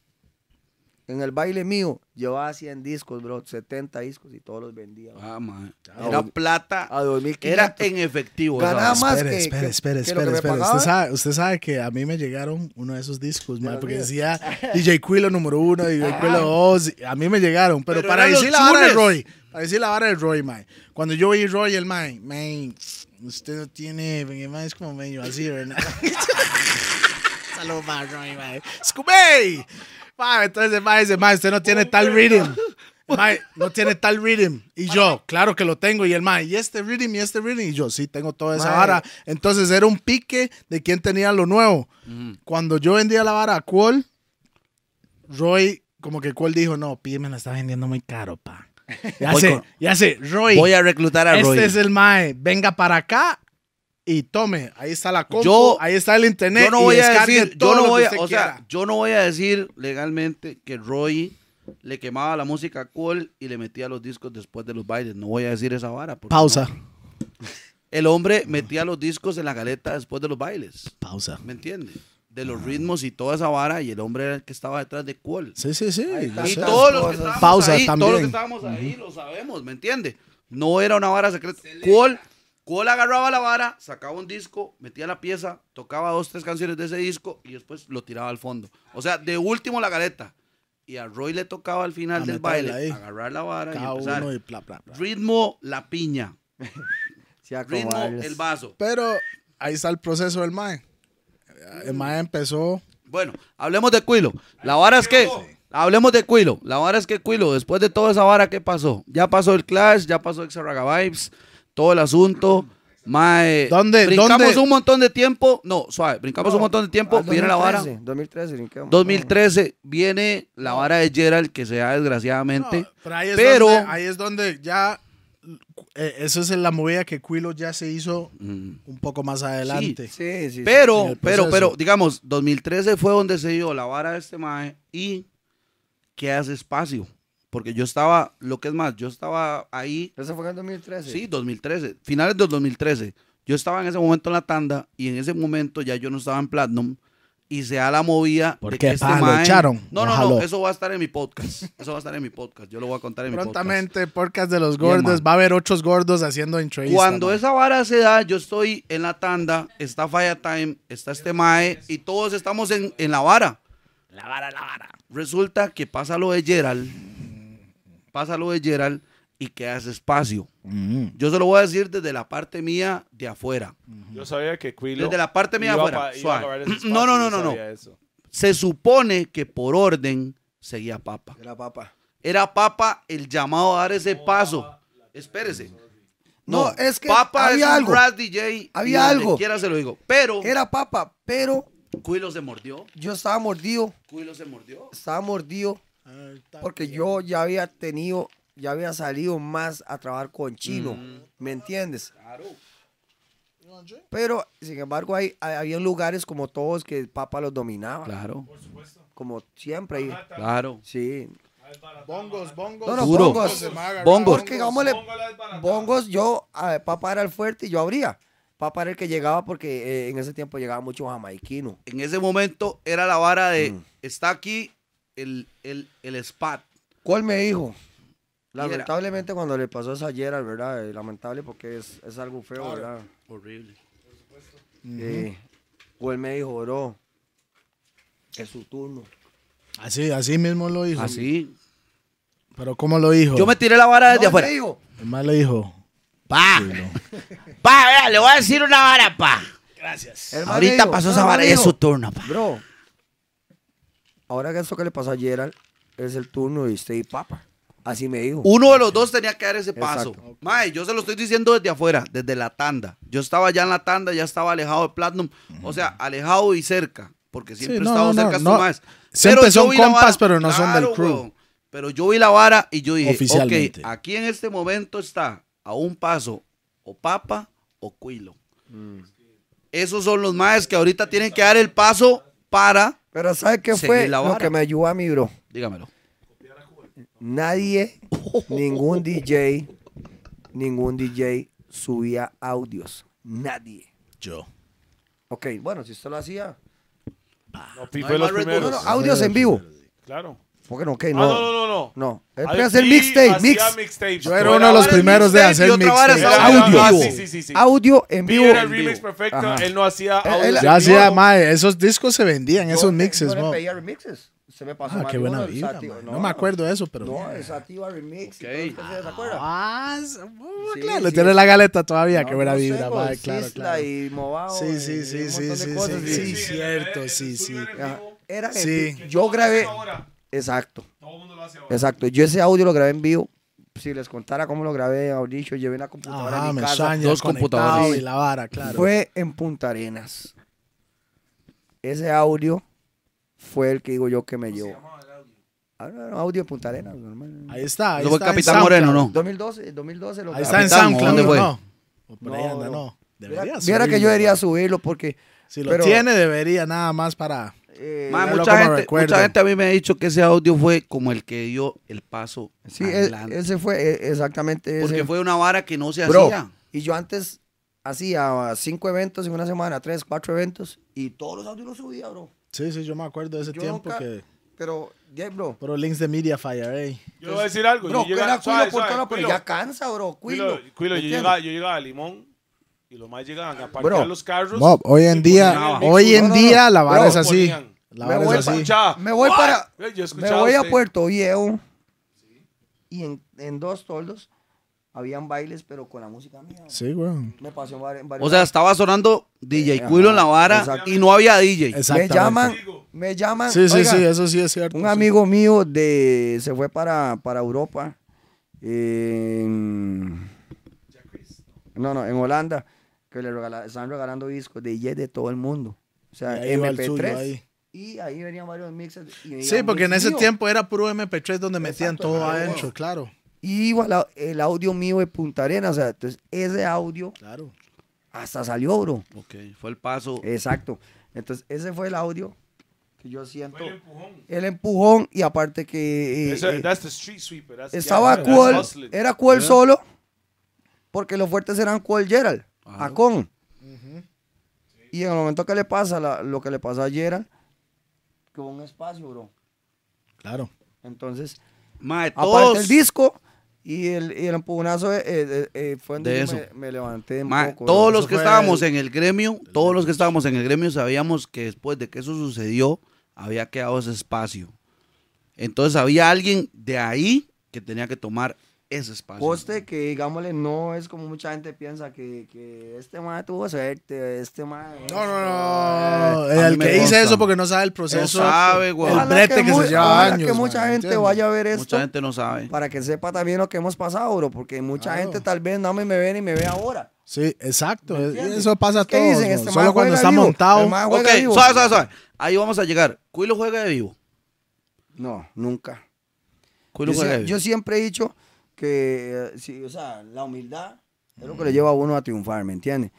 En el baile mío, llevaba 100 discos, bro, 70 discos y todos los vendía. bro.
Ah, mae. Era plata.
A 2500.
Era en efectivo. esa
Ganaba
vara.
más
espere,
que-
espere,
que-
espere,
que lo
espere,
que me
espere. Usted
pagaban.
sabe, usted sabe que a mí me llegaron uno de esos discos, mae,
los
porque
míos.
decía DJ Quilo número uno, DJ Quilo dos, y a mí me llegaron, pero,
Pero
para
eran
decir
los
la vara de
chules.
Roy, para decir la vara de Roy, mae, cuando yo vi Roy, el mae, mae, usted no tiene, porque, mae, es como medio así, ¿verdad? Saludos, mae, Roy, mae. Scooby! Mae, entonces, mae, dice, mae, usted no tiene tal rhythm. Mae, no tiene tal rhythm. Y yo, claro que lo tengo. Y el mae, y este rhythm, y este rhythm. Y yo, sí, tengo toda esa
Mae.
vara. Entonces era un pique de quién tenía lo nuevo.
Mm.
Cuando yo vendía la vara a Quol, Roy, como que Quol dijo, no, pídeme, la está vendiendo muy caro, pa. Ya
Voy
sé,
con-
ya sé, Roy,
Voy a reclutar a
este
Roy.
es el mae, venga para acá. Y tome, ahí está la compu,
Yo-
ahí está el internet.
yo no
y
voy a
descargue
decir,
todo
yo no
lo que
voy a,
usted
o
quiera.
sea, yo no voy a decir legalmente que Roy le quemaba la música a Cole y le metía los discos después de los bailes. No voy a decir esa vara. porque
Pausa.
no. el hombre metía los discos en la galeta después de los bailes.
Pausa.
¿Me entiendes? De
Ah.
los ritmos y toda esa vara, y el hombre era el que estaba detrás de cuál.
Sí, sí, sí. yo
Y
sé.
todos los que estábamos
Pausa
ahí, todos los que
también.
estábamos ahí, lo sabemos, ¿me entiende? No era una vara secreta. Cole, Cole agarraba la vara, sacaba un disco, metía la pieza, tocaba dos, tres canciones de ese disco y después lo tiraba al fondo. O sea, de último la galeta. Y a Roy le tocaba al final
A
del
meterla
baile
ahí.
agarrar la vara
Cada
y empezar.
uno y bla, bla, bla.
Ritmo, la piña.
Sí,
Ritmo,
acomodarles.
el vaso.
Pero ahí está el proceso del mae. El mae empezó.
Bueno, hablemos de Cuilo. La vara es que. Hablemos de Cuilo. La vara es que Cuilo, después de toda esa vara, ¿qué pasó? Ya pasó el Clash, ya pasó Exarraga Vibes, todo el asunto. Mae,
¿Dónde-
Brincamos
dónde?
un montón de tiempo. No, suave, brincamos un montón de tiempo.
Ah,
viene la vara.
2013, 2013, ni qué, mamá.
2013, viene la vara de Gerald, que se da desgraciadamente.
No, pero ahí es,
Pero-
donde, ahí es donde ya. eh, eso es la movida que Quilo ya se hizo
Mm.
un poco más adelante.
Sí, sí, sí.
en
Pero,
el
pero,
proceso.
pero, digamos, 2013 fue donde se dio la vara de este mae y que hace espacio. Porque yo estaba, lo que es más, yo estaba ahí,
¿Eso fue en 2013?
sí, 2013, finales del 2013. Yo estaba en ese momento en la tanda y en ese momento ya yo no estaba en Platinum y se da la movida.
¿Por
de este
qué, pa? ¿Lo echaron?
No, no,
Ojalá.
no, eso va a estar en mi podcast. Eso va a estar en mi podcast. Yo lo voy a contar en mi podcast.
Prontamente, podcast de los
Bien,
gordos.
man.
va a haber otros gordos haciendo entrevistas.
Cuando
man.
esa vara se da, yo estoy en la tanda, está Fire Time, está este Mae, y todos estamos en, en la vara. La vara, la vara. Resulta que pasa lo de Gerald, pasa lo de Gerald y quedas espacio.
Mm.
Yo se lo voy a decir desde la parte mía de afuera.
Yo sabía que Quilo.
Desde la parte mía
iba
afuera,
pa- iba
suave.
a agarrar ese espacio,
No, no, no,
yo
no, no.
sabía eso.
Se supone que por orden seguía Papa.
De la papa.
Era Papa el llamado a dar ese paso. Espérese.
No, es que
Papa
había
es un
algo.
rap DJ.
Había
y donde
algo.
Quiera se lo digo. Pero
Era papa, pero
Cuilo se mordió.
yo estaba mordido.
Cuilo se mordió.
Estaba mordido porque yo ya había tenido, ya había salido más a trabajar con chino.
Mm.
¿Me entiendes? Pero, sin embargo, hay, hay- había lugares como todos que el Papa los dominaba.
Claro,
Como siempre. ahí.
claro.
Sí.
Bongos, bongos.
No, no,
Duro.
bongos.
Se me va a agarrar
Bongos.
Porque, digámosle, bongos, yo, a ver, Papa era el fuerte y yo abría. Papa era el que llegaba porque eh, en ese tiempo llegaba mucho jamaiquino.
En ese momento era la vara de, está aquí el, el, el spot.
¿Cuál me dijo?
Mira.
Lamentablemente cuando le pasó eso ayer, ¿verdad? Eh, Lamentable porque es, es algo feo, ¿verdad?
Horrible.
Eh, ¿Cuál me dijo, bro? Es su turno.
Así, así mismo lo
Ah,
dijo.
Así.
Pero ¿cómo lo dijo?
Yo me tiré la vara desde
No,
afuera.
me dijo,
El mae le dijo.
Pa,
Quilo.
pa, vea, le voy a decir una vara, pa.
El man
Ahorita
dijo,
pasó
no,
esa
el man
vara y es
dijo,
su turno, pa.
Bro, ahora que eso que le pasó a Gerald es el turno de usted y papa. Así me dijo.
Uno de los dos tenía que dar ese paso.
Exacto.
Mae, yo se lo estoy diciendo desde afuera, desde la tanda. Yo estaba ya en la tanda, ya estaba alejado de Platinum. O sea, alejado y cerca. Porque siempre
Sí, no,
estamos
no, no,
cerca
no.
no, más.
Siempre son compas,
vara-
pero no son del crew.
weón. pero yo vi la vara y yo dije, ok,
Oficialmente.
aquí en este momento está a un paso o Papa o Cuilo. Esos son los maes que ahorita tienen que dar el paso para,
Pero ¿sabe qué
Seguí
fue
la
lo
vara.
que me ayudó a mí, bro?
dígamelo.
Nadie, ningún DJ, ningún DJ subía audios. Nadie.
Yo.
Ok, bueno, si usted lo hacía.
No, Pi
No
fue
hay más
los
Red Bull,
No,
primeros.
no, audios en vivo.
Claro.
Porque no, ok,
Ah,
no.
no, no, no. no.
No, él
Al
podía hacer
Pi
mixtape,
hacía
mix.
mixtapes.
Yo era uno de los
Ahora el
primeros de
mixtape y
hacer
otra vara
mixtape.
es
Era-
audio.
ah,
Audio.
sí, sí, sí, sí.
Audio en
Pi
vivo.
era el
En
remix
vivo.
perfecto.
Ajá.
Él no hacía
Él-
audio.
él-
Yo hacía,
No,
mae, esos discos se vendían,
Yo-
esos mixes,
yo le
mo.
pedía remixes. Se me pasó
Ah,
mal
qué
uno,
buena
el
vida,
Sativa.
mae. No me acuerdo de eso, pero-
No, es Sativa Remix. y
Ok.
todo, ¿ustedes ¿Se acuerdan?
Ah, s- uh,
Sí,
claro,
sí.
tiene la galeta todavía, qué buena
No, no sé,
vibra,
con
mae, claro,
Sisla
claro.
y Movao,
Sí, sí,
y
sí,
un
sí,
montón de
sí,
cosas,
sí,
y-
sí,
sí,
cierto,
el-
sí,
el
sí.
estudio era-
Ajá. Era en
Sí.
vivo. Yo grabé.
Ahora,
Exacto,
todo el mundo lo hace ahora.
exacto. Yo ese audio lo grabé en vivo. Si les contara cómo lo grabé, Audition, llevé la computadora
Ajá,
a mi
me
casa.
sueña,
dos
conectado
computadoras.
y la vara, claro.
Fue en Punta Arenas. Ese audio fue el que digo yo que me llevó. Ah, no, no, audio en Punta Arenas, normal.
Ahí está, ahí
Eso fue
está en
Capitán
SoundCloud.
Moreno, ¿no?
2012, 2012 lo
Ahí está en
Capitán,
SoundCloud,
¿dónde
¿no?
fue?
No. O Por ahí
No,
anda,
no.
no. Debería
Viera,
subirlo,
viera que yo debería
mae.
subirlo porque
Si lo
pero-
tiene, debería nada más para...
eh,
Mae,
Mano, Yo
mucha,
como
gente,
recuerdo.
mucha gente a mí me ha dicho que ese audio fue como el que dio el paso.
sí, e-
adelante.
ese fue e- exactamente ese.
Porque fue una vara que no se
Bro,
hacía.
y yo antes hacía cinco eventos en una semana, tres, cuatro eventos, y todos los audios los subía, bro.
Sí, sí, yo me acuerdo de ese
Yo
tiempo
nunca-
que...
Pero, ya, bro.
Pero links de Media Fire, eh.
Yo le voy a decir algo.
Bro,
yo
que
llegaba-
era cuilo por
suave, suave,
tono, pero
Cuilo,
ya cansa, bro. Cuilo.
Cuilo, cuilo,
¿me
yo,
entiendes?
llegaba, yo llegaba a Limón y los más llegaban a parquear
Bro.
los carros.
Bob, hoy en día,
No,
hoy en
no, no.
día la vara
Bro,
es así.
ponían.
La
Me
vara
voy
es
pa-
así.
escuchaba.
Me voy
"What?"
para-
Yo
Me
escuchaba
voy a
usted.
Puerto Viejo y en, en dos toldos habían bailes, pero con la música mía. bro.
Sí, güey.
Me pasó en varios.
O sea, estaba sonando DJ
Eh, Ajá,
Cuilo en la vara
exacto.
y no había DJ.
me
Exactamente.
llaman, me llaman.
Sí, sí,
oiga,
sí, eso sí es cierto.
Un
Pues sí.
amigo mío de se fue para, para Europa. en- no, no, en Holanda. Que le regala- están regalando discos de Jet de todo el mundo. O
Y
sea,
ahí va el
MP3.
suyo, ahí.
Y ahí venían varios mixes. y venían
Sí, porque en
mix
ese
mío.
tiempo era puro MP3 donde metían
Exacto,
todo
claro,
adentro,
wow.
claro.
Y iba la- el audio mío de Punta Arena. O sea, entonces ese audio
Claro.
hasta salió, bro.
Ok, fue el paso.
Exacto. Entonces ese fue el audio que yo siento.
Fue el empujón.
El empujón y aparte que... eh,
Eso-
eh,
that's the street sweeper. That's,
Estaba
yeah, that's
cool,
hustling.
era cool solo, porque los fuertes eran cool Gerald, Acon. Y en el momento que le pasa la- lo que le pasó a Gerald, que hubo un espacio, bro.
Claro.
Entonces,
Mae,
aparte
todos,
el disco y el, y el empujonazo eh, eh, eh, fue donde
De
yo
eso.
Me, me levanté un
mae,
poco. bro.
todos
eso
los que
fue
estábamos en el gremio, todos los que estábamos en el gremio sabíamos que después de que eso sucedió, había quedado ese espacio. Entonces había alguien de ahí que tenía que tomar ese espacio.
Coste que, digámosle, no es como mucha gente piensa que, que este man tuvo suerte, este man...
No, no, no.
Eh,
a
El
mí me
que dice
consta.
eso porque no sabe el proceso.
No sabe, güey.
El
Ojalá
brete que,
mu-
se lleva
ojalá
años.
que
man,
mucha gente
¿entiendes?
vaya a ver esto.
Mucha gente no sabe.
para que sepa también lo que hemos pasado, bro, porque mucha
Claro.
gente tal vez no me, me ven y me ve ahora.
Sí, exacto. es-
entiendes?
Eso pasa a
¿Qué
todos.
dicen?
man,
Este man
Solo cuando
juega
está
vivo,
montado.
el man
Ok,
Ah, juega vivo.
suave, suave, suave. Ahí vamos a llegar. Cuilo juega de vivo.
No, nunca.
Cuilo
yo,
juega
sie-
de vivo.
yo siempre he dicho que, eh, sí, o sea, la humildad es lo que le lleva a uno a triunfar, ¿me entiendes?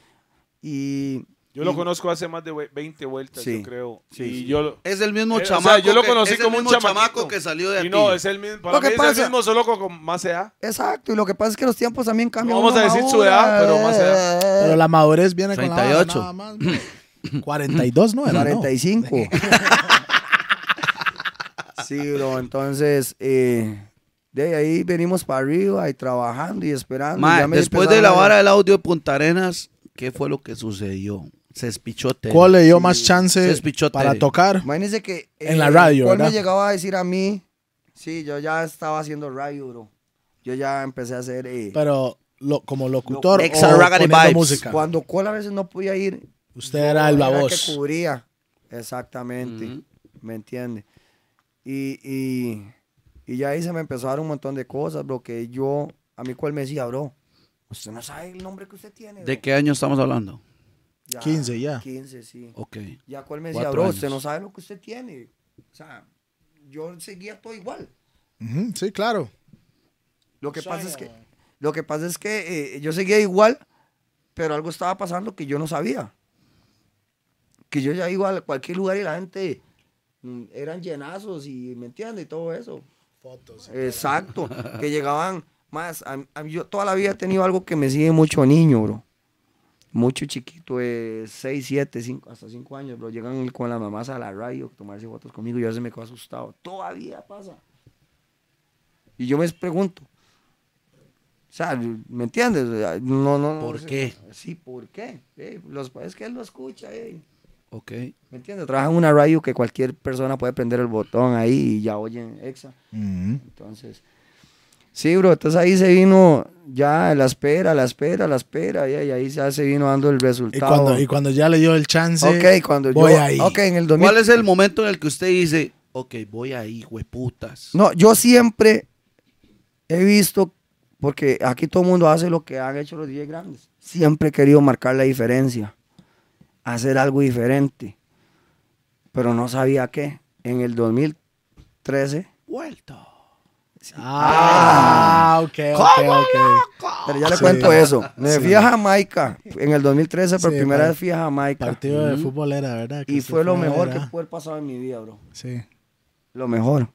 Y
Yo lo conozco hace más de we- 20 vueltas,
Sí,
yo creo.
sí,
y
sí.
yo lo-
Es el mismo
Eh, o sea,
chamaco.
yo lo
que-
conocí
es el
como un
mismo chamaco
chamaquito.
que salió de aquí.
Y no, es el mismo. Para
Lo que
mí es
pasa-
el mismo solo con más edad.
exacto, y lo que pasa es que los tiempos también cambian.
No vamos
uno Eh,
a decir su
madura,
edad, pero más edad.
Pero la madurez viene con
38.
la vara nada más. man. 42, ¿no? Era, no.
45. sí, bro, entonces, eh, de ahí venimos para arriba y trabajando y esperando. y
Mae,
Ah, ya me
después de la
empezaron a-
vara del audio de Punta Arenas, ¿qué fue lo que sucedió? Se espichó Tere.
¿Cuál le dio más
Se
chance
despichó
para
Tere.
tocar?
Imagínense que. eh,
En la radio,
Paul me
¿verdad?
llegaba a decir a mí. Sí, yo ya estaba haciendo radio, bro. Yo ya empecé a hacer. eh,
Pero lo- como locutor o
Exa Raggedy
poniendo
Vibes.
música.
cuando Cole a veces no podía ir.
Usted era el
yo
la
que
voz.
cubría. Exactamente. ¿Me entiende? Y, y, y ya ahí se me empezó a dar un montón de cosas, bro. Que yo. A mí, cual me decía, bro. Usted no sabe el nombre que usted tiene.
¿De
bro".
qué año estamos hablando?
Ya,
15 ya.
15, sí.
Ok.
Ya cuál me decía,
Cuatro
bro, usted
años.
no sabe lo que usted tiene. O sea, yo seguía todo igual.
Ujú, sí, claro.
Lo que pasa es que, lo que, pasa es que eh, yo seguía igual, pero algo estaba pasando que yo no sabía. Que yo ya iba a cualquier lugar y la gente mm, eran llenazos y me entiendes y todo eso.
Fotos.
Exacto, que llegaban más. a- a mí- yo toda la vida he tenido algo que me sigue mucho niño, bro. Mucho chiquito, 6, 7, 5, hasta 5 años, bro. Llegan con las mamás a la radio a tomarse fotos conmigo y yo a veces me quedo asustado. Todavía pasa. Y yo me pregunto. O sea, ¿me entiendes? O sea, No, no, no.
¿Por
sé.
qué?
Sí, ¿por qué? Eh, los, es que él lo escucha, eh.
Ok.
¿Me entiendes? Trabaja en una radio que cualquier persona puede prender el botón ahí y ya oyen exa. Entonces, sí, bro, entonces ahí se vino ya la espera, la espera, la espera, y ahí, ahí ya se vino dando el
Y
resultado.
cuando, y cuando ya le dio el chance,
ok, cuando
voy
yo,
ahí.
ok, en el 2000.
¿Cuál es el momento en el que usted dice, ok, voy ahí, hueputas?
No, yo siempre he visto, porque aquí todo el mundo hace lo que han hecho los 10 grandes. Siempre he querido marcar la diferencia, hacer algo diferente, pero no sabía qué. En el 2013,
Vuelto.
Ah, ok, ok, ok.
pero ya le
Sí.
cuento eso. Me
Sí.
fui a Jamaica. En el 2013, por
Sí,
primera
pa-
vez fui a Jamaica.
Partido de fútbol era, ¿verdad? Que
Y
usted
fue lo mejor que
¿verdad?
pudo haber pasado en mi vida, bro.
Sí.
Lo mejor.
Mm.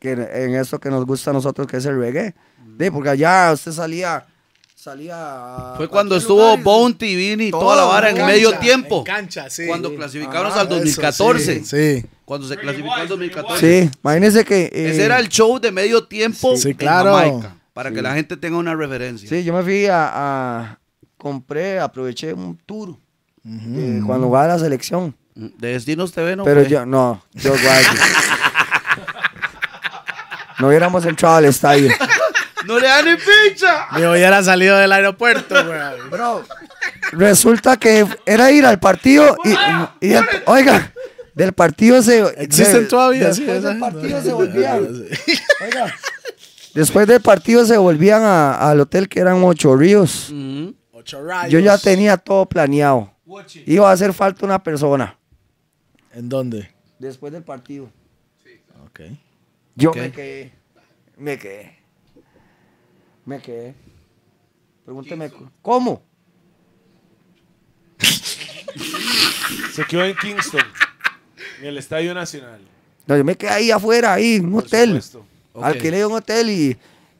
Que en- en esto que nos gusta a nosotros, que es el reggae. De, porque allá usted salía, salía a
Fue cuando
cualquier
estuvo
lugar y-
Bounty, Vini y toda la
Todo,
vara en
en
medio
cancha,
tiempo.
en cancha, sí. Ah,
Cuando
Sí.
clasificaron
Ajá,
al
eso,
2014.
Eso, sí, sí.
Cuando se clasificó al 2014.
Sí, imagínense que. eh,
Ese era el show de medio tiempo
Sí,
en
claro.
Jamaica, para que la gente tenga una referencia.
Sí, yo me fui a, a- compré, aproveché un tour de cuando jugaba la selección.
De Destinos TV no
pero
fue.
yo, no, yo guardo. no hubiéramos entrado al estadio.
¡No le dan ni pincha!
Me hubiera salido del aeropuerto, güey.
Bro, resulta que era ir al partido y, y del- oiga, del partido se
Existen
de-
todavía, sí.
después
esa
del partido
gente.
se volvían. oiga, después del partido se volvían a- al hotel que eran Ocho Ríos.
Mm.
Ocho rayos.
Yo ya tenía todo planeado. Iba a hacer falta una persona.
¿En dónde?
Después del partido.
Ok.
Yo me quedé. Me quedé. Me quedé. Pregúnteme, ¿cómo?
Se quedó en Kingston, en el Estadio Nacional.
No, yo me quedé ahí afuera, ahí, en un
por
hotel.
supuesto.
Ok.
Alquilé un hotel y,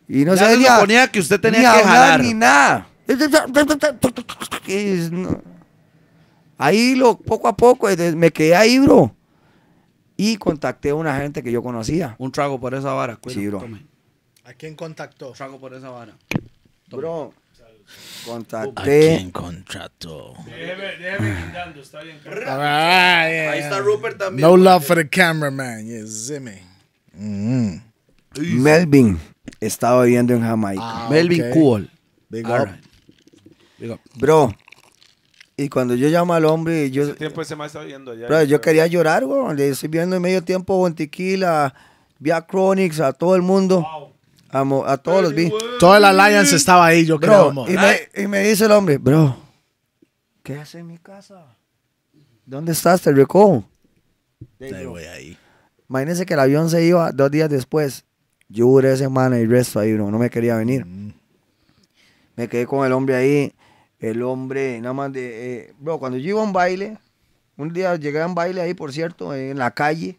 y no
Ya
sé
se
ni a-
suponía que usted tenía
ni
que
hablar
jalar.
ni nada. Es- no. Ahí lo, poco a poco eh, me quedé ahí, bro. Y contacté a una gente que yo conocía.
Un trago por esa vara. cuero,
Sí, bro.
tome.
¿A quién contactó?
Un trago por esa vara.
Bro,
¿A
contacté.
quién contrató?
Déjeme, déjeme guindando, está bien. claro.
Ahí
Ahí está Rupert también.
No love for the cameraman, yes, Zimmy. Mm.
Melvin estaba viviendo en Jamaica.
Ah,
Melvin
ok.
Cool.
Big
All
up.
right.
Bro, y cuando yo llamo al hombre, yo,
El tiempo ese más está viendo allá.
bro, yo quería llorar, weón. Le estoy viendo en medio tiempo a Bontiquila, vi a Chronix, a todo el mundo. A, mo- a todos los vi.
Todo el Alliance estaba ahí, yo creo.
Bro,
amor.
y me, y me dice el hombre, bro, ¿qué haces en mi casa? ¿Dónde estás? Te recojo.
Ahí voy ahí.
Imagínense que el avión se iba dos días después. Yo duré semana y resto ahí, bro. No me quería venir.
Mm.
Me quedé con el hombre ahí. El hombre, nada más de. eh, bro, cuando yo iba a un baile, un día llegué a un baile ahí, por cierto, en la calle.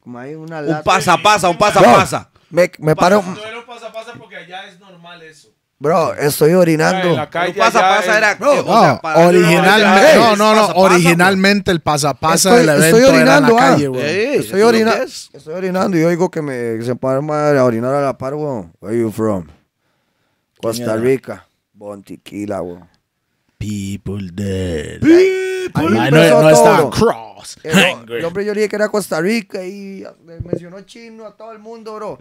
Como hay una
Un
lata.
pasa, pasa, un pasa,
Bro,
pasa.
Me, me paro.
No era un pasa pasa porque allá es normal eso.
Bro, estoy
O sea,
orinando.
en la
Un
calle
pasa,
allá
pasa
es-
era. eh, o sea,
No,
para-
originalmente,
Ey,
no, no, no,
pasa, pasa,
originalmente el pasapasa
Estoy-
del
estoy
evento era en la
orinando, ah.
calle,
bro.
güey.
Ey, eso
Estoy,
es lo
orina-
que es.
estoy orinando y oigo que me se para a orinar a la par, weón. Where you from? Costa
era?
Rica. Bontiquila, weón.
People dead.
Ahí
Ahí no,
empezó
no
todo.
está cross.
El, el hombre yo le dije que era Costa Rica y le mencionó chino a todo el mundo, bro.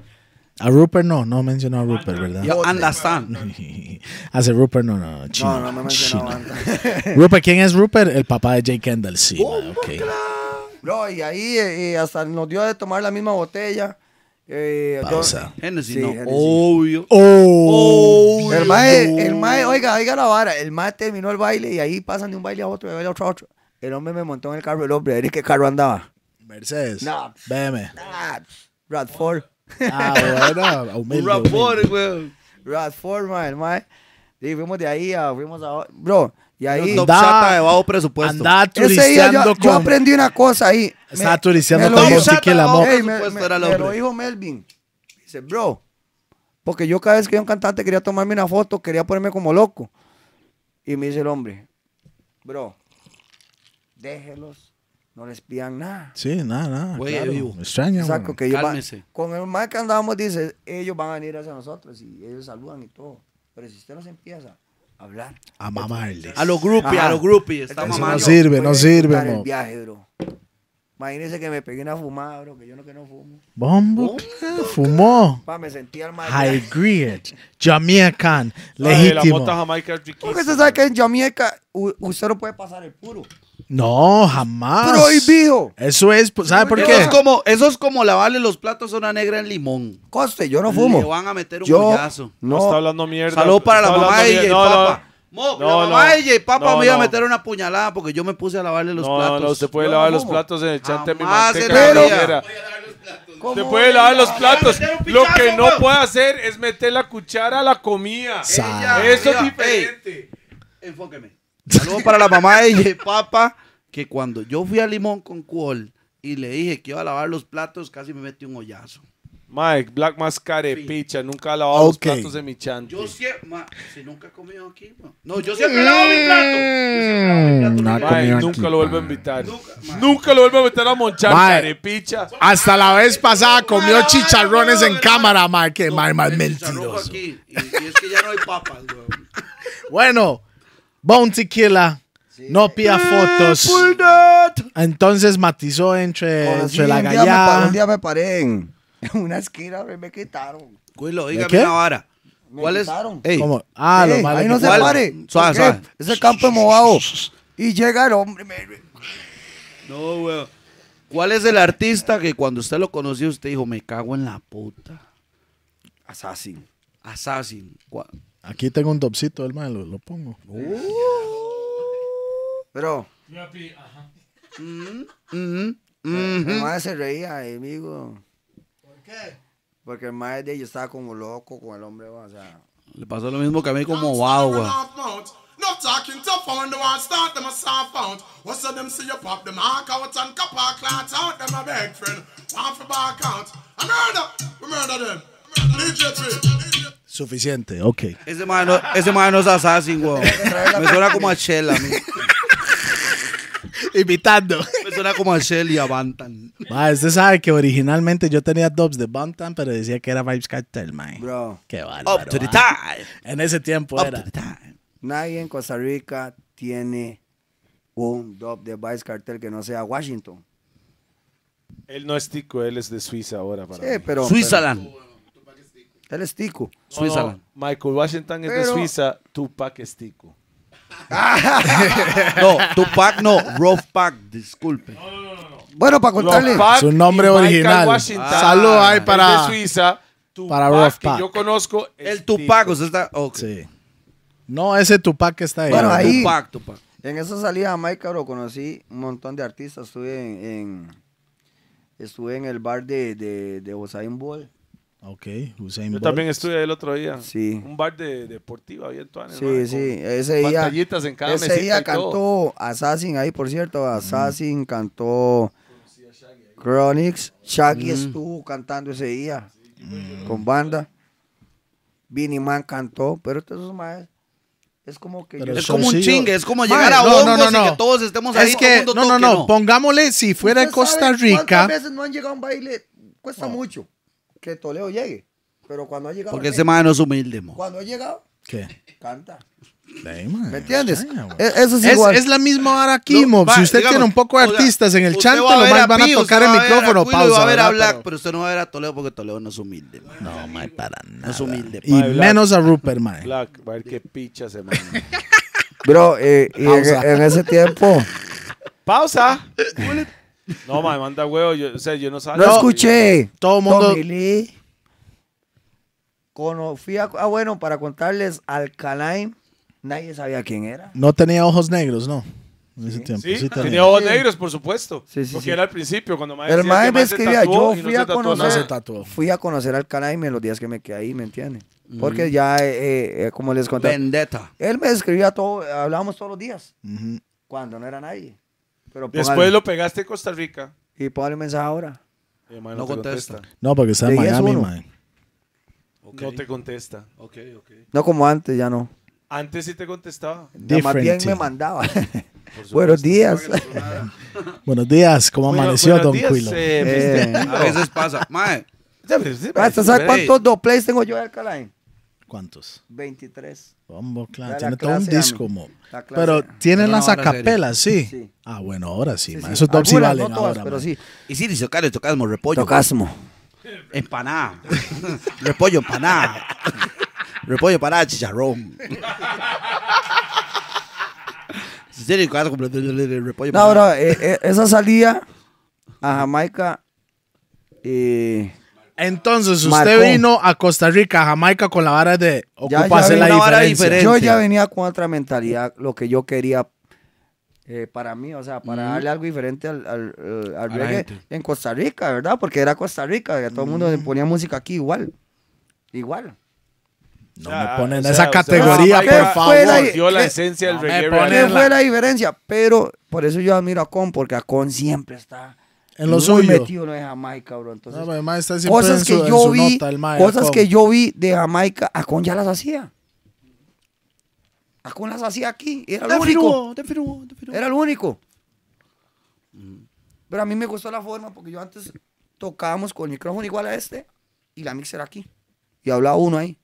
A Rupert no, no mencionó a Rupert, ¿verdad?
You understand.
Hace Rupert no, no, chino.
No, no me
chino.
mencionaba antes.
Rupert, ¿quién es Rupert? El papá de Jake Kendall, sí. ma, ok.
Bro, y ahí eh, eh, hasta nos dio de tomar la misma botella. Eh, yo-
Pausa.
Hennessy,
Sí,
no.
Hennessy.
Obvio.
Oh.
el mae, el mae, oiga, oiga la vara. El mae terminó el baile y ahí pasan de un baile a otro, de baile a otro, a otro. El hombre me montó en el carro, el hombre, ¿en qué carro andaba?
Mercedes.
No.
Veme.
Ah, Radford.
Ah, bueno.
Un
Humilde, humilde.
rapor, güey.
Radford, mae, el mae. Y fuimos de ahí a, fuimos a, bro, y ahí.
Top
Da-
chata de bajo presupuesto.
Andaba
Ese día yo,
turisteando
yo
con...
aprendí una cosa ahí.
Estaba
Me-
turisteando
me lo
con
dijo-
Don
música y la
Satan,
mo-
hombre.
Ey, me,
presupuesto
me-
era el
pues, me
hombre.
lo dijo Melvin. Dice, bro, porque yo cada vez que veía un cantante quería tomarme una foto, quería ponerme como loco. Y me dice el hombre, bro, déjelos, no les pidan nada.
Sí, nada, nada.
Güey,
claro.
vivo.
Me extraña,
Saco
man.
que ellos van-
Cálmese.
con el mal que andábamos, dice, ellos van a venir hacia nosotros y ellos saludan y todo. Pero si usted los empieza a hablar.
A mamarles.
A los groupies,
Ajá.
a los groupies. Está
Entonces,
Eso no
mamando.
yo
sirve,
voy
no
a
sirve,
disfrutar el
mo.
viaje, bro. Imagínense que me pegué una fumada, bro, que yo no que no fumo.
Bombo, claro, fumó.
Pa, me sentía al mal.
High grade. Jamaican.
Ay, La mota
Legítimo.
jamaica es riquísima.
Porque usted sabe que en Jamaica u- usted no puede pasar el puro.
No, jamás.
Prohibido.
Eso es, pues, ¿sabe por
Eso
qué?
es como, eso es como lavarle los platos a una negra en limón.
Coste, yo no
Le
fumo.
van a meter un
Yo
humillazo.
No, está
no.
hablando mierda.
Salud para la
Está
mamá de ella
hablando
y
mierda. No, no,
papá. Mo, la
No,
mamá
no.
de ella y papá
No,
me iba a
no.
meter una puñalada porque yo me puse a lavarle los
no,
platos.
no, no, usted puede
Yo no
lavar los
como.
platos en el chante mi
Jamás
manteca.
en la
como
vida.
quiera.
¿Cómo
Usted
voy
puede
a
lavar los
lavar?
platos.
meter un
Lo
pichazo,
que no
weón.
puede hacer es meter la cuchara a la comida.
Sa-
Eso es
Ey,
diferente.
Enfóqueme. Saludos para la mamá de ella y papá que cuando yo fui a Limón con Cuol y le dije que iba a lavar los platos, casi me metí un hoyazo.
Mike, Black Mascare, picha, nunca ha lavado
Ok.
los platos de mi chante.
Yo siempre. ma, si nunca he comido aquí, ma. No, yo siempre lavo mi plato. Yo siempre lavo mi plato.
Mm, no ha
Mae,
comido
nunca
aquí,
lo vuelvo a
mae.
invitar. Nunca, lo vuelvo a meter a monchar,
Mae.
carepicha.
Hasta la vez pasada comió
Mae,
chicharrones
mae,
en
mae.
cámara, mae, que mae, mae,
El chicharrón
mentiroso.
aquí, Y, y es que ya no hay papas, weón.
Bueno, Bounty Killer no pida
Eh,
fotos. Entonces matizó entre,
Conocí,
entre la
un día me pa-
gallada.
Un día me paré en en una esquina y me quitaron.
Cuilo,
qué?
dígame una vara.
Me
¿Cuál es?
quitaron.
Ey,
¿Cómo? Ah, lo
Ey,
malo
ahí
que-
no se
¿Cuál?
pare.
Suave,
¿Por qué?
suave.
Ese campo es mojado. Y llega el hombre. me- me-
No, weón. ¿Cuál es el artista que cuando usted lo conoció, usted dijo, me cago en la puta?
Assassin.
Assassin. ¿Cuál?
Aquí tengo un topsito del mae, lo, lo pongo.
Pero, Mm,
Mhm,
el
mhm.
madre se reía, eh, amigo. ¿Por qué? Porque el madre de yo estaba como loco con el hombre, o sea.
Le pasó lo mismo que a mí como wow, weón.
No talking tough on the one start them a soft out. What's up them see you pop them hawk out and copper clots out them a big friend. One for back out. I murder, we murder them. DJ Tree.
Suficiente, ok.
Ese man no, ese mae no es Assassin, weón. Me suena como a Shell, a mí.
Imitando.
Me suena como a Shell y a Bantan.
Mae, usted sabe que originalmente yo tenía dubs de Bantam, pero decía que era Vibes Cartel, mae.
Bro,
Qué bárbaro.
Up to the
mae.
time.
En ese tiempo
Up
era.
to the time.
nadie en Costa Rica tiene un dub de Vice Cartel que no sea Washington.
Él no es tico, él es de Suiza ahora. Para
Sí,
mí.
pero.
Switzerland.
pero Él es tico.
No, no,
Switzerland.
Michael Washington es de
Pero-
Suiza, Tupac es tico.
No, Tupac no. Rough Pack, disculpe.
Bueno, para contarle.
Tupac
Su
y
nombre
Michael
original.
Washington.
Salud ahí
es
para.
de Suiza, Tupac,
para Rough
que
Pack.
yo conozco es
El Tupac,
tico.
usted está. Ok.
Sí. No, ese Tupac que está ahí.
Bueno, ahí-
Tupac, Tupac.
En esa salida a Jamaica, bro, conocí un montón de artistas. Estuve en, en- estuve en el bar de, de, de Usain Bolt.
Ok, Usain
Yo
Bolt.
también estuve el otro día.
Sí.
Un bar de deportivo había en Tuanes,
Sí,
mae,
sí.
con
Ese día,
Pantallitas en cada
ese
mesita
día
y todo.
cantó Assassin ahí, por cierto. Assassin cantó Chronix. Shaggy estuvo cantando ese día con banda. Vinny Man cantó, pero todos más es como que
Pero
yo-
Es
Son
como un
sigo.
chingue, es como
Mae,
llegar a
no, no, no,
hongos
no.
y que todos estemos ahí.
Es que,
todo el
no,
mundo
no,
toque,
no, pongámosle, si fuera de
¿Ustedes
Costa
saben ¿Cuántas
Rica,
veces no han llegado a un baile? Cuesta mucho que Toledo llegue. Pero cuando ha llegado.
Porque
el-
ese man no es humilde, mo.
Cuando ha llegado,
¿qué?
canta.
Ahí, mae,
Eh,
¿Me entiendes?
chaya, güey.
E- Eso es,
Es,
igual.
es la misma vara aquí,
No,
mo.
va,
Si usted
digamos,
tiene un poco de
o sea,
artistas en el
usted
chante,
va a
los
ver
más van a
Pi,
tocar
usted
el
va a ver a
micrófono.
Cuilo y va
Pausa.
a ver a
¿verdad?
Black,
Pero-
pero usted no va a ver a Toledo porque Toledo no es humilde. man.
No, mae, para nada.
No es humilde.
Y
Mae, Black.
menos a Rupert, mae.
Black, va a ver qué picha se manda.
Bro, eh, y en, en ese tiempo.
Pausa. No, mae, manda huevo. Yo, o sea, yo no sabía.
No escuché.
Todo mundo.
Tommy Lee. Cono- fui a- ah, bueno, para contarles, Alkaline, nadie sabía quién era.
No tenía ojos negros, no. En ese tiempo.
Sí,
Sí,
tenía ojos negros, por supuesto.
Sí, sí,
porque
sí.
era al principio, cuando mae
El
decía que
mae me
mae se
escribía,
tatuó
yo
y no
fui
se
a
tatuó nada.
No se
conocer.
tatuó.
Fui a conocer Alkaline en los días que me quedé ahí, ¿me entiendes? Porque ya, eh, eh, eh, como les conté,
Vendetta.
Él me escribía todo, hablábamos todos los días, cuando no era nadie. Pero póngale-
Después lo pegaste en Costa Rica.
Y póngale un mensaje ahora.
y el mae
No
te
contesta.
No, porque está en
De 10
Miami,
uno.
mae.
No te contesta.
Ok, ok.
No como antes, ya no.
Antes sí te contestaba.
Ya más
Different
bien me
team.
mandaba. Buenos días.
Buenos días, ¿cómo
Bueno,
amaneció
buenos
Don
días,
Cuilo?
eh,
Eh.
mister.
A veces pasa. Mae,
¿Hasta ¿Sabes
Ey.
cuántos doplays tengo yo de Alkaline?
¿Cuántos?
23.
Bombo, claro.
La
Tiene todo un
clase A,
disco,
mi.
mo.
La clase
Pero
A.
tienen
Pero no
las
van a la
acapelas, sí.
Sí.
Ah, bueno, ahora sí,
Sí,
ma.
sí.
Esos dos sí
Algunas,
valen
no todas,
ahora,
pero
ma.
sí.
y si dice, Carlos, tocasmo repollo.
Tocasmo.
Empanada. repollo empanada. repollo empanada, chicharrón. Si tiene caso, completo, repollo
No, bro, eh, eh, esa salida a Jamaica. eh,
Entonces, usted
Marcó.
vino a Costa Rica, a Jamaica, con la vara de
Ya-
ocupa
ya
hacer
vi
la
una vara
diferencia.
diferente.
yo ya venía con otra mentalidad, lo que yo quería eh, para mí, o sea, para darle algo diferente al, al, eh, al
la
reggae
gente.
en Costa Rica, ¿verdad? Porque era Costa Rica, que todo el mundo le ponía música aquí igual. Igual.
No
Ah,
me ponen
o sea,
esa
o sea,
categoría,
Jamaica
por
fue la-
favor.
Dio la
¿Qué?
esencia del
No, me
reggae.
pone-
¿Qué
Ponerla.
fue la diferencia? Pero por eso yo admiro a Con, porque a Con siempre está
En lo
muy
suyo.
metido no es Jamaica, bro. Entonces,
No, pero el mae está siempre
cosas
en
que
su- en
yo
su
vi,
nota, el mae,
cosas
Acon.
que yo vi de Jamaica, Acon ya las hacía. Acon las hacía aquí, era el único. Era el único. Mm. Pero a mí me gustó la forma porque yo antes tocábamos con el micrófono igual a este y la mixer aquí. Y hablaba uno ahí.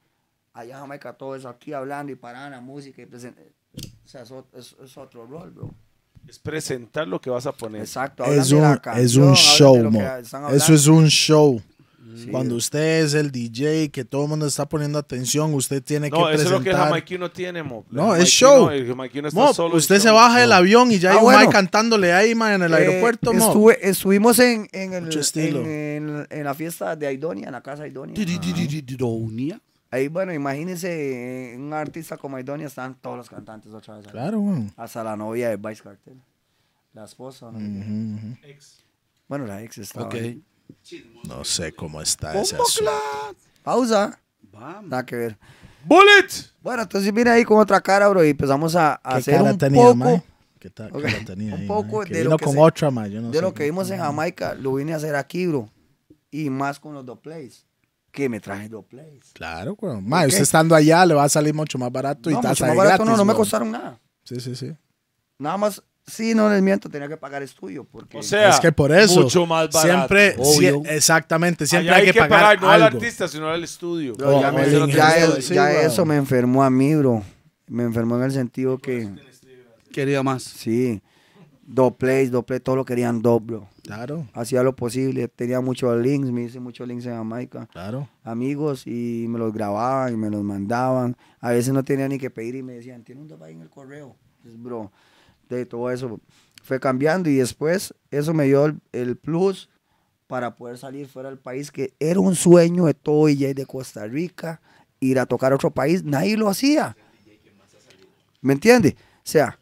Allá en Jamaica todo eso aquí hablando y parando la música y present- O sea, es ot- es- es otro rol, bro.
Es presentar lo que vas a poner.
Exacto.
Es
hablan de la
un, es
canción,
un
hablan de
show,
lo que
mo.
están
Eso
hablando.
es un show.
Sí,
Cuando usted es el DJ, que todo el mundo está poniendo atención, usted tiene
No,
que
eso es lo que el
presentar.
jamaiquino tiene, mo. El
No, es
jamaiquino-
show.
El jamaiquino está
Mo,
solo.
usted
en
se
show.
baja del avión y ya
Ah,
hay un
bueno.
mae cantándole ahí, mae, en el
Eh,
aeropuerto, mo.
estuve- estuvimos en, en, el-
Mucho estilo.
en- en- en la fiesta de Aidonia, en la casa de Aidonia.
Didonia.
Ahí, bueno, imagínense eh, un artista como Aidonia, están todos los cantantes otra vez. ahí.
Claro, weón.
Hasta la novia de Vice Cartel. La esposa, ¿no? Bueno, la ex estaba. ahí.
No sé cómo está ese asunto.
Pausa. Nada que ver.
¡Bullet!
Bueno, entonces vine ahí con otra cara, bro, y empezamos a, a
¿Qué
hacer
cara
un
tenía,
poco
mae? ¿Qué tal?
Ok.
cara tenía
Un
ahí,
poco
mae? Que
de lo
vino
que
con
se-
otra, mae, yo no
de
sé
lo que
cómo-
vimos en Jamaica, lo vine a hacer aquí, bro. Y más con los dos plays. Que me traje dos plays.
Claro, weón. Mae, usted estando allá le va a salir mucho más barato y
No,
está
mucho
hasta
más
de
barato,
gratis,
no, no me
weón.
costaron nada.
Sí, sí, sí.
Nada más, sí, no les miento, tenía que pagar estudio. Porque
O sea,
es que por eso.
mucho más barato.
Siempre, sie-
Obvio.
exactamente, siempre
Allá
hay que, pagar,
no al
algo.
artista, sino al estudio.
Bro, ya
Oh,
me-
el
ya
ingeniero,
el-
sí,
ya
bro.
eso me enfermó a mí, bro. Me enfermó en el sentido que,
Quería más.
sí, dos plays, dos plays, todo lo querían dos, bro.
Claro,
Hacía lo posible, tenía muchos links, me hice muchos links en Jamaica.
claro.
amigos y me los grababan y me los mandaban. A veces no tenía ni que pedir y me decían, tiene un dólar ahí en el correo. Entonces, bro, de todo eso fue cambiando y después eso me dio el, el plus para poder salir fuera del país, que era un sueño de todo DJ de Costa Rica, ir a tocar a otro país, nadie lo hacía. ¿Me entiende? O sea,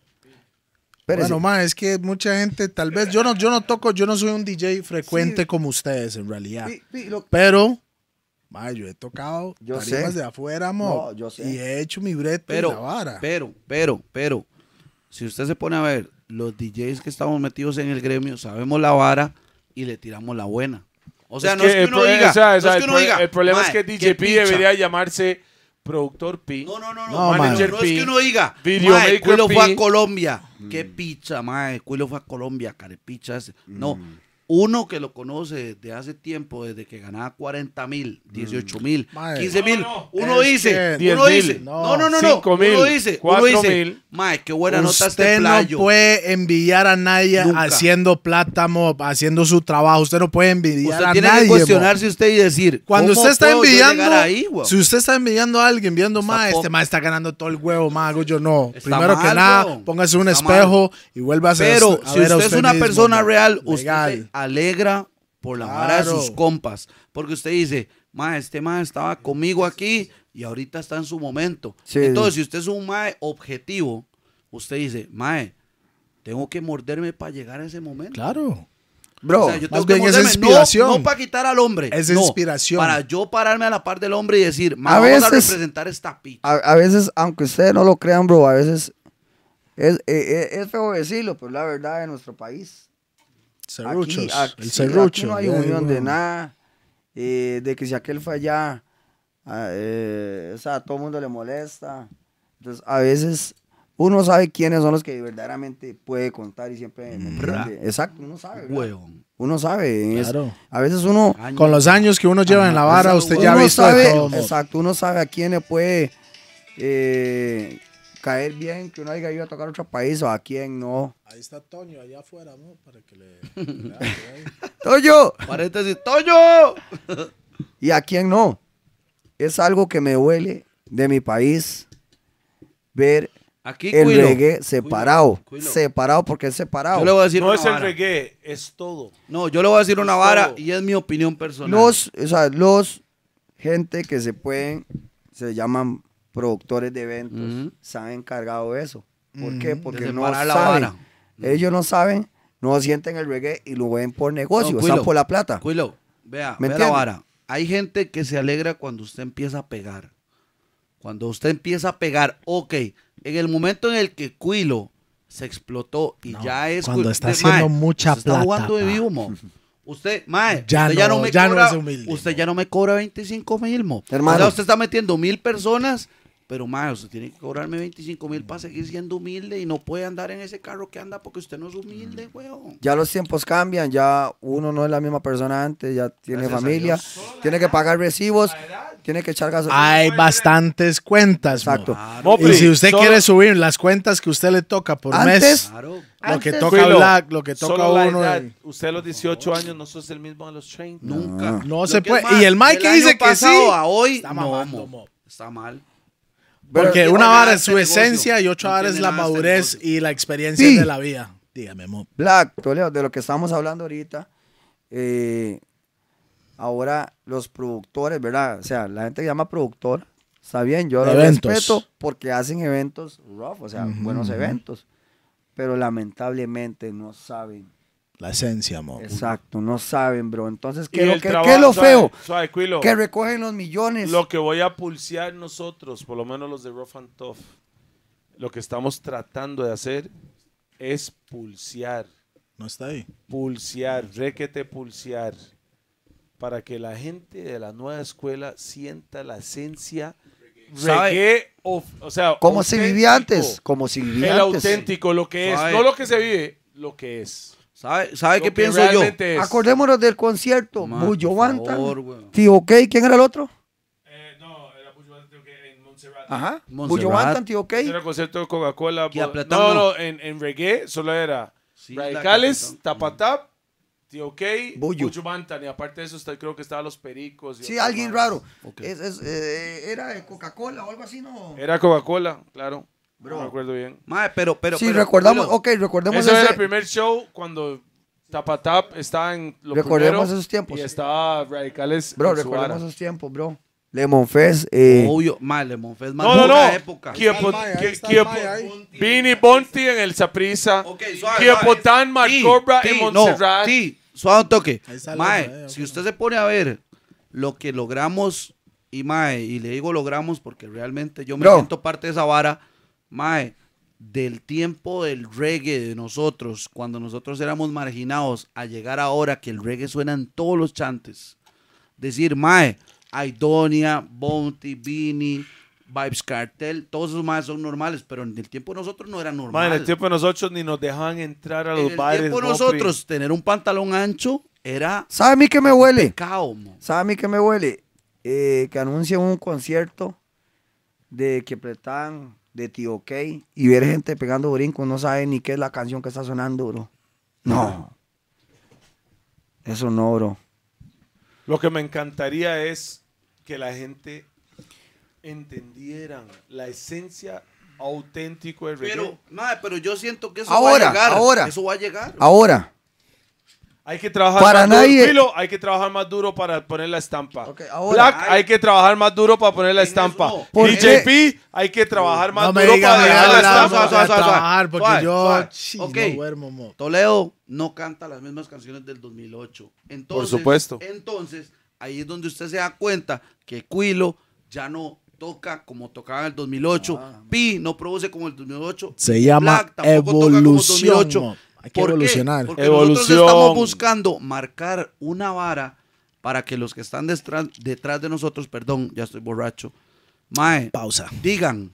pero
Bueno, ma, es que mucha gente, tal vez, yo no, yo no toco, yo no soy un DJ frecuente como ustedes, en realidad. Pero, ma, yo he tocado
Yo
tarimas
sé.
de afuera, mo.
No, yo sé.
Y he hecho mi brete pero, la
Pero,
vara.
pero, pero, pero, si usted se pone a ver, los DJs que estamos metidos en el gremio, sabemos la vara y le tiramos la buena. O sea,
Es
no es que
el
uno
pro- eh,
diga.
o sea, o
no es
sea,
que
el
uno
pro-
diga,
El problema es
"Mae,
que
qué
DJ P
picha".
debería llamarse productor P.
No, no, no,
No,
no.
mae.
No, no, no es que uno diga,
Video
mae,
maker
Cuilo fue
P".
a Colombia.
Mm.
Qué picha, mae. Cuilo fue a Colombia, carepichas.
Mm.
No, uno que lo conoce desde hace tiempo, desde que ganaba 40 mil, 18 mil,
Mm. Mae.
15 mil.
No, no.
Uno
Es
dice,
que-
uno
10,000,
dice,
no,
no, no, no, no.
5,000,
Uno dice, uno
4,000.
dice, mae, qué buena nota este
Usted no
playo.
puede envidiar a nadie
Nunca.
haciendo plata, mo, haciendo su trabajo. Usted no puede envidiar
Usted
a
tiene
nadie.
que
mo.
cuestionarse usted y decir,
Cuando
¿cómo
usted está
puedo yo
envidiando,
llegar ahí, weón?
si usted está envidiando a alguien viendo más,
po-
este más está ganando todo el huevo, más hago yo no.
Está
Primero que
mal,
nada,
weón.
póngase un
Está
espejo y vuelva a ser.
Pero si usted, es una persona real, usted
legal.
se alegra por la vara de sus
Claro.
compas. Porque usted dice, ma, este ma estaba conmigo aquí y ahorita está en su momento.
Sí.
Entonces, si usted es un mae objetivo, usted dice, mae, tengo que morderme para llegar a ese momento.
Claro.
bro,
O sea, yo
más
tengo que
bien es
morderme, no-
inspiración.
No, para quitar al hombre.
Es
no,
inspiración.
Para yo pararme a la par del hombre y decir, ma,
A
vamos a
veces-
representar esta picha.
a, a veces, aunque ustedes no lo crean, bro, a veces es, eh, eh, es feo decirlo, pero la verdad en nuestro país
Serruchos.
Aquí,
el
aquí-
serrucho.
aquí no hay
ya,
unión de
weón.
nada. eh, de que si aquel fue allá, ah, eh, o sea, a todo el mundo le molesta. Entonces, a veces uno sabe quiénes son los que verdaderamente puede contar y siempre.
Mm,
¿me entiende? Exacto, uno sabe. ¿verdad?
Huevón.
Uno sabe. es-
Claro.
a veces uno.
Año.
Con los años que uno lleva en la vara, usted ya ha
uno
visto
sabe,
de todo, mo.
exacto, uno sabe a quién le puede eh, caer bien que uno haya ido a tocar a otro país o a quién no.
Ahí está Toño, Este allá afuera, ¿no? Para que le...
¡Toyo!
Paréntesis, Toño.
y a quién no. Es algo que me duele de mi país ver
Aquí,
el
cuilo.
reggae separado.
cuilo.
separado porque es separado.
Yo le voy a decir
No
una
es el
vara.
reggae, es todo.
No, yo le voy a decir una vara y es mi opinión personal.
Los, o sea, los gente que se pueden, se llaman productores de eventos,
Ujú.
se han encargado de eso. ¿Por qué? Porque
De
no
separar
saben.
la vara.
Ellos no saben, no sienten el reggae y lo ven por negocio,
No,
o sea,
Cuilo,
por la plata.
Cuilo, vea,
¿Me
vea la
entiende?
vara. Hay gente que se alegra cuando usted empieza a pegar. Cuando usted empieza a pegar, ok, en el momento en el que Cuilo se explotó y ya es
cuando
Cuilo-
está
de-
haciendo
mae,
mucha
se está
plata,
jugando de
pa.
vivo, mo. Usted, mae,
Ya
usted
no-
ya no me
ya no
cobra,
es humilde,
usted
no.
ya no me cobra 25 mil, mo.
Hermano.
O sea, usted está metiendo mil personas, pero mae, usted tiene que cobrarme 25 mil para seguir siendo humilde y no puede andar en ese carro que anda porque usted no es humilde, weón.
Ya los tiempos cambian, ya uno no es la misma persona antes, ya tiene
Gracias a
familia, tiene que pagar recibos, tiene que echar gasolina.
Hay bastantes cuentas. mo.
Exacto.
Y si usted quiere subir las cuentas que usted le toca por
Antes-
mes,
Claro.
lo que
Antes-
toca
Cuilo,
Black, lo que toca
Solo la
uno.
edad.
de-
Usted a los 18 años no sos el mismo a los 30.
Nunca.
No
Lo
se
que
puede.
es más,
Y el mae
del
que dice
año
que
pasado
sí,
A hoy,
está
no,
mamando,
mo.
mo.
Está mal.
Porque
Pero-
una vara es
Este
su
negocio,
esencia y otra
no
vara es
tiene
la
nada este
madurez
negocio.
y la experiencia
Sí.
de la vida. Dígame, mo.
Black, Toledo, de lo que estamos hablando ahorita, eh, ahora los productores, ¿verdad? O sea, la gente que llama productor, está bien, yo lo
Eventos.
respeto porque hacen eventos rough, o sea, buenos eventos, pero lamentablemente no saben.
La esencia, mo.
Exacto, no saben, bro. Entonces,
Y
¿qué, es lo
el
que-
trabajo-
qué es lo
suave,
feo?
suave, Cuilo.
Que recogen los millones.
Lo que voy a pulsear nosotros, por lo menos los de Rough and Tough, lo que estamos tratando de hacer es pulsear,
No está ahí.
pulsear, requete pulsear, para que la gente de la nueva escuela sienta la esencia
¿Sabe?
reggae, of- o sea,
¿Cómo se vivía antes?
auténtico.
Como se
El
vivía antes.
auténtico, lo que es,
Suave.
no lo que se vive, lo que es.
¿Sabe, sabe
Lo
qué
que
pienso yo?
realmente es.
Acordémonos del concierto.
Ma,
Bullo
por
Bantam,
favor, weón.
Tío K, ¿quién era el otro?
Eh, no, era en Montserrat.
Ajá.
Montserrat.
Bullo Bantam, Tío K.
Era el concierto de Coca-Cola.
Que
bo-
aplatamos.
No, no, en, en reggae solo era
Sí,
Radicales,
la
Tapatap, Tío K,
Buyu.
Buyu Bantan. Y aparte de eso, está- creo que estaban los Pericos. y
Sí,
otros
alguien
más.
raro. Es- es, eh, era de Coca-Cola o algo así, ¿no?
Era Coca-Cola, claro. No me acuerdo bien.
Mae, pero, pero.
sí,
pero-
recordamos,
pero-
ok, recordemos
Eso era el
ese.
primer show cuando Tapatap estaba en lo
Recordemos
primero
esos tiempos.
Y estaba Radicales.
Bro,
en su
recordemos
vara.
esos tiempos, bro. Lemon Fest, eh,
Obvio, mae, Lemon Fest, mae,
No, no,
de
no.
una época.
Kie-
el Mae, ahí
Kie-
está el
Kie-
Mae, ahí.
Vini Bonti en el Saprisa.
Ok, suave,
Kiepotán,
suave. Sí,
Marcobra
sí,
en
no,
Montserrat.
sí, suave un toque.
Ahí está
Mae,
Lemon, eh,
si usted se pone a ver lo que logramos, y mae, y le digo logramos porque realmente yo me
Bro.
siento parte de esa vara, mae, del tiempo del reggae de nosotros, cuando nosotros éramos marginados, a llegar ahora que el reggae suena en todos los chantes. Decir, mae, Aidonia, Bounty, Vini, Vibes Cartel, todos esos maes son normales, pero en el tiempo de nosotros no era normal.
Man, en el tiempo de nosotros ni nos dejaban entrar a
En
los
el
bares.
tiempo
Mopri.
nosotros tener un pantalón ancho era
¿Sabe a mí que me huele?
cao, mo.
¿Sabe a mí que me huele? Eh, que anuncien un concierto de Quepletán, de Tío K, y ver gente pegando brincos, no sabe ni qué es la canción que está sonando, bro. No. Eso no, bro.
Lo que me encantaría es que la gente entendieran la esencia auténtico del reggae.
Pero, madre, pero yo siento que eso
Ahora,
va a llegar.
ahora.
Eso va a llegar.
Ahora,
hay que trabajar
Para
más duro.
nadie-
Filo, hay que trabajar más duro para poner la estampa.
Ok, ahora-
Black,
Ay.
hay que trabajar más duro para poner la
En eso
estampa.
no.
¿Por
DJP, hay que trabajar más
No me
duro
diga,
para
me
dejar la
habla,
hablar,
estampa.
vamos
suave,
a
suave,
trabajar porque
suave,
yo
suave.
chi,
Ok.
no duermo, mo.
Toledo no canta las mismas canciones del 2008. Entonces,
supuesto.
Entonces, ahí es donde usted se da cuenta que Quilo ya no toca como tocaba en el 2008. Pi no produce como el 2008.
Ah, Se llama
Black tampoco toca como el
evolución, mo. Hay que
¿Por qué?
evolucionar.
Porque
Evolución.
nosotros estamos buscando marcar una vara para que los que están detrás, detrás de nosotros, perdón, ya estoy borracho, mae,
Pausa.
digan,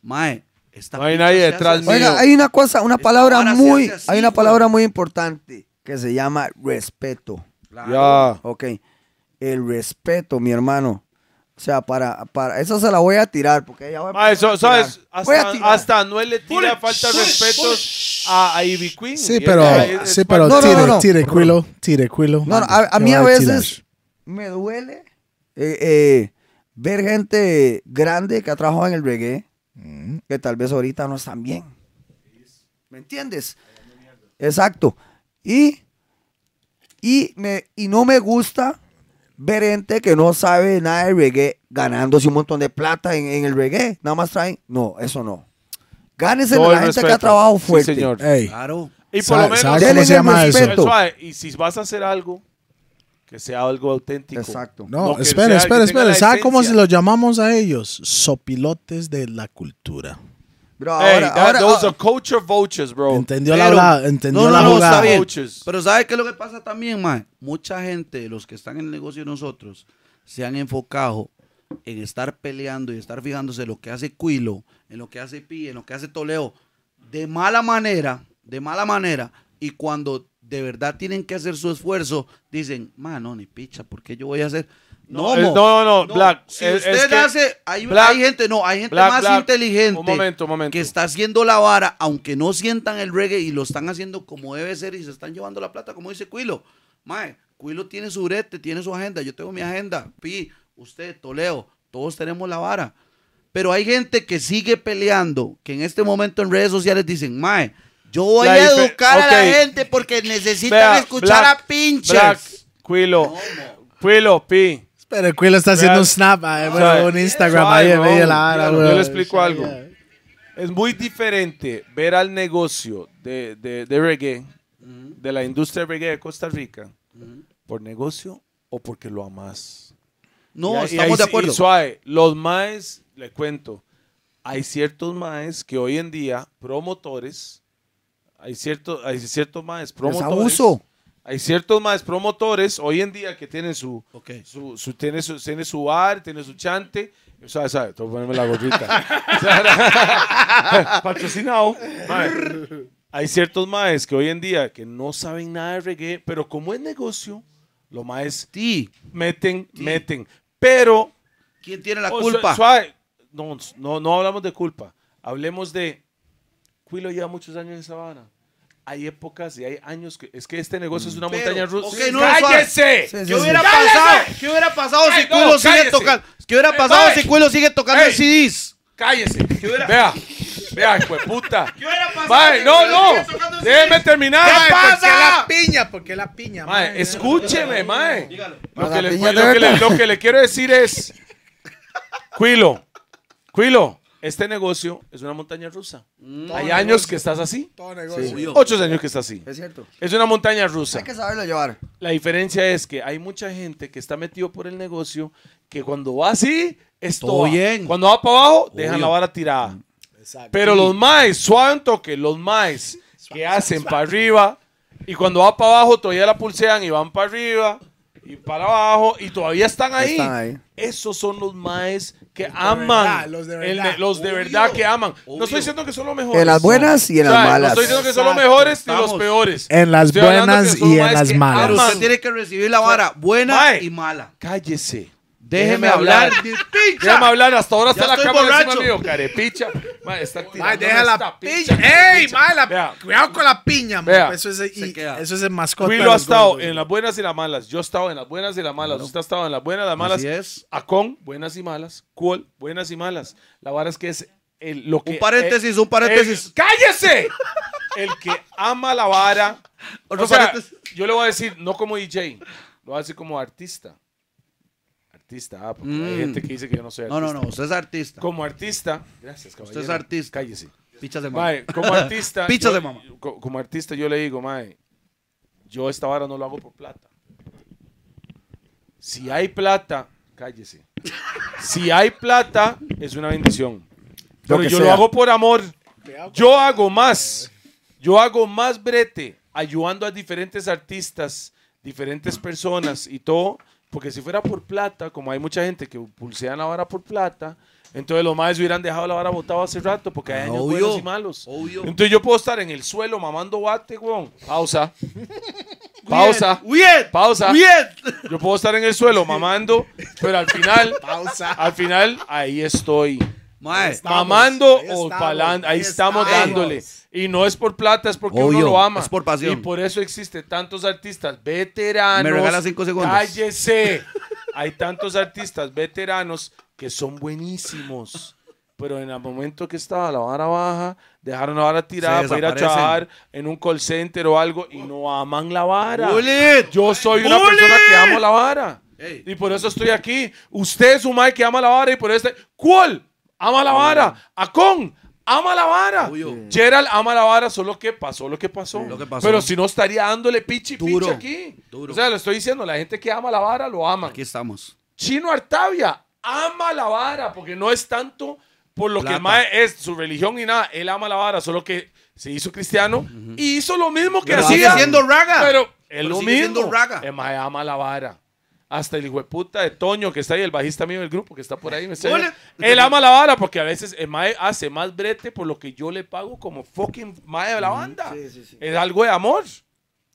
mae, esta
No hay
picha
nadie
se hace
detrás
así.
mío.
Oiga, hay una cosa, una
Esta
palabra
vara se
muy,
hace así,
hay una
güey.
palabra muy importante que se llama respeto.
Ah.
Ya.
Ok. El respeto, mi hermano. O sea, para, para, esa se la voy a tirar, porque ya voy a
Ma,
empezar
eso,
a tirar.
¿sabes?
Voy a
Hasta,
tirar.
hasta Anuel le tira falta de respeto a, a Ivy Queen. Y
Sí,
él-
pero,
ahí-
sí,
es
pero
No,
parte-
no,
tire,
no, no.
tire, cuilo, tire, cuilo.
No, no, a, a
Yo
mí a
voy tirar.
veces me duele eh, eh, ver gente grande que ha trabajado en el reggae, que tal vez ahorita no están bien. ¿Me entiendes? Exacto. Y, y, me, y no me gusta ver gente que no sabe nada de reggae ganándose un montón de plata en, en el reggae. Nada más traen. No, eso no. Gánese
todo
la
el
gente que ha
respeto.
trabajado
Sí,
fuerte.
señor.
Ey,
Claro.
Y por
sa-
lo menos...
¿sabe
denle
cómo se
el
llama
respeto.
eso?
Suave, Y si vas a hacer algo, que sea algo auténtico.
Exacto.
No,
que
espere,
sea, que
espere,
tenga la
espere. ¿Sabe cómo se
esencia.
los llamamos a ellos? Sopilotes de la cultura.
Bro,
Hey,
ahora,
that-
ahora,
those
ah,
are culture vultures, bro.
Entendió la,
Pero-
habla- entendió
no, no,
la
no,
jugada.
está bien.
Coaches.
Pero ¿sabe qué es lo que pasa también, mae? Mucha gente de los que están en el negocio de nosotros se han enfocado en estar peleando y estar fijándose en lo que hace Cuilo, en lo que hace Pi, en lo que hace Toleo, de mala manera, de mala manera, y cuando de verdad tienen que hacer su esfuerzo, dicen, mano, ni picha, ¿por qué yo voy a hacer? No,
es-
mo,
no, no, Black,
Si
es-
usted
es que-
hace, hay,
Black,
hay gente, no, hay gente
Black,
más
Black,
inteligente
un momento, un momento.
que está haciendo la vara, aunque no sientan el reggae y lo están haciendo como debe ser y se están llevando la plata, como dice Cuilo. Mae, Cuilo tiene su brete, tiene su agenda, yo tengo mi agenda. Pi, usted, Toleo, todos tenemos la vara. Pero hay gente que sigue peleando, que en este momento en redes sociales dicen, Mae, yo voy
La
a
dife-
educar a
ok.
la gente porque necesitan
Vea,
escuchar
Black,
a pinches.
Black, Quilo, Quilo, Pi.
Pero el Cuilo está haciendo
Vea-
un snap, ah, bueno,
Suave.
un Instagram ahí
Suave,
en medio de la
bro.
vara,
Claro,
weón.
yo le explico algo. Es muy diferente ver al negocio de, de- de reggae, de la industria de reggae de Costa Rica, por negocio o porque lo amas.
No,
Y ahí- y
estamos
ahí
de
sí- y
acuerdo.
suave, los maes, le cuento, hay ciertos maes que hoy en día, promotores, hay ciertos, hay ciertos maes promotores.
abuso.
Hay ciertos maes promotores hoy en día que tienen su, su, su- tiene su, tiene su bar, tiene su chante. O sea, sabe, tengo que ponerme la gorrita. O sea, Patrocinado. Mae, Hay ciertos maes que hoy en día que no saben nada de reggae, pero como es negocio, los maes
Ti,
meten, meten. Pero
¿quién tiene la
Oh,
culpa?
su- suave. No, no, no hablamos de culpa. Hablemos de. Cuilo lleva muchos años en Sabana. Hay épocas y hay años que. Es que este negocio es una
Mm. Pero,
montaña rusa.
ok, no,
¡Cállese!
Sí, sí,
¿Qué
sí.
hubiera
¡Cállese!
pasado? ¿Qué hubiera pasado
Ay,
si
no,
Cuilo sigue
cállese.
tocando? ¿Qué hubiera
Eh,
pasado
bye.
si Cuilo sigue tocando
Ey.
CDs?
¡Cállese! Vea, vea, hijo de puta.
¿Qué hubiera pasado
Mae,
si
no,
Cuilo sigue
no.
tocando
Déjeme terminar.
¿Qué
mae,
pasa?
la piña? ¿Por qué la piña?
Mae,
mae?
escúcheme, mae. Lo que,
la
le,
piña
lo
de
que le-
verdad.
lo que le quiero decir es, Cuilo, Cuilo, este negocio es una montaña rusa.
Mm.
Hay años que estás así,
Todo negocio.
ocho años que estás así.
Es cierto.
Es una montaña rusa.
Hay que saberlo llevar.
La diferencia es que hay mucha gente que está metido por el negocio que cuando va así, es
Todo
toa.
bien.
Cuando va para abajo, dejan
Obvio.
la vara tirada. Pero los maes, suave un toque, los maes que hacen para arriba y cuando va para abajo todavía la pulsean y van para arriba y para abajo y todavía están ahí.
Están ahí.
Esos son los maes que
verdad,
aman.
los de
el
verdad.
ne- los de
Obvio,
verdad que aman. No
obvio.
estoy diciendo que son los mejores.
En las buenas y en
O sea,
las malas.
No estoy diciendo que son los
Exacto,
mejores ni los
estamos.
peores.
En las
Estoy hablando
buenas
que son
y en
maes
las
que
malas.
Pero
aman.
usted tiene que recibir la vara buena
Mae.
y mala.
Cállese.
Déjeme hablar. de pincha.
Déjame hablar, hasta ahora está
Ya
la
estoy
cámara encima
borracho.
mío, carepicha. Ma, está
Mae,
tirándome
deja la
esta
piña.
carepicha.
¡Ey, mae! la-
Vea.
Cuidado con la piña, mae. pues
Vea.
Eso es, y-
queda.
eso es el mascota. de
Willo
los
ha estado
gordos.
en las buenas y las malas. Yo he estado en las buenas y las malas. Usted ha estado en las buenas y las malas.
Así es.
Acon, buenas y malas. Cool, buenas y malas. La vara es que es el, lo que.
Un paréntesis, un paréntesis.
el- ¡Cállese! El que ama la vara.
Otro
o sea,
paréntesis.
yo le voy a decir, no como DJ, lo voy a decir como artista. Artista, ah, porque hay
Mm.
gente que dice que yo no soy
No,
artista.
no, no, usted es artista.
Como artista. Gracias, caballero.
artista.
Cállese.
Pichas de mala.
Mae, como artista.
Pichas
yo-
de mamá.
co- Como artista, yo le digo, mae, yo esta vara no lo hago por plata. Si hay plata, cállese. Si hay plata, es una bendición.
Lo
Pero
que
yo lo
sea.
hago por amor. Yo hago más. Yo hago más brete ayudando a diferentes artistas, diferentes personas y todo. Porque si fuera por plata, como hay mucha gente que pulsean la vara por plata, entonces los maestros hubieran dejado la vara botada hace rato porque hay años
Obvio,
buenos y malos.
obvio.
Entonces yo puedo estar en el suelo mamando bate, weón. Pausa. Pausa.
Bien.
Pausa.
Bien.
Yo puedo estar en el suelo mamando, pero al final, al final, ahí estoy.
Mae,
Estamos,
mamando
ahí
o
estamos,
palando, ahí
ahí
estamos,
estamos.
dándole. Y no es por plata, es porque uno
Obvio,
lo ama.
es por pasión.
Y por eso existe tantos artistas veteranos.
Me regala cinco segundos.
Cállese. Hay tantos artistas veteranos que son buenísimos. Pero en el momento que estaba la vara baja, dejaron la vara tirada
Se
para ir a
desaparecen.
trabajar en un call center o algo y no aman la vara.
Bullet.
Yo soy una
Bullet.
persona que amo la vara.
Ey.
Y por eso estoy aquí. Usted es un mae que ama la vara y por eso... ¿Cuál? Ama la vara. Acon. Ama la vara.
Obvio.
Gerald ama la vara, solo que pasó lo que pasó.
Lo que pasó.
Pero si no estaría dándole pichi pichi
Duro.
aquí.
Duro.
O sea, lo estoy diciendo, la gente que ama la vara lo ama.
aquí estamos.
Chino Artavia ama la vara porque no es tanto por lo que
Plata.
el mae es su religión y nada. Él ama la vara, solo que se hizo cristiano y hizo lo mismo que
Pero sigue
hacía.
siendo raga.
Pero es
Pero
lo
sigue siendo
mismo.
raga.
El mae ama la vara. Hasta el hijo de puta de Toño, que está ahí, el bajista mío del grupo, que está por ahí. me está-
Hola.
Él ama la vara porque a veces el mae hace más brete por lo que yo le pago como fucking mae de la banda. Es algo de amor.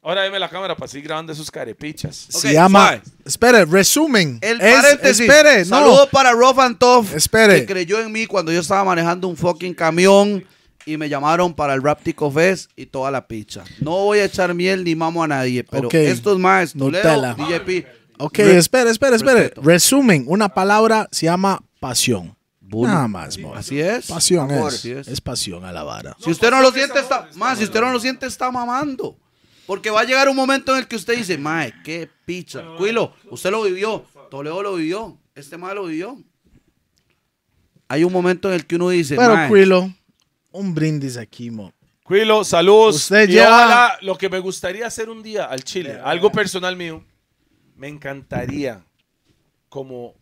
Ahora deme la cámara para seguir grabando esos carepichas.
Se llama. Espere, resumen.
El
Es-
paréntesis.
espere, no.
Saludo para Rob Antoff,
Espere.
que creyó en mí cuando yo estaba manejando un fucking camión y me llamaron para el Raptico Fest y toda la picha. No voy a echar miel ni mamo a nadie, pero
Ok.
estos maes, Toledo,
Nutella.
DJP.
Ok,
Re-
espere, espere, espere.
Respeto.
Resumen, una palabra se llama pasión. Nada más, mo.
Así es.
Pasión
Amor.
es.
Así
Es pasión a la vara.
Si usted no lo siente, está. Más, si usted no lo siente, está mamando. Porque va a llegar un momento en el que usted dice, mae, qué picha. Cuilo, usted lo vivió. Toledo lo vivió. Este mae lo vivió. Hay un momento en el que uno dice,
Pero,
"Mae,
Quilo, un brindis aquí, mo.
Quilo, saludos.
Usted
y
lleva-
ojalá lo que me gustaría hacer un día al Chile, algo personal mío, me encantaría como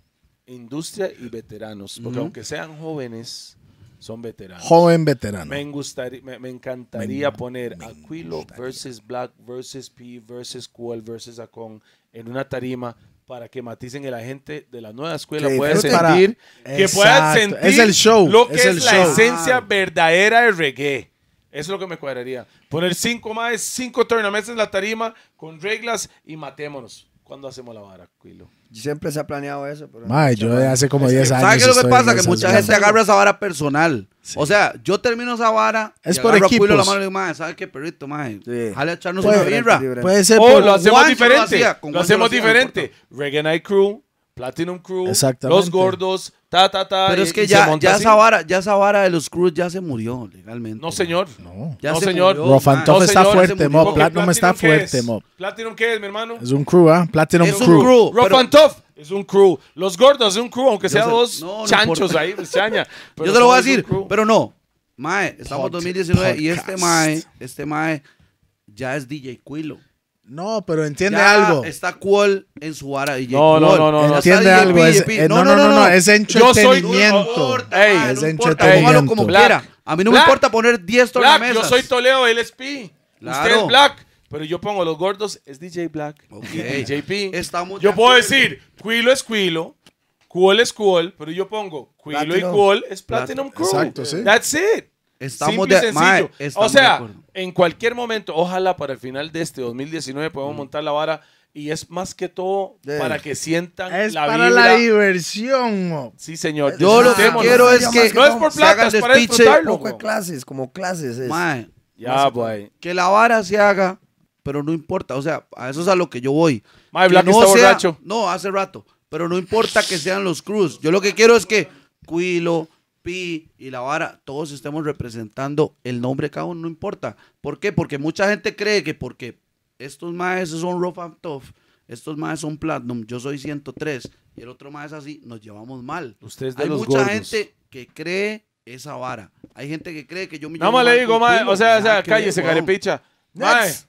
industria y veteranos, porque aunque sean jóvenes, son veteranos.
Joven veterano.
me, gustaría, me, me encantaría poner a Quilo versus Black versus P versus Cool versus Acon en una tarima para que maticen el agente de la nueva escuela
Que
pueda
disfruten.
sentir que puedan
Exacto.
sentir
Es el show,
lo que
es
es,
el
la
show.
esencia verdadera del reggae. Eso es lo que me cuadraría. Poner cinco más, cinco tournaments en la tarima con reglas y matémonos. ¿Cuándo hacemos la vara, Quilo?
Siempre se ha planeado eso. Pero
Mae, yo de hace como 10 años.
¿Sabes qué es lo que
estoy
pasa?
en
Que
esas
mucha
varas.
gente agarra esa vara personal. O sea, yo termino esa vara.
Es
y
por
agarro a Cuilo
equipos.
la mano y digo, "Mae, ¿sabes qué perrito, mae?
Sí.
Jale a echarnos
Puede-
una birra.
Puede ser.
O
por-
lo hacemos
Juancho lo
diferente.
hacía,
Lo,
con Juancho
hacemos
lo hacía,
diferente.
no
Reggae Night Crew, Platinum Crew,
Exactamente.
Los Gordos, ta, ta, ta.
Pero
y-
es que
y se
ya,
monta
ya
así.
esa vara, ya esa vara de los Cruz ya se murió legalmente.
No, señor.
No.
Ya
no,
se
señor.
murió,
Rough and
mae.
Tough
No,
está
señor,
fuerte,
se
mo.
murió. Porque
Platinum está
Platinum, ¿qué
fuerte,
es?
mo.
¿Platinum qué es, mi hermano?
Es un crew, ¿ah? Platinum
Es un
crew.
crew.
Rough
pero-
and Tough es un crew. Los Gordos es un crew, aunque sea
sé-
dos
no, no
chanchos
importa.
ahí, pues, chaña. Pero
Yo te lo voy a
todos es un
decir,
crew.
pero no. Mae, estamos en
Pod-
2019 y este
podcast.
mae, este mae ya es DJ Quilo.
No, pero entiende
Ya
algo.
Está Cuol en su vara DJ
No, no,
Cuol.
no, no, no.
Ya está
Entiende
DJ
algo. es-
PJP.
eh, no, no, no, no, Es
Yo soy-
entretenimiento.
No importa,
Ey,
mae,
es
no importa,
entretenimiento.
póngalo como
Black,
quiera. A mí no
Black,
me importa poner 10
Black,
tornamesas.
yo soy Toledo, él es P. Usted
Claro.
es Black. Pero yo pongo los gordos, es DJ Black.
Ok.
y DJ P.
Estamos
yo
de
puedo
acuerdo.
decir, Quilo es Quilo, Cuol es Cuol, pero yo pongo Quilo
Platinum.
y Cuol es Platinum Crew.
Exacto, sí.
That's it.
Estamos
Simple y
de-
sencillo.
mae,
o
estamos de
sea,
acuerdo.
en cualquier momento, ojalá para el final de este 2019
Mm.
podamos montar la vara y es más que todo
Yeah.
para que sientan
Es
la
para
vibra.
la diversión, mo.
sí, señor.
Yo lo que
Disfrutémonos.
quiero es
Ya
que
más
no es por
se
plata,
hagan
es para
despiche,
disfrutarlo.
Poco de
güey.
clases, como clases. Es.
Mae,
Ya, pues. boy.
que la vara se haga, pero no importa. O sea, a eso es a lo que yo voy.
Mae,
Que
Black
no
está
sea-
borracho.
No, hace rato. Pero no importa que sean los Cruz. Yo lo que quiero es que Quilo, Pi y la vara, todos estemos representando el nombre de cada uno, no importa. ¿Por qué? Porque mucha gente cree que porque estos maes son rough and tough, estos maes son platinum, yo soy 103 y el otro maes así, nos llevamos mal.
Usted es de
Hay
los
mucha
gordos.
gente que cree esa vara. Hay gente que cree que yo me
Nada
llevo
más
mal
le digo,
con
mae,
Quilo.
o sea, o
Nada
sea,
que ver,
cállese,
weón.
carepicha. Mae,
Next.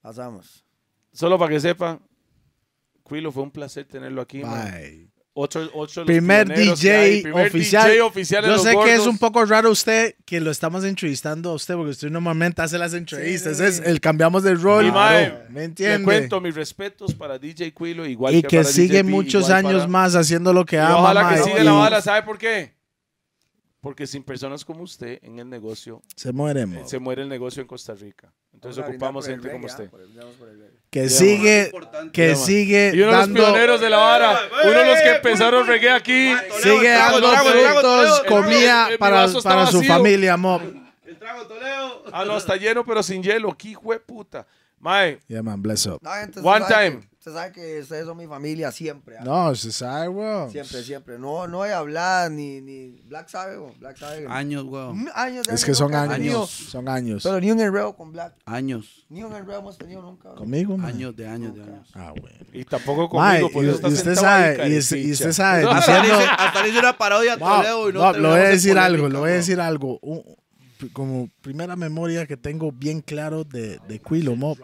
Pasamos.
solo para que sepa, Quilo fue un placer tenerlo aquí, mae.
Ay.
Otro, otro de los
Primer
pioneros que
DJ
hay, primer
oficial.
DJ oficial de
Yo
los
sé que es
gordos.
un poco raro usted que lo estamos entrevistando a usted, porque usted normalmente hace las entrevistas. Es el cambiamos de rol.
Y, mae,
¿Me
Le
entiende?
cuento mis respetos para DJ Quilo, igual
y
que,
que
para
sigue
DJ P,
muchos
igual
años
para-
más haciendo lo que
Y
ama.
ojalá que
mae,
siga
y
la vara, ¿sabe por qué? Porque sin personas como usted en el negocio,
Se mueren.
se muere el negocio en Costa Rica. Entonces
Vamos a
ocupamos
brindar
gente
por el
como
reggae,
usted.
ah, por el- brindamos por el reggae.
Que sigue, que
Ya, mae.
sigue
Y uno de los
Eh, dando,
pioneros de la vara, uno de los que empezaron reggae aquí.
sigue
Trago,
dando
trago, trago,
frutos,
trago.
comida
El- el
para,
vaso está
para su
vacío.
familia, mo.
Ah, no, está lleno, pero sin hielo. ¡Qué hijo de puta! Mae,
Yeah, man, bless up.
No, entonces,
One
usted sabe
time.
que- Usted sabe que ustedes son mi familia siempre. ah.
No, se sabe, weón.
Siempre, siempre. No, no he hablado ni, ni Black sabe, weón, Black sabe.
Años, weón.
Mm, años de
Es
haber
que son
nunca hemos
años,
tenido,
son años.
Pero ni un enredo con Black.
Años.
Ni un enredo hemos tenido nunca. weón.
Conmigo, mae?
Años de años de años.
Ah, bueno.
y tampoco
Mae,
conmigo, por
y-
eso está
y usted
sentado
sabe,
ahí,
y es- y usted
carepicha.
sabe,
No,
Hasta,
diciendo-
le hice, hasta le hice una parodia a Toledo
Wow,
y no,
no,
te
lo voy a
hagas de
decir algo,
polémica,
lo voy a
bro.
decir algo. Un- pr- como primera memoria que tengo bien claro de, de Quilo, mo.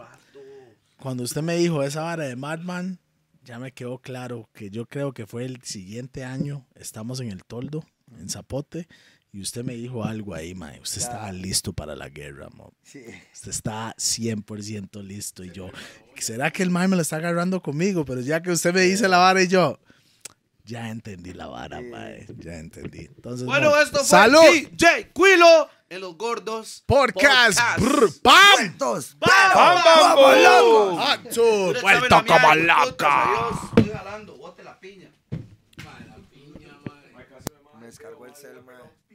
Cuando usted me dijo esa vara de Madman, ya me quedó claro que yo creo que fue el siguiente año, estamos en el toldo, en en Zapote, y usted me dijo algo ahí, mae. Usted estaba listo para la guerra, mo. Usted Este está 100% listo. Y yo, ¿será que el mae me lo está agarrando conmigo? Pero ya que usted me dice la vara y yo, ya entendí la vara, mae. Ya entendí. Entonces,
Bueno,
mo,
esto fue
¡Salud!
DJ Quilo en los gordos.
Podcast.
Podcast.
Brr, ¡Pam!
Dos.
¡Vamos!
¡Vamos!
¡Achu!
¡Vuelta cabalaca! Estoy jalando, bote la piña.
Me descargó el cel, mae.